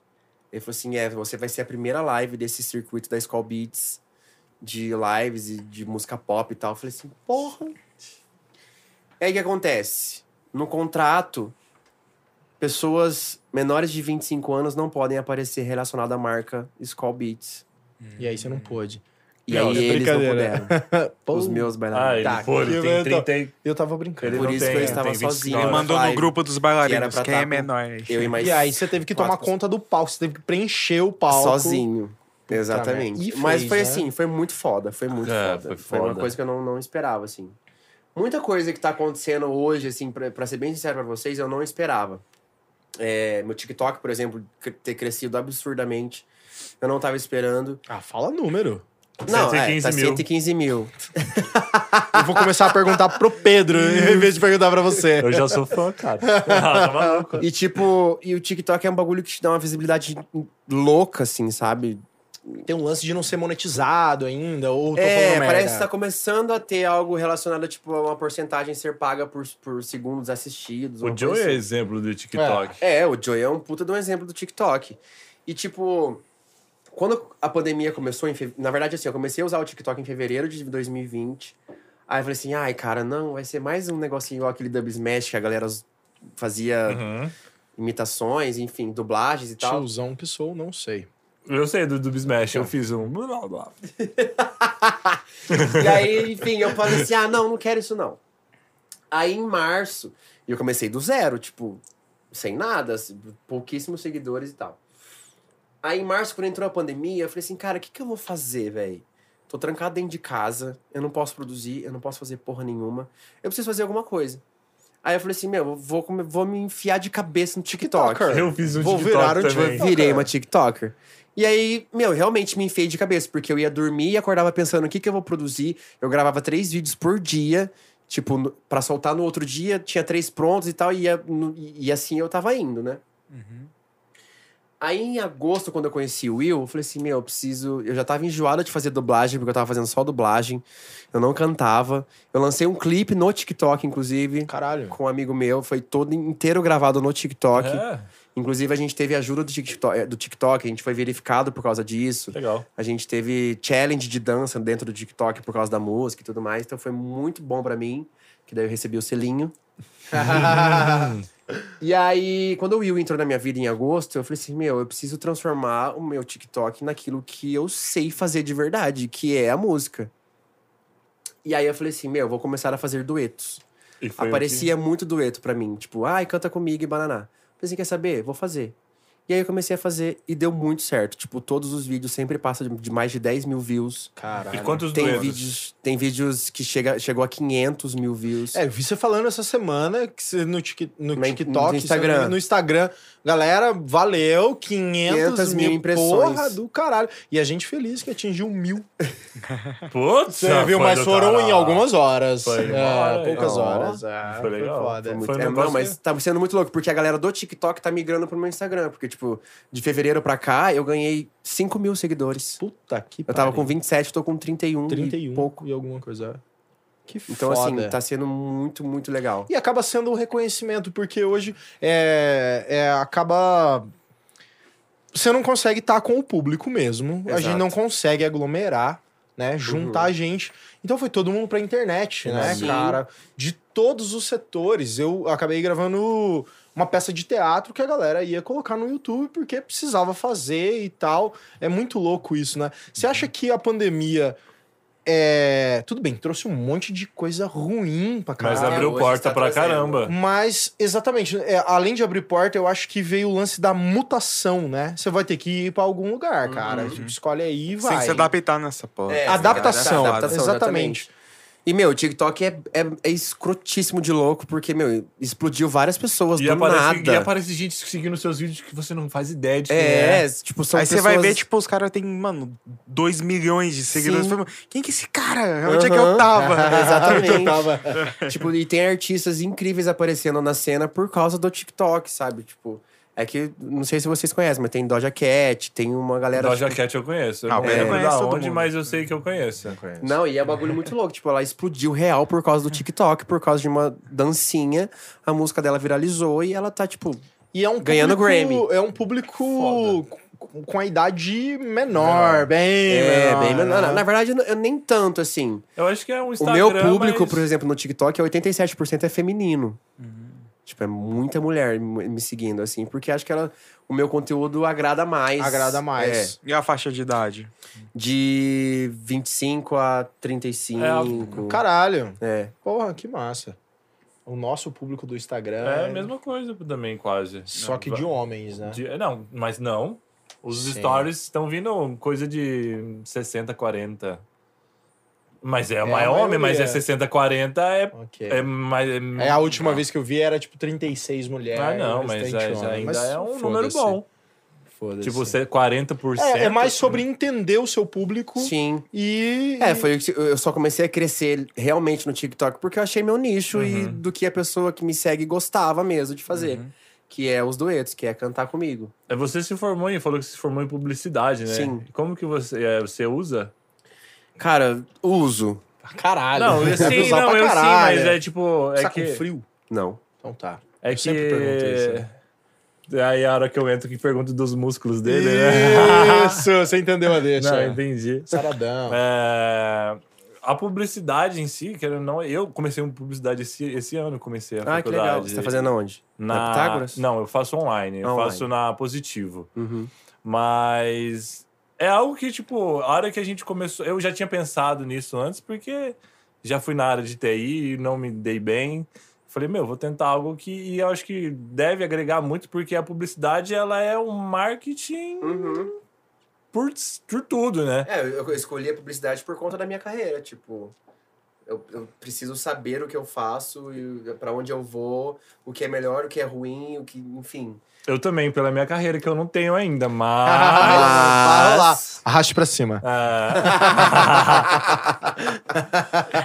Ele falou assim: é, você vai ser a primeira live desse circuito da Skull Beats, de lives e de música pop e tal. Eu falei assim, porra. E aí o que acontece? No contrato, pessoas menores de 25 anos não podem aparecer relacionadas à marca Skull Beats. E aí você não pôde. E Não, aí é eles não brincadeira. puderam. Pô, Os meus Ah, bailarinos. ele Tá, foi, que ele tem eu tô- 30 e- eu tava brincando. Ele Por não isso tem- que eu estava tem 29. sozinho. Ele na Mandou no live. grupo dos que era bailarinos, pra quem tá é com- menor. aí. Eu e mais E aí você teve que tomar quatro conta do palco, você teve que preencher o palco. Sozinho. Exatamente. merda. E Mas fez, foi né? assim, foi muito foda. Foi muito É, foda. foi Foi, foda. uma coisa que eu não, não esperava, assim. Muita coisa que tá acontecendo hoje, assim, pra, pra ser bem sincero pra vocês, eu não esperava. É, meu TikTok, por exemplo, cre- ter crescido absurdamente. Eu não tava esperando. Ah, fala número. Não, 115 é, tá mil. 115 mil. Eu vou começar a perguntar pro Pedro, em vez de perguntar pra você. Eu já sou fã, cara. Ah, tá maluco. E tipo, e o TikTok é um bagulho que te dá uma visibilidade louca, assim, sabe? Tem um lance de não ser monetizado ainda, ou tô É, falando merda. parece que tá começando a ter algo relacionado, tipo, a uma porcentagem ser paga por, por segundos assistidos. uma O Joe coisa é assim. exemplo do TikTok. É, o Joey é um puta de um exemplo do TikTok. E, tipo, quando a pandemia começou, em fe- na verdade, assim, eu comecei a usar o TikTok em fevereiro de 2020. Aí eu falei assim, ai, cara, não, vai ser mais um negocinho igual aquele Dub Smash que a galera z- fazia Uhum. imitações, enfim, dublagens e tal. Tiozão que sou, não sei. Eu sei do, do Smash, É. eu fiz um. E aí, enfim, eu falei assim: ah, não, não quero isso não. Aí em março, e eu comecei do zero, tipo, sem nada, assim, pouquíssimos seguidores e tal. Aí em março, quando entrou a pandemia, eu falei assim: cara, o que, que eu vou fazer, velho? Tô trancado dentro de casa, eu não posso produzir, eu não posso fazer porra nenhuma, eu preciso fazer alguma coisa. Aí eu falei assim: meu, eu vou, come- vou me enfiar de cabeça no TikTok. TikToker. Eu fiz um Vou virar TikTok o também. Joe. Virei Cara. uma TikToker. E aí, meu, realmente me enfiei de cabeça, porque eu ia dormir e acordava pensando o que, que eu vou produzir. Eu gravava três vídeos por dia, tipo, no- pra soltar no outro dia, tinha três prontos e tal, e, ia, no- e e assim eu tava indo, né? Uhum. Aí em agosto, quando eu conheci o Will, eu falei assim: meu, eu preciso. Eu já tava enjoada de fazer dublagem, porque eu tava fazendo só dublagem, eu não cantava. Eu lancei um clipe no TikTok, inclusive, Caralho. com um amigo meu, foi todo inteiro gravado no TikTok. É, Inclusive, a gente teve ajuda do TikTok, eh, do TikTok, a gente foi verificado por causa disso. legal. A gente teve challenge de dança dentro do TikTok por causa da música e tudo mais. Então foi muito bom pra mim, que daí eu recebi o selinho. E aí, quando o Will entrou na minha vida em agosto, eu falei assim: meu, eu preciso transformar o meu TikTok naquilo que eu sei fazer de verdade, que é a música. E aí eu falei assim: meu, eu vou começar a fazer duetos. E foi o que- Aparecia muito dueto pra mim. Tipo, ai, canta comigo e bananá. Falei assim, quer saber? Vou fazer. E aí eu comecei a fazer e deu muito certo. Tipo, todos os vídeos sempre passam de- de mais de 10 mil views. Caralho. E quantos Tem doentes? vídeos, tem vídeos que chega, chegou a 500 mil views. É, eu vi você falando essa semana que você no, tiki, no Mas TikTok, no no Instagram. Instagram. no Instagram. Galera, valeu, 500, 500 mil mil impressões. Porra do caralho. E a gente feliz que atingiu mil. Putz, Você viu, foi mas do foram caralho. em algumas horas. Foi uma É, hora, poucas ó. horas. É, Foi legal. foda. Foi Muito- um é, negócio não, mas tá sendo muito louco, porque a galera do TikTok tá migrando pro meu Instagram. Porque, tipo, de fevereiro pra cá, eu ganhei 5 mil seguidores. Puta que Eu tava pariu. com 27, tô com 31. e 31 e, pouco. alguma coisa. Que Então, foda. assim, tá sendo muito, muito legal. E acaba sendo um reconhecimento, porque hoje é, é, acaba. Você não consegue estar com o público mesmo. A Exato. gente não consegue aglomerar, né? Juntar a gente. Então foi todo mundo pra internet, né, Sim. cara? De todos os setores. Eu acabei gravando uma peça de teatro que a galera ia colocar no YouTube porque precisava fazer e tal. É muito louco isso, né? Você acha que a pandemia. É... Tudo bem, trouxe um monte de coisa ruim pra caralho. Mas Caralho, abriu hoje porta tá pra trazendo. caramba. Mas, exatamente, é, além de abrir porta, eu acho que veio o lance da mutação, né? Você vai ter que ir pra algum lugar, cara. Tipo, Escolhe aí e Sem vai. se adaptar nessa porra. É, adaptação, adaptação, exatamente. E, meu, o TikTok é, é, é escrotíssimo de louco, porque, meu, explodiu várias pessoas E do aparece, nada. e aparece gente seguindo seus vídeos que você não faz ideia de quem é, é. tipo, são Aí você pessoas... vai ver, tipo, os caras têm, mano, 2 milhões de seguidores. Sim. Fala, Quem que é esse cara? Onde é que Aham. eu tava? Exatamente. Tava- Tipo, e tem artistas incríveis aparecendo na cena por causa do TikTok, sabe? Tipo, é que não sei se vocês conhecem, mas tem Doja Cat, tem uma galera. Doja tipo, Cat eu conheço. Eu Ah, não o Pedro lembro conhece da todo onde, mundo. mas eu sei que eu conheço. Não, e é um bagulho muito louco. Tipo, ela explodiu real por causa do TikTok, por causa de uma dancinha. A música dela viralizou e ela tá, tipo. E é um Ganhando público, É um público com- com a idade menor, bem É, menor. bem. Na, né? na verdade, eu- eu nem tanto assim. Eu acho que é um O Instagram, meu público, mas- Uhum. por exemplo, no TikTok, é 87% é feminino. Tipo, é muita mulher me me seguindo, assim, porque acho que ela, o meu conteúdo agrada mais. Agrada mais. E a faixa de idade? É, de 25 a É 35. Caralho. É. Porra, que massa. O nosso público do Instagram É a mesma coisa também, quase. Só que Va- de homens, né? de- é, Não, mas não. Os Sim. stories estão vindo coisa de 60, 40. Mas é, a mas é homem, mas é maioria. 60, 40 é... Ok. É, mais, é, É, a última vez que eu vi era tipo 36 mulheres. Ah, não, o mas, restante é- já homem. ainda Mas é um número foda-se. bom. Foda-se. Tipo, você- né? 40%. É, é mais sobre entender o seu público Sim. e. É, foi o que- eu só comecei a crescer realmente no TikTok porque eu achei meu nicho e Uhum. do que a pessoa que me segue gostava mesmo de fazer. Que é os duetos, que é cantar comigo. É, Você se formou em, falou que se formou em publicidade, né? Sim. Como que você, é, você usa? Cara, uso. Caralho. Não, eu sim, Deve usar não, Ah, pra eu sim, caralho. mas é tipo, é Tá com que, frio? Não. Então tá. é eu sempre pergunto isso, né? que, aí a hora que eu entro que pergunto dos músculos dele, né? Isso, você entendeu a deixa. é. Não, entendi. Saradão. É, a publicidade em si, querendo ou não, eu comecei em publicidade esse, esse ano, comecei a Ah, que legal. faculdade. Você tá fazendo aonde? na Pitágoras? Não, eu faço online, eu Online. faço na Positivo. Uhum. Mas é algo que, tipo, a hora que a gente começou. Eu já tinha pensado nisso antes, porque já fui na área de TI e não me dei bem. Falei, meu, vou tentar algo que e eu acho que deve agregar muito, porque a publicidade ela é um marketing por, por tudo, né? É, eu eu escolhi a publicidade por conta da minha carreira, tipo. Eu, eu preciso saber o que eu faço, e pra onde eu vou, o que é melhor, o que é ruim, o que. Enfim. Eu também, pela minha carreira, que eu não tenho ainda, mas. Ah, Vai lá. Arraste pra cima.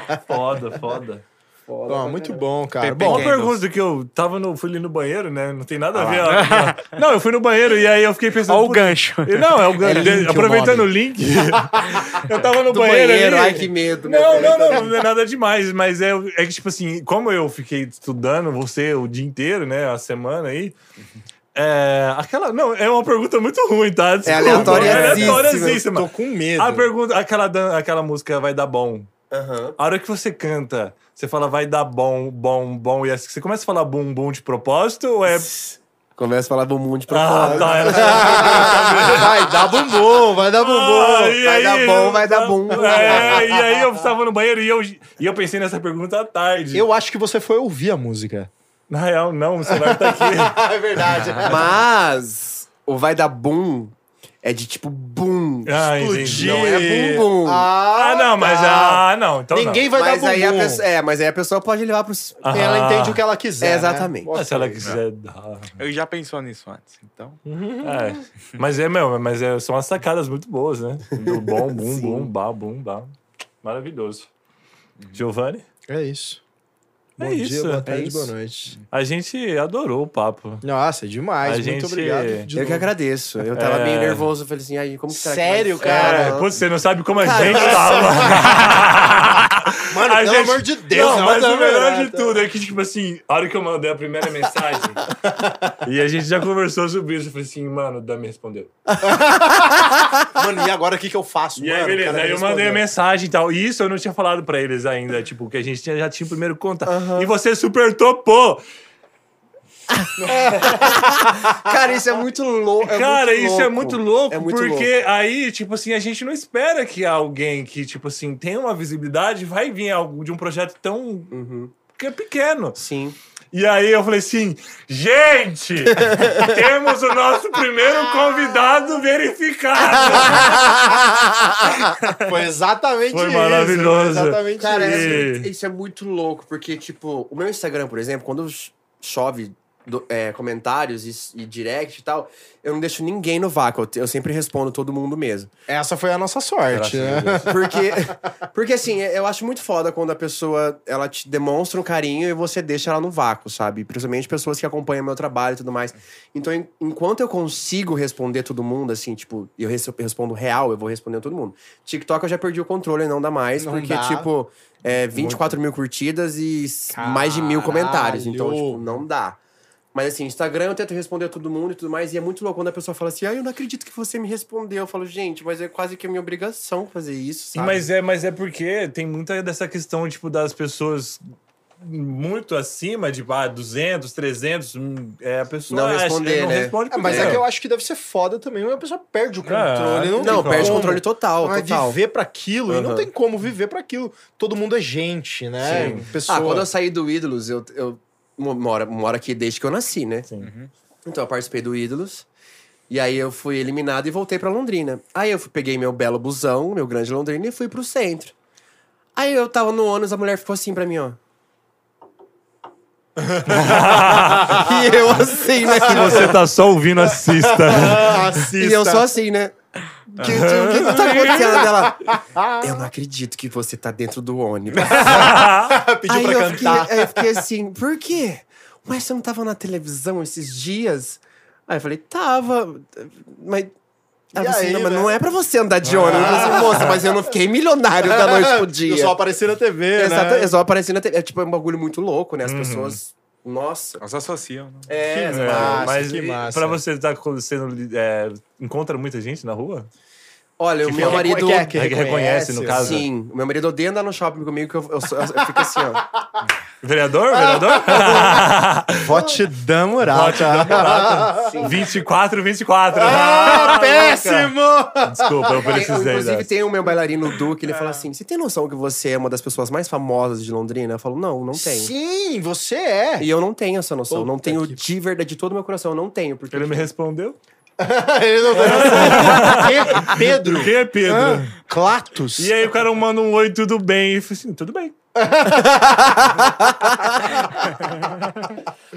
É. foda, foda. Ah, Foda né? Bom, pra muito caralho. bom, cara. Pepe Uma Bom, Candles. pergunta que eu tava no, fui ali no banheiro, né? Não tem nada a ver. ó. Não, eu fui no banheiro e aí eu fiquei pensando. Ah, Olha o "Puta, gancho. E Não, é o gancho. link o Aproveitando o nome. link. eu tava no Do banheiro. banheiro, ali. ai que medo. meu Não, Deus. não, não, não é nada demais, mas é, é que, tipo assim, como eu fiquei estudando você o dia inteiro, né, a semana aí, é, aquela, não, é uma pergunta muito ruim, É tá? Desculpa, aleatoriasíssima. aleatoriasíssima. É tô com medo. A pergunta, aquela, dan- aquela música vai dar bom. Aham. A hora que você canta, você fala vai dar bom, bom, bom, e assim, você começa a falar bum, bum de propósito ou é... Começa a falar bom mundo de Ah, propósito. tá, ela- Ah. vai dar bumbum, vai dar bumbum. Ah, e vai dar aí- bom, vai dar bom. É, e aí eu estava no banheiro e eu, e eu pensei nessa pergunta à tarde. Eu acho que você foi ouvir a música. Na real, não, o celular tá aqui. é verdade. Mas o vai dar boom é de tipo boom. Ah, entendi. Explodir. Não, é- é bumbum. Ah, não, mas tá. ah, não. Então Ninguém vai mas dar aí bumbum. a pessoa, é, mas aí a pessoa pode levar pro. não. Ela Ah, entende o que ela quiser. É, né? exatamente. Nossa, Se ela quiser dar. Ele já pensou nisso antes, então. É. Mas é, meu, mas é- são as sacadas muito boas, né? Do bom, bum, bum, bá, bum, bá. Maravilhoso. Uhum. Giovanni, É isso. É Bom isso, dia, boa é tarde, isso. boa noite. a gente adorou o papo. Nossa, é demais. A Muito gente- obrigado. de eu que novo. agradeço. Eu tava É. meio nervoso. Falei assim, aí, como que será que Sério, vai- cara? É, É, putz, você não sabe como a Cara, gente tava. Mano, A pelo gente- amor de Deus, Não, não mas dá o melhor nada. né, de tudo é que, tipo assim, a hora que eu mandei a primeira mensagem e a gente já conversou sobre isso, eu falei assim, mano, o Dan me respondeu. Mano, e agora o que, que eu faço? E mano? aí, O beleza, cara aí eu respondeu. mandei a mensagem e tal. E isso eu não tinha falado pra eles ainda, tipo, que a gente tinha- já tinha o primeiro contato. E você super topou! Cara, isso é muito lou- é muito louco. Cara, isso é muito louco, É muito porque aí, tipo assim, a gente não espera que alguém que, tipo assim, tem uma visibilidade vai vir algo de um projeto tão. Uhum. que é pequeno. Sim. E aí eu falei assim, gente, temos o nosso primeiro convidado verificado. Foi exatamente Foi isso. maravilhoso. foi exatamente Cara, isso. E- isso, isso é muito louco, porque, tipo, o meu Instagram, por exemplo, quando ch- chove do- é, comentários e, e direct e tal, eu não deixo ninguém no vácuo. Eu, te- eu sempre respondo todo mundo mesmo. Essa foi a nossa sorte, né? Porque, porque assim, eu acho muito foda quando a pessoa ela te demonstra um carinho e você deixa ela no vácuo, sabe? Principalmente pessoas que acompanham meu trabalho e tudo mais. Então, en- enquanto eu consigo responder todo mundo, assim, tipo, eu res- eu respondo real, eu vou respondendo todo mundo. TikTok eu já perdi o controle, não dá mais, Não porque, dá. tipo, é 24 mil curtidas e s- mais de mil comentários. Então, Caralho. tipo, não dá. Mas assim, Instagram eu tento responder todo mundo e tudo mais, e é muito louco quando a pessoa fala assim, ah, eu não acredito que você me respondeu. Eu falo, gente, mas é quase que a minha obrigação fazer isso, sabe? Mas é, mas é porque tem muita dessa questão, tipo, das pessoas muito acima, de ah, 200, 300, hum, é, a pessoa Não acha- responder, não né? responde É, mas é primeiro. que eu acho que deve ser foda também. Uma pessoa perde o Ah, controle. não, não, tem perde o como. controle total, Ela vai total. Ah, viver é pra aquilo e não Aham. tem como viver pra aquilo. Todo mundo é gente, né? Sim. Pessoa. Ah, quando eu saí do Ídolos, eu, eu mo- moro, moro aqui desde que eu nasci, né? Sim. Então eu participei do Ídolos. E aí eu fui eliminado e voltei pra Londrina. Aí eu fui- peguei meu belo busão, meu grande Londrina, e fui pro centro. Aí eu tava no ônibus, a mulher ficou assim pra mim, ó. e eu assim, né? Se você tá só ouvindo, assista. Ah, E assista. eu sou assim, né? O que, que, que tá acontecendo dela? Eu não acredito que você tá dentro do ônibus. pediu aí, pra eu cantar. Fiquei, aí eu fiquei assim, por quê? Mas você não tava na televisão esses dias? Aí eu falei, tava. Mas. Ela E falou assim, aí, não, mas né? não é pra você andar de ônibus. Eu falei assim, moça, mas eu não fiquei milionário da noite pro dia. Eu só apareci na TV, Exato, né? Uhum. eu só apareci na TV. É tipo é um bagulho muito louco, né? As pessoas. Nossa. Elas associam, né? É, Que exato. massa, mas que e massa. pra você tá sendo. é, encontra muita gente na rua? Olha, o Que meu reco- marido. que é- que reconhece, no caso. Sim, o meu marido odeia andar no shopping comigo, que eu, eu, sou- eu fico assim, ó. Vereador? Vereador? Vote da Vote da Murata. Morata. 24, 24. Ah, péssimo! Desculpa, eu Tem- precisei. inclusive, dessa. tem o meu bailarino Du, que ele fala assim: Você tem noção que você é uma das pessoas mais famosas de Londrina? Eu falo, não, não tenho. Sim, você é. E eu não tenho essa noção. não Puta tenho que- é de verdade, de todo o meu coração, eu não tenho. Porque Ele me respondeu. Ele não É. tá- Pedro. Ah, Quem é Pedro? Hã? Clatos. E aí o cara manda um oi, tudo bem? E eu falei assim, tudo bem.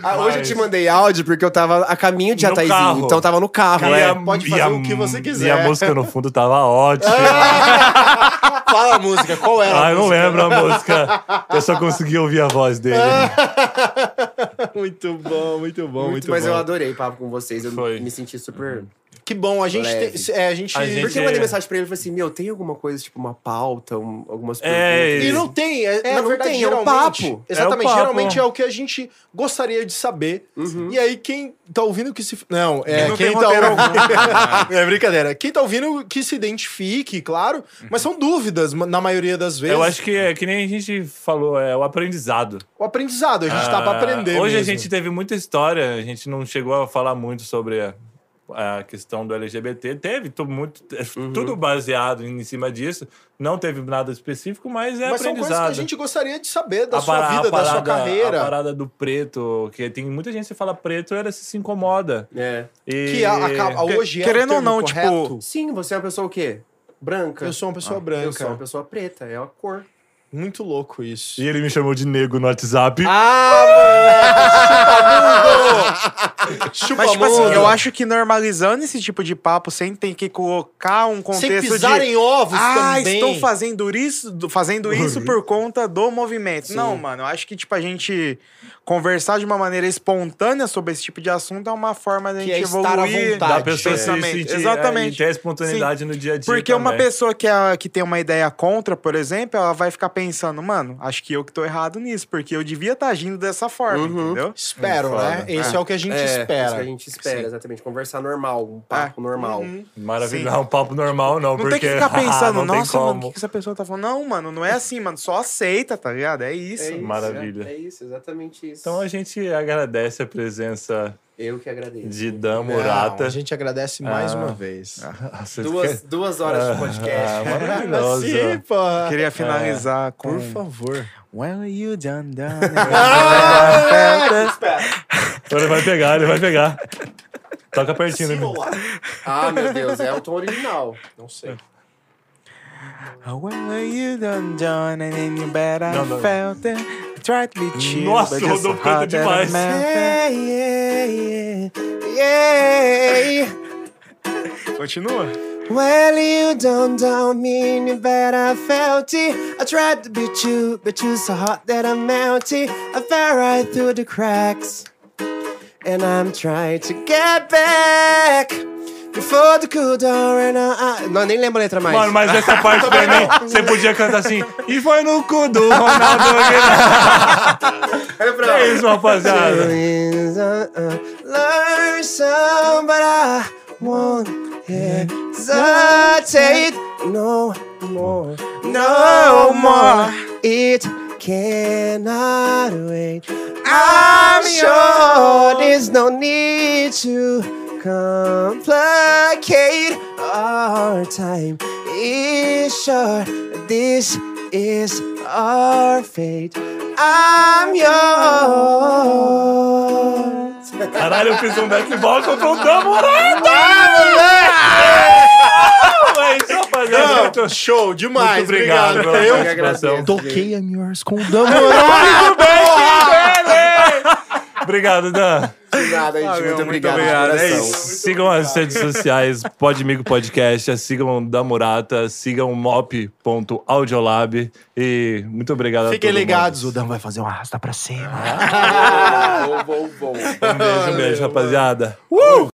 Ah, hoje eu Mas- te mandei áudio porque eu tava a caminho de No Ataizinho, carro. então eu tava no carro. E é. a- pode e fazer a- o que você quiser. E a música no fundo tava ótima. tá Fala a música, qual é? era? Ah, a eu não é, música? lembro a música. Eu só consegui ouvir a voz dele. É, Muito bom, muito bom, muito, Muito, bom. mas eu adorei o papo com vocês. Eu Foi. me senti super. Que bom, a gente Leve. tem. se- é, a gente. A gente- Porque eu mandei mensagem pra ele e falei assim: Meu, tem alguma coisa, tipo uma pauta, um- algumas É, perguntas? E não tem, é, É, na não verdade, tem, é um geralmente. papo. É o Exatamente, papo. geralmente é o que a gente gostaria de saber. E aí, quem tá ouvindo que se. Não, é. Quem não quem tem tá roteiro ouvindo. é brincadeira. Quem tá ouvindo que se identifique, claro, mas são dúvidas ma- na maioria das vezes. Eu acho que é que nem a gente falou, é o aprendizado. O aprendizado, a gente tá pra Ah, aprender. Hoje a mesmo. gente teve muita história, a gente não chegou a falar muito sobre a- a questão do LGBT. Teve tu- muito, é, Uhum. tudo baseado em cima disso. Não teve nada específico, mas é Mas são coisas que a aprendizado. gente gostaria de saber da A sua para- a vida, da sua A carreira. parada do preto, que tem muita gente que fala preto, ela se incomoda. É. E... Que a- acaba- hoje é o querendo ou termo não, correto. Sim, você é uma pessoa o quê? Branca. Eu sou uma pessoa tipo, Eu sou uma branca. pessoa preta, é a cor. Muito louco isso. E ele me chamou de negro no WhatsApp. Ah, Chupa Mas, tipo a mão. assim, eu acho que normalizando esse tipo de papo, sem ter que colocar um contexto Sem pisar de... em ovos Ah, também. estou fazendo isso, do- fazendo isso por conta do movimento. Não, mano, eu acho que, tipo, a gente conversar de uma maneira espontânea sobre esse tipo de assunto é uma forma da Que gente é estar à evoluir. vontade. Da pessoa se Pensamento, sentir, exatamente. É, e ter a espontaneidade no dia a dia. Porque uma também. pessoa que, é- que tem uma ideia contra, por exemplo, ela vai ficar pensando, mano, acho que eu que tô errado nisso, porque eu devia estar agindo dessa forma, entendeu? Espero, né? Foda. Esse é. o que a gente é, Isso que espera. a gente espera, exatamente. Conversar normal, um papo normal. Maravilha, Sim. não é um papo normal, não. Não porque, tem que ficar ah, pensando, não tem nossa, mano, o como. que, que essa pessoa tá falando? Não, mano, não é assim, mano, só aceita, tá ligado? É isso. isso, Maravilha. É, é isso, exatamente isso. Então a gente agradece a presença Eu que agradeço. de Dan Não, Murata. a gente agradece mais Ah. uma vez. Vocês querem- Duas, duas horas Ah, de Assim, podcast. maravilhoso. Sim, pô. Queria finalizar com... Por favor. When you done done. Ele vai pegar, ele vai pegar. Toca pertinho, né? Vamos lá. ah, meu Deus, é o tom original. Não sei. When you done done and then you better Não, não. felt it. Tried to be chill, Nossa, but just o Rodolfo canta hot that I demais. melt it. Continua. Well, you don't know me, but I felt it. I tried to beat you, but you're so hot that I'm melty. I fell right through the cracks, and I'm trying to get back before the cool down ran out. I- Não, nem lembro a letra mais. Mano, mas essa parte pra mim, você podia cantar assim. E foi no cu do Ronaldo. Aguilar." é isso, rapaziada. uh, Learn some, but I won't hesitate no more. No more. It cannot wait. I'm sure there's no need to complicate our time. Is sure this is our fate. I'm yours. Caralho, eu fiz um basketball contra o Dan Ah, Murata. É isso, rapaziada. Não, show demais. Muito obrigado. pela Eu participação. toquei a yours com o Damorão. Obrigado, Dan. De nada, gente. muito, obrigado. de É coração. isso. Sigam as redes sociais, Podmigo Podcast, sigam o da Murata, sigam mop.audiolab e muito obrigado Fiquem a todo mundo. ligados, o Dan. Vai fazer um arrasta pra cima. Bom, bom, bom. Um beijo, um beijo, rapaziada.